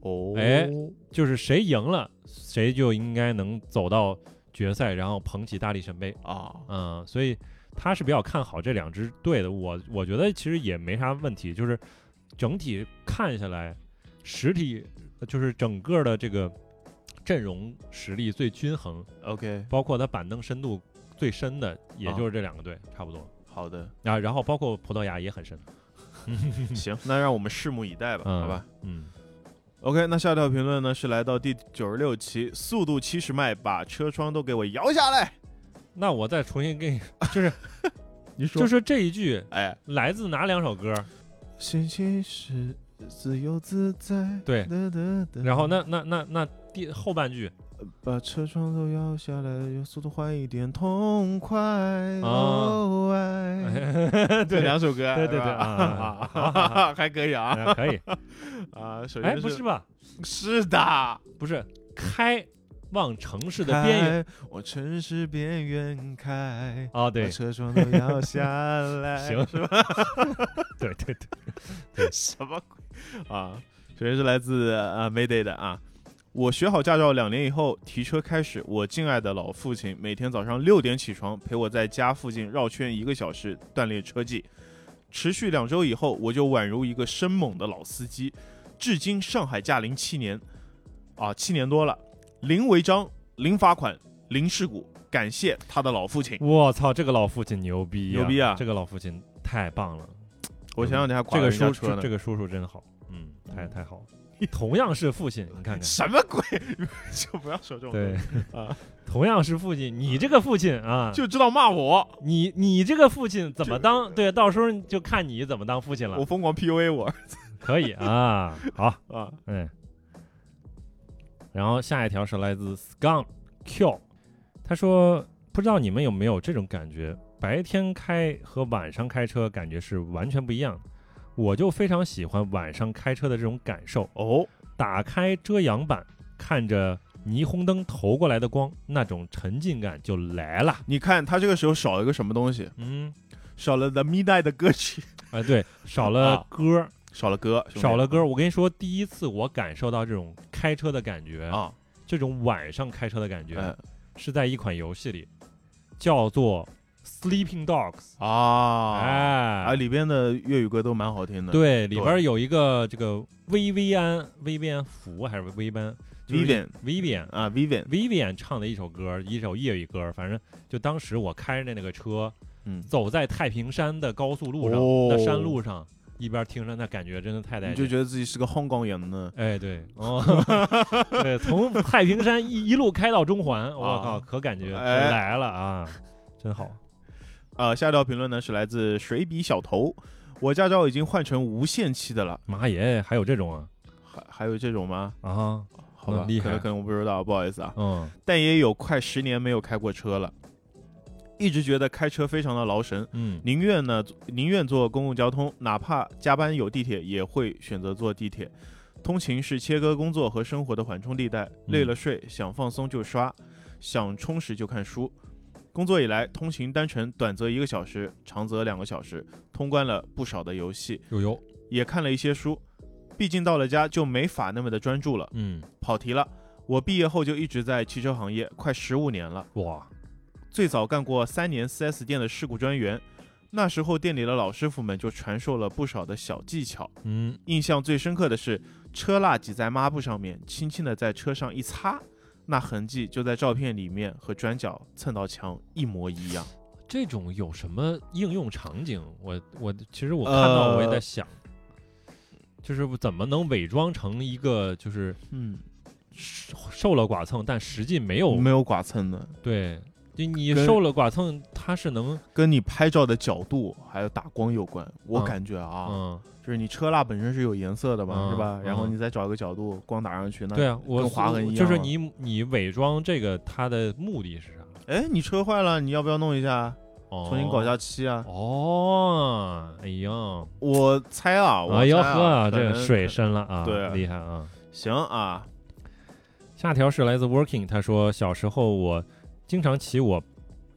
B: 哦
A: 哎就是谁赢了谁就应该能走到决赛，然后捧起大力神杯。
B: 啊，
A: 嗯，所以他是比较看好这两支队的。我我觉得其实也没啥问题，就是整体看下来，实体就是整个的这个阵容实力最均衡，
B: OK，
A: 包括他板凳深度最深的，也
B: 啊
A: 就是这两个队、差不多
B: 好的，
A: 啊。然后包括葡萄牙也很深，
B: 行，那让我们拭目以待吧，
A: 嗯
B: 好吧。
A: 嗯，
B: OK，那下条评论呢是来到第九十六期，速度七十迈，把车窗都给我摇下来。
A: 那我再重新给 你，就是
B: 你
A: 就，是这一句
B: 哎，
A: 来自哪两首歌？
B: 心情是自由自在。
A: 对
B: 哒哒哒
A: 然后那那那那第后半句
B: 把车窗都摇下来，用速度换一点痛快。哦，爱，这两首歌，
A: 啊对对
B: 是吧
A: 对啊
B: 啊， 还可以啊
A: 啊 可以，
B: 啊，首
A: 哎
B: 先
A: 不是嗯吧？
B: 是的，
A: 不是开往城市的边缘
B: 开，往城市边缘开，
A: 啊，
B: 把
A: 对，
B: 车窗都摇下来。
A: 行， 对对对，
B: 什么鬼啊？首先是来自呃 Mayday 的啊，我学好驾照两年以后，提车开始，我敬爱的老父亲每天早上六点起床，陪我在家附近绕圈一个小时，锻炼车技。持续两周以后，我就宛如一个生猛的老司机，至今上海驾龄七年，啊，七年多了，零违章，零罚款，零事故，感谢他的老父亲。
A: 我操，这个老父亲牛逼、
B: 牛逼啊
A: 这个老父亲太棒了，
B: 我前两天还
A: 这
B: 刮了
A: 个
B: 人家
A: 叔
B: 车
A: 叔
B: 呢
A: 这，个叔叔真好，嗯，太太好了，同样是父亲，你看看，
B: 什么鬼？ 就不要说这种
A: 对
B: 东西， 啊，
A: 同样是父亲，你这个父亲啊，
B: 就知道骂我。
A: 你你这个父亲怎么当？对，到时候就看你怎么当父亲
B: 我
A: 了，
B: 疯狂 PUA 我
A: 可以啊，好，
B: 啊！
A: 嗯，然后下一条是来自 Scum Q，他说不知道你们有没有这种感觉，白天开和晚上开车感觉是完全不一样的。我就非常喜欢晚上开车的这种感受，
B: 哦，
A: 打开遮阳板，看着霓虹灯投过来的光，那种沉浸感就来了。
B: 你看他这个时候少了一个什么东西？
A: 嗯，
B: 少了 The Midnight 的歌曲，
A: 啊、对，少了
B: 啊
A: 歌，
B: 少了歌，兄弟
A: 少了歌。我跟你说，第一次我感受到这种开车的感觉，
B: 啊！
A: 这种晚上开车的感觉，
B: 哎
A: 是在一款游戏里，叫做《Sleeping Dogs》。
B: 啊啊！
A: 哎，
B: 里边的粤语歌都蛮好听的。
A: 对，里边有一个这个薇薇安，薇薇安福还是薇薇安
B: ，Vivian
A: Vivian
B: 啊，Vivian，
A: Vivian 唱的一首歌，一首粤语歌，反正就当时我开着那个车，
B: 嗯，
A: 走在太平山的高速路上，
B: 哦
A: 那山路上一边听着，那感觉真的太带
B: 你
A: 劲
B: 就
A: 了。
B: 觉得自己是个香港人呢。
A: 哎， 对，哦， 对，从太平山一一路开到中环，我靠，可感觉
B: 啊哎
A: 来了啊，真好。
B: 啊，下一条评论呢是来自水笔小头，我驾照已经换成无限期的了，
A: 妈耶，还有这种啊
B: 还还有这种吗？
A: 啊，
B: 好吧，
A: 嗯厉
B: 可
A: 害
B: 能可能我不知道，不好意思啊。
A: 嗯
B: 但也有快十年没有开过车了，一直觉得开车非常的劳神，
A: 嗯，
B: 宁愿呢，宁愿坐公共交通，哪怕加班有地铁，也会选择坐地铁。通勤是切割工作和生活的缓冲地带，累了睡，想放松就刷，想充实就看书。工作以来，通勤单程短则一个小时，长则两个小时，通关了不少的游戏，
A: 有有，
B: 也看了一些书。毕竟到了家就没法那么的专注了。
A: 嗯，
B: 跑题了，我毕业后就一直在汽车行业，快十五年了。
A: 哇，
B: 最早干过三年 4S 店的事故专员，那时候店里的老师傅们就传授了不少的小技巧。
A: 嗯，
B: 印象最深刻的是，车蜡挤在抹布上面，轻轻的在车上一擦，那痕迹就在照片里面和转角蹭到墙一模一样。
A: 这种有什么应用场景？我我其实我看到我也
B: 呃
A: 在想，就是怎么能伪装成一个就是
B: 嗯，
A: 受了剐蹭，但实际没有
B: 没有剐蹭的，
A: 对，就你
B: 跟
A: 受了剐蹭，它是能
B: 跟你拍照的角度还有打光有关。我
A: 嗯
B: 感觉啊，
A: 嗯，
B: 就是你车蜡本身是有颜色的嘛，
A: 嗯
B: 是吧？
A: 嗯
B: 然后你再找一个角度，光打上去，那
A: 对啊，我
B: 跟划痕一样
A: 就是
B: 嘛
A: 你你伪装这个，它的目的是啥？
B: 哎，你车坏了，你要不要弄一下，
A: 哦
B: 重新搞下漆啊？
A: 哦，哎呀，
B: 我猜啊，我
A: 哎呦
B: 猜
A: 呵，
B: 啊，
A: 这
B: 可
A: 个
B: 能
A: 水深了啊，
B: 对啊
A: 厉害啊！
B: 行啊，
A: 下条是来自 Working，他说小时候我经常骑我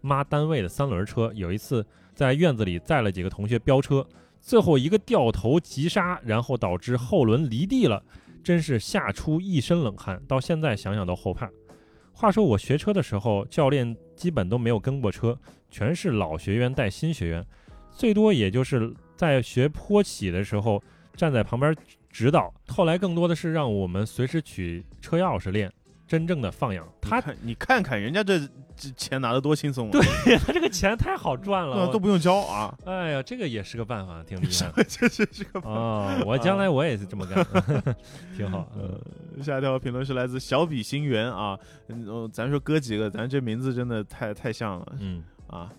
A: 妈单位的三轮车，有一次在院子里载了几个同学飙车，最后一个掉头急刹，然后导致后轮离地了，真是吓出一身冷汗，到现在想想都后怕。话说我学车的时候，教练基本都没有跟过车，全是老学员带新学员，最多也就是在学坡起的时候站在旁边指导。后来更多的是让我们随时取车钥匙练，真正的放养。
B: 你
A: 他
B: 看你看看人家这这钱拿的多轻松啊，
A: 对他这个钱太好赚了，
B: 啊，都不用交啊，
A: 哎呀，这个也是啊个办法，挺厉害
B: 这这是个
A: 哦。我将来我也是这么
B: 啊
A: 干，挺好。嗯
B: 呃，下一条评论是来自小比心源啊，嗯、呃咱说哥几个，咱这名字真的太太像了
A: 嗯，
B: 啊。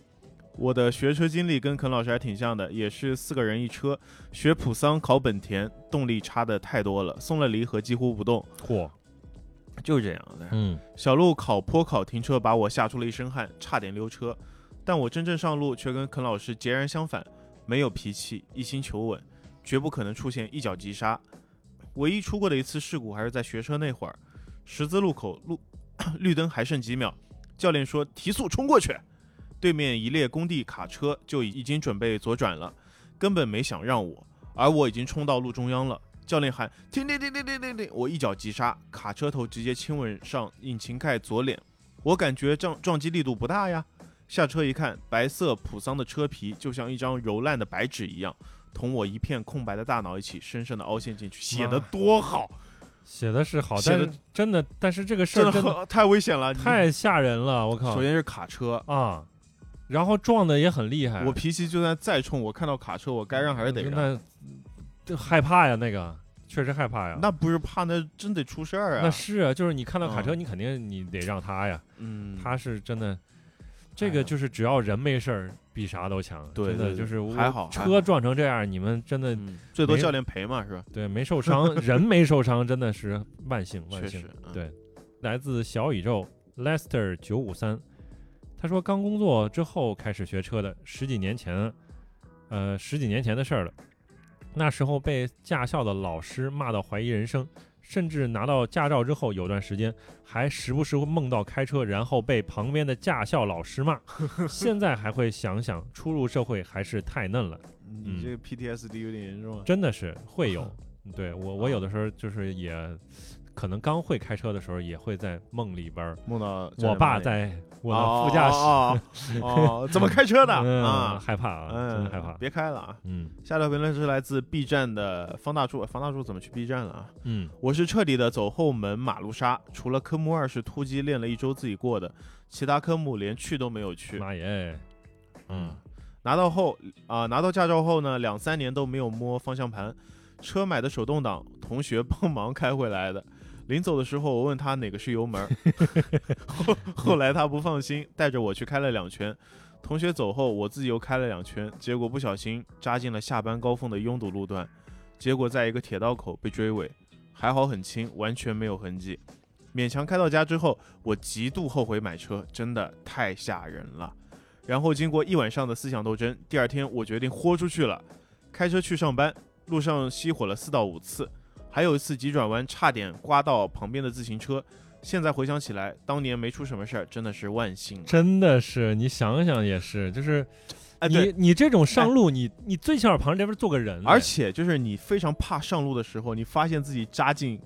B: 我的学车经历跟肯老师还挺像的，也是四个人一车，学普桑考本田，动力差的太多了，松了离合几乎不动，
A: 嚯，
B: 就是这样的。
A: 嗯，
B: 小路考坡考停车把我吓出了一身汗，差点溜车。但我真正上路却跟肯老师截然相反，没有脾气，一心求稳，绝不可能出现一脚急刹。唯一出过的一次事故还是在学车那会儿，十字路口路 绿灯还剩几秒，教练说提速冲过去，对面一列工地卡车就已经准备左转了，根本没想让我，而我已经冲到路中央了。教练喊停停停停停停停！我一脚急刹，卡车头直接亲吻上引擎盖左脸，我感觉撞撞击力度不大呀。下车一看，白色普桑的车皮就像一张揉烂的白纸一样，同我一片空白的大脑一起深深的凹陷进去。写的多好，
A: 写的是好，
B: 写
A: 但
B: 得
A: 是真的，但是这个事
B: 真
A: 儿
B: 的
A: 真的
B: 好太危险了，你
A: 太吓人了，我靠
B: 首！先是卡车，
A: 啊，然后撞的也很厉害，
B: 我脾气就算再冲，我看到卡车我该让还是得让，
A: 哎那这害怕呀，那个确实害怕呀。
B: 那不是怕那真得出事儿啊。
A: 那是啊，就是你看到卡车，
B: 嗯
A: 你肯定你得让他呀，
B: 嗯，
A: 他是真的。这
B: 哎
A: 个
B: 呀
A: 就是只要人没事儿，比啥都强。
B: 对
A: 真
B: 对
A: 的
B: 对
A: 就是我
B: 还好还
A: 车
B: 好
A: 撞成这样，你们真的
B: 嗯最多
A: 没
B: 教练赔嘛是吧？
A: 对没受 伤，人没受伤，真的是万幸万
B: 确
A: 幸
B: 实。，嗯
A: 对来自小宇宙 Lester 九五三，他说刚工作之后开始学车的，十几年前，呃，十几年前的事儿了。那时候被驾校的老师骂到怀疑人生，甚至拿到驾照之后，有段时间还时不时会梦到开车，然后被旁边的驾校老师骂。 现在还会想想，初入社会还是太嫩了，
B: 你
A: 嗯
B: 这个 PTSD 有点严重啊。
A: 真的是会有。对我，我有的时候就是也，可能刚会开车的时候，也会在梦里边儿
B: 梦到
A: 我爸在我
B: 哦
A: 的副驾驶，
B: 驶。 哦，怎么开车的
A: 嗯
B: 啊？
A: 害怕啊，真
B: 嗯，
A: 的害怕。
B: 别开了啊！
A: 嗯
B: 下条评论是来自 B 站的方大柱，方大柱怎么去 B 站了啊？
A: 嗯，
B: 我是彻底的走后门马路杀，除了科目二是突击练了一周自己过的，其他科目连去都没有去。
A: 妈耶，嗯
B: 嗯，拿到后啊、拿到驾照后呢，两三年都没有摸方向盘，车买的手动挡，同学帮忙开回来的。临走的时候，我问他哪个是油门儿， 后后来他不放心，带着我去开了两圈。同学走后，我自己又开了两圈，结果不小心扎进了下班高峰的拥堵路段，结果在一个铁道口被追尾，还好很轻，完全没有痕迹。勉强开到家之后，我极度后悔买车，真的太吓人了。然后经过一晚上的思想斗争，第二天我决定豁出去了，开车去上班，路上熄火了四到五次，还有一次急转弯差点刮到旁边的自行车。现在回想起来，当年没出什么事儿，真的是万幸了。
A: 真的是，你想想也是，就是
B: 哎，
A: 你
B: 对，哎
A: 你这种上路，你你最起码旁边坐个人，
B: 而且就是你非常怕上路的时候，你发现自己扎进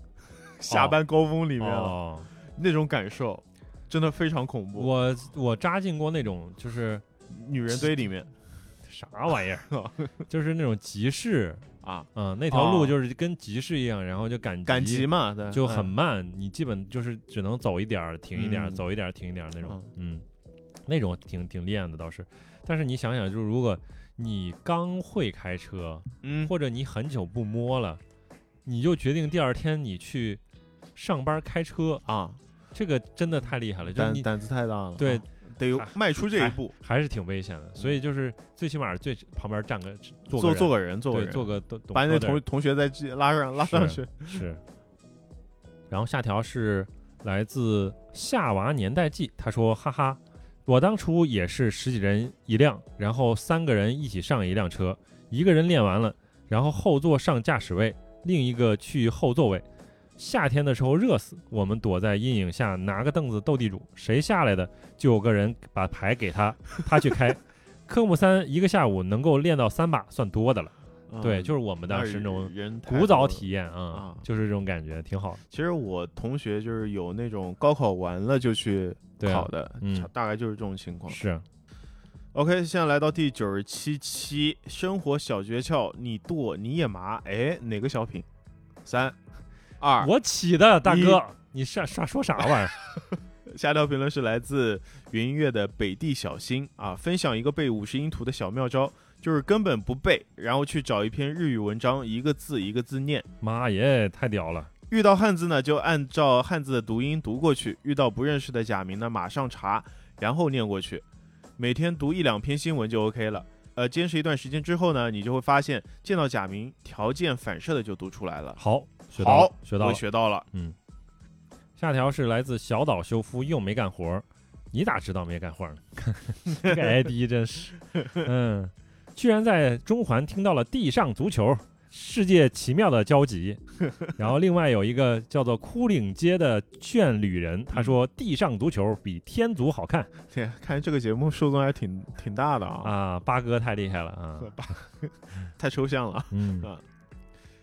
B: 下班高峰里面了，
A: 哦，
B: 那种感受真的非常恐怖。
A: 我我扎进过那种就是
B: 女人堆里面，
A: 啥玩意儿， 就是那种集市
B: 啊，
A: 啊、那条
B: 哦
A: 路就是跟集市一样，然后就赶集
B: 赶集嘛，对
A: 就很
B: 嗯
A: 慢，你基本就是只能走一点儿停一点儿，
B: 嗯
A: 走一点儿停一点儿那种，嗯，那种挺挺练的倒是。但是你想想，就是如果你刚会开车，
B: 嗯，
A: 或者你很久不摸了，你就决定第二天你去上班开车，
B: 啊，
A: 这个真的太厉害了，就是
B: 胆
A: 你
B: 胆子太大了，
A: 对
B: 啊，得有
A: 哎
B: 迈出这一步，
A: 还是挺危险的。所以就是最起码最旁边站个坐
B: 做
A: 哎个
B: 做
A: 人
B: 个人，做个
A: 对
B: 人，
A: 做个懂懂
B: 把你
A: 车
B: 的
A: 的人
B: 同同学再去拉上拉上去，
A: 是。然后下条是来自夏娃年代记，他说：“哈哈，我当初也是十几人一辆，然后三个人一起上一辆车，一个人练完了，然后后座上驾驶位，另一个去后座位。夏天的时候热死，我们躲在阴影下拿个凳子斗地主，谁下来的就有个人把牌给他，他去开。科目三一个下午能够练到三把算多的了。
B: 嗯
A: 对，就是我们当时那种
B: 人太
A: 古早
B: 多了
A: 体验啊
B: 啊，
A: 就是这种感觉，挺好的。
B: 其实我同学就是有那种高考完了就去
A: 对啊
B: 考的，
A: 嗯
B: 差大概就是这种情况。
A: 是
B: OK，现在来到第九十七期生活小诀窍，你剁你也麻，哎，哪个小品？三二，
A: 我起的，大
B: 一
A: 哥，你啥啥说啥玩意儿？
B: 下条评论是来自云音乐的北地小新啊，分享一个背五十音图的小妙招，就是根本不背，然后去找一篇日语文章，一个字一个字念。
A: 妈耶，太屌了！
B: 遇到汉字呢，就按照汉字的读音读过去；遇到不认识的假名呢，马上查，然后念过去。每天读一两篇新闻就 OK 了。呃，坚持一段时间之后呢，你就会发现，见到假名，条件反射的就读出来了。
A: 好，学到了
B: 好，
A: 学到
B: 我
A: 了。
B: 学到了。
A: 嗯，下条是来自小岛修夫，又没干活儿，你咋知道没干活儿呢？ 这个 ID 真是，嗯，居然在中环听到了地上足球，世界奇妙的交 集。然后另外有一个叫做枯岭街的眷旅人，他
B: 嗯
A: 说地上足球比天足好看
B: 天，看来这个节目受众还挺挺大的啊，
A: 啊，八哥太厉害了啊，
B: 太抽象了。
A: 嗯，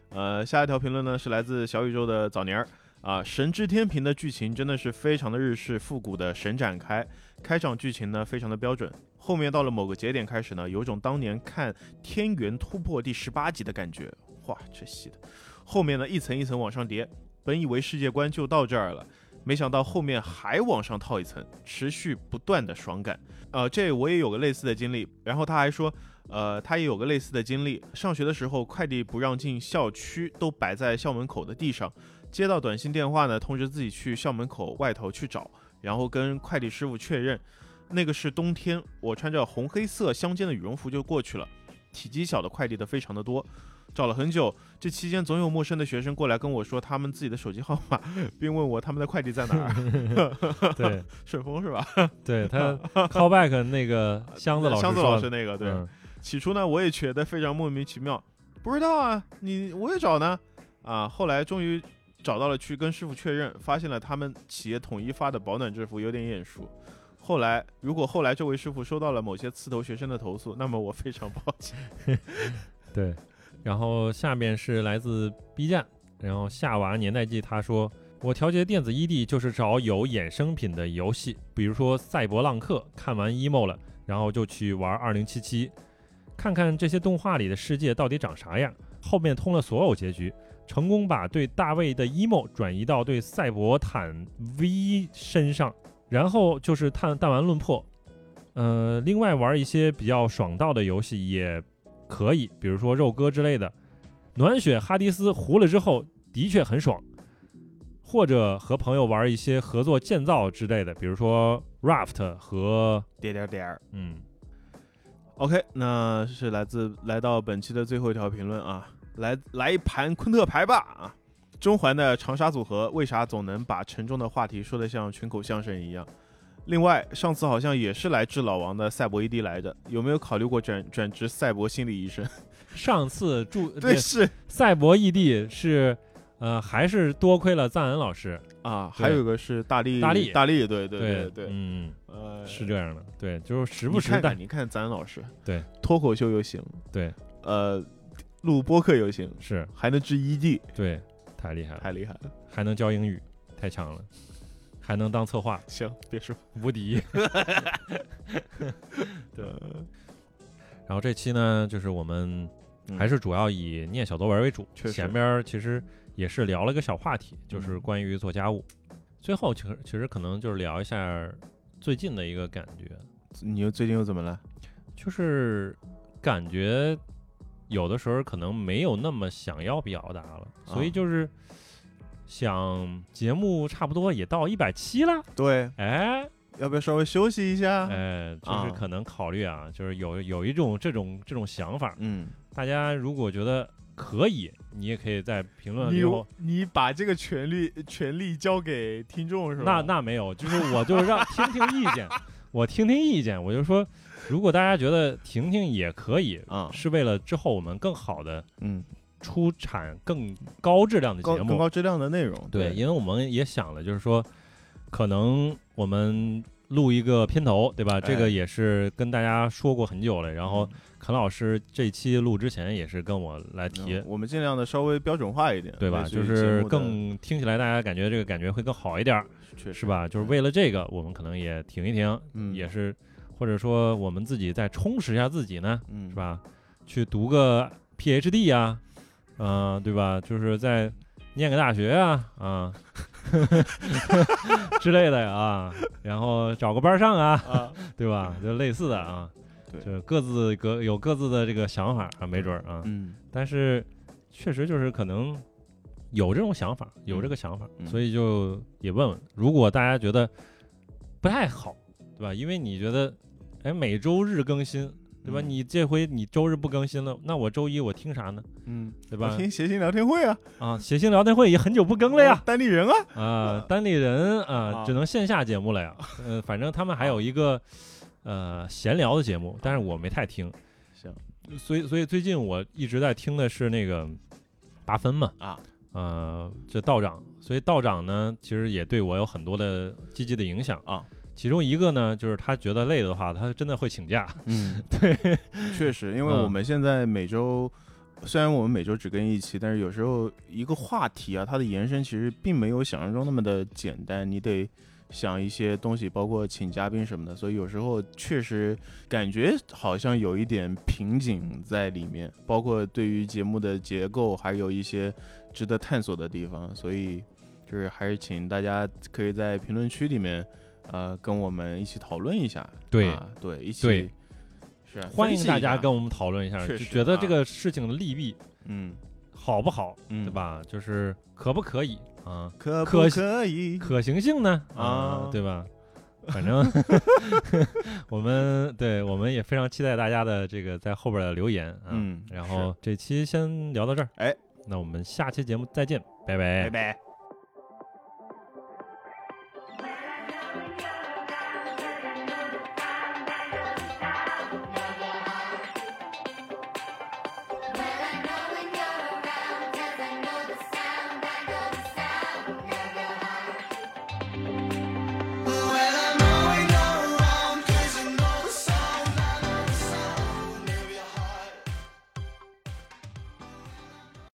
B: 呃，下一条评论呢是来自小宇宙的早年儿啊，神之天平》的剧情真的是非常的日式复古的神展开，开场剧情呢非常的标准，后面到了某个节点开始呢，有种当年看《天元突破》第十八集的感觉，哇，这戏的，后面呢一层一层往上叠，本以为世界观就到这儿了。没想到后面还往上套一层，持续不断的爽感，呃，这我也有个类似的经历。然后他还说，呃，他也有个类似的经历。上学的时候，快递不让进校区，都摆在校门口的地上。接到短信电话呢，通知自己去校门口外头去找，然后跟快递师傅确认。那个是冬天，我穿着红黑色相间的羽绒服就过去了。体积小的快递的非常的多，找了很久。这期间总有陌生的学生过来跟我说他们自己的手机号码， 并问我他们的快递在哪 儿。
A: 对。
B: 顺丰是吧？
A: 对他 callback 那个箱子老师
B: 箱子
A: 说
B: 老
A: 的
B: 师那个对。
A: 嗯
B: 起初呢，我也觉得非常莫名其妙，不知道啊，你我也找呢，啊，后来终于找到了，去跟师傅确认，发现了他们企业统一发的保暖制服有点眼熟。后来，如果后来这位师傅收到了某些刺头学生的投诉，那么我非常抱歉。
A: 对，然后下面是来自 B 站，然后夏娃年代记他说，我调节电子 ED 就是找有衍生品的游戏，比如说《赛博浪客》，看完 emo 了，然后就去玩二零七七，看看这些动画里的世界到底长啥样。后面通了所有结局，成功把对大卫的 emo 转移到对赛博坦 V 身上，然后就是探弹丸论破。呃，另外玩一些比较爽到的游戏也可以，比如说肉鸽之类的。暖血哈迪斯糊了之后的确很爽，或者和朋友玩一些合作建造之类的，比如说 Raft 和
B: 点点点儿。
A: 嗯
B: OK，那是来自来到本期的最后一条评论啊，来来一盘昆特牌吧啊！中环的长沙组合为啥总能把沉重的话题说得像群口相声一样？另外，上次好像也是来治老王的赛博 ED 来着，有没有考虑过转转职赛博心理医生？
A: 上次助
B: 对，是
A: 赛博异地是呃还是多亏了赞恩老师，
B: 啊，
A: 对
B: 还有一个是大力，
A: 大力
B: 大力，对对对
A: 对嗯
B: 呃，
A: 是这样的，对，就是时
B: 你
A: 不时
B: 看
A: 带
B: 看你看咱老师，
A: 对，
B: 脱口秀又行，
A: 对，
B: 呃，录播客又行，
A: 是
B: 还能治 ED，
A: 对，太厉害了，
B: 太厉害了。
A: 还能教英语，太强了，还能当策划，
B: 行，别说。
A: 无敌。
B: 呃对，
A: 然然后这期呢，就是我们还是主要以念小作文为主，
B: 嗯确实嗯
A: 前边儿其实也是聊了个小话题，就是关于做家务。最后其实其实可能就是聊一下最近的一个感觉，
B: 你又最近又怎么了？
A: 就是感觉有的时候可能没有那么想要表达了，
B: 啊
A: 所以就是想节目差不多也到一百七了，
B: 对，
A: 哎
B: 要不要稍微休息一下？
A: 哎，就是
B: 啊
A: 可能考虑啊，就是有有一种这种这种想法，
B: 嗯，
A: 大家如果觉得可以，你也可以在评论
B: 你
A: 给我。
B: 你把这个权利权利交给听众是
A: 那
B: 吧？
A: 那没有，就是我就是让听听意 见，我听听意见，我就说，如果大家觉得婷婷也可以，
B: 啊，
A: 是为了之后我们更好的
B: 嗯，
A: 出产更高质量的
B: 高
A: 节
B: 更
A: 目。
B: 高质量的内容，
A: 对，因为我们也想了，就是说，可能我们录一个片头，对吧？
B: 哎
A: 这个也是跟大家说过很久了。然
B: 嗯
A: 后肯老师这期录之前也是跟我来提，
B: 嗯我们尽量的稍微标准化一点，
A: 对吧？
B: 类似于
A: 就是
B: 节目的
A: 更听起来，大家感觉这个感觉会更好一点儿，
B: 确实
A: 是？吧？就是为了这个，我们可能也停一停，
B: 嗯
A: 也是或者说我们自己再充实一下自己呢，
B: 嗯，
A: 是？吧？去读个 PhD 啊，嗯、对吧？就是在念个大学啊， 啊 之类的啊，然后找个班上啊，
B: 啊，
A: 对吧？就类似的啊，
B: 对
A: 就是各自各有各自的这个想法啊，没准儿啊，
B: 嗯，
A: 但是确实就是可能有这种想法，有这个想法，
B: 嗯
A: 所以就也问问，如果大家觉得不太好，对吧？因为你觉得，哎，每周日更新，对吧？
B: 嗯
A: 你这回你周日不更新了，那我周一我听啥呢？
B: 嗯，
A: 对
B: 我
A: 吧？
B: 听谐星聊天会啊，
A: 啊，谐星聊天会也很久不更了呀，
B: 单立人啊，
A: 啊，单立人啊，
B: 啊
A: 只能线下节目了 呀。呃，反正他们还有一个
B: 啊
A: 呃闲聊的节目，但是我没太听。
B: 行
A: 所以所以最近我一直在听的是那个八分嘛
B: 啊，
A: 呃，这道长，所以道长呢，其实也对我有很多的积极的影响
B: 啊。
A: 其中一个呢，就是他觉得累的话，他真的会请假。
B: 嗯，
A: 对，
B: 确实，因为
A: 嗯
B: 我们现在每周。虽然我们每周只更一期，但是有时候一个话题啊，它的延伸其实并没有想象中那么的简单，你得想一些东西，包括请嘉宾什么的，所以有时候确实感觉好像有一点瓶颈在里面，包括对于节目的结构，还有一些值得探索的地方，所以就是还是请大家可以在评论区里面，呃，跟我们一起讨论一下，
A: 对
B: 啊、对，一起
A: 对
B: 是啊
A: 欢
B: 分
A: 迎
B: 析
A: 大
B: 一
A: 家
B: 下
A: 跟我们讨论一下，
B: 确
A: 就
B: 实
A: 觉得
B: 啊
A: 这个事情的利弊
B: 嗯，
A: 好不好，
B: 嗯
A: 对吧？就是可不可以啊？
B: 可
A: 可
B: 不
A: 惜
B: 可以？
A: 可行性呢？
B: 啊
A: 对吧？反正 我们对我们也非常期待大家的这个在后边的留言啊。
B: 嗯
A: 然后这期先聊到这儿，
B: 哎，
A: 那我们下期节目再见，拜拜
B: 拜拜。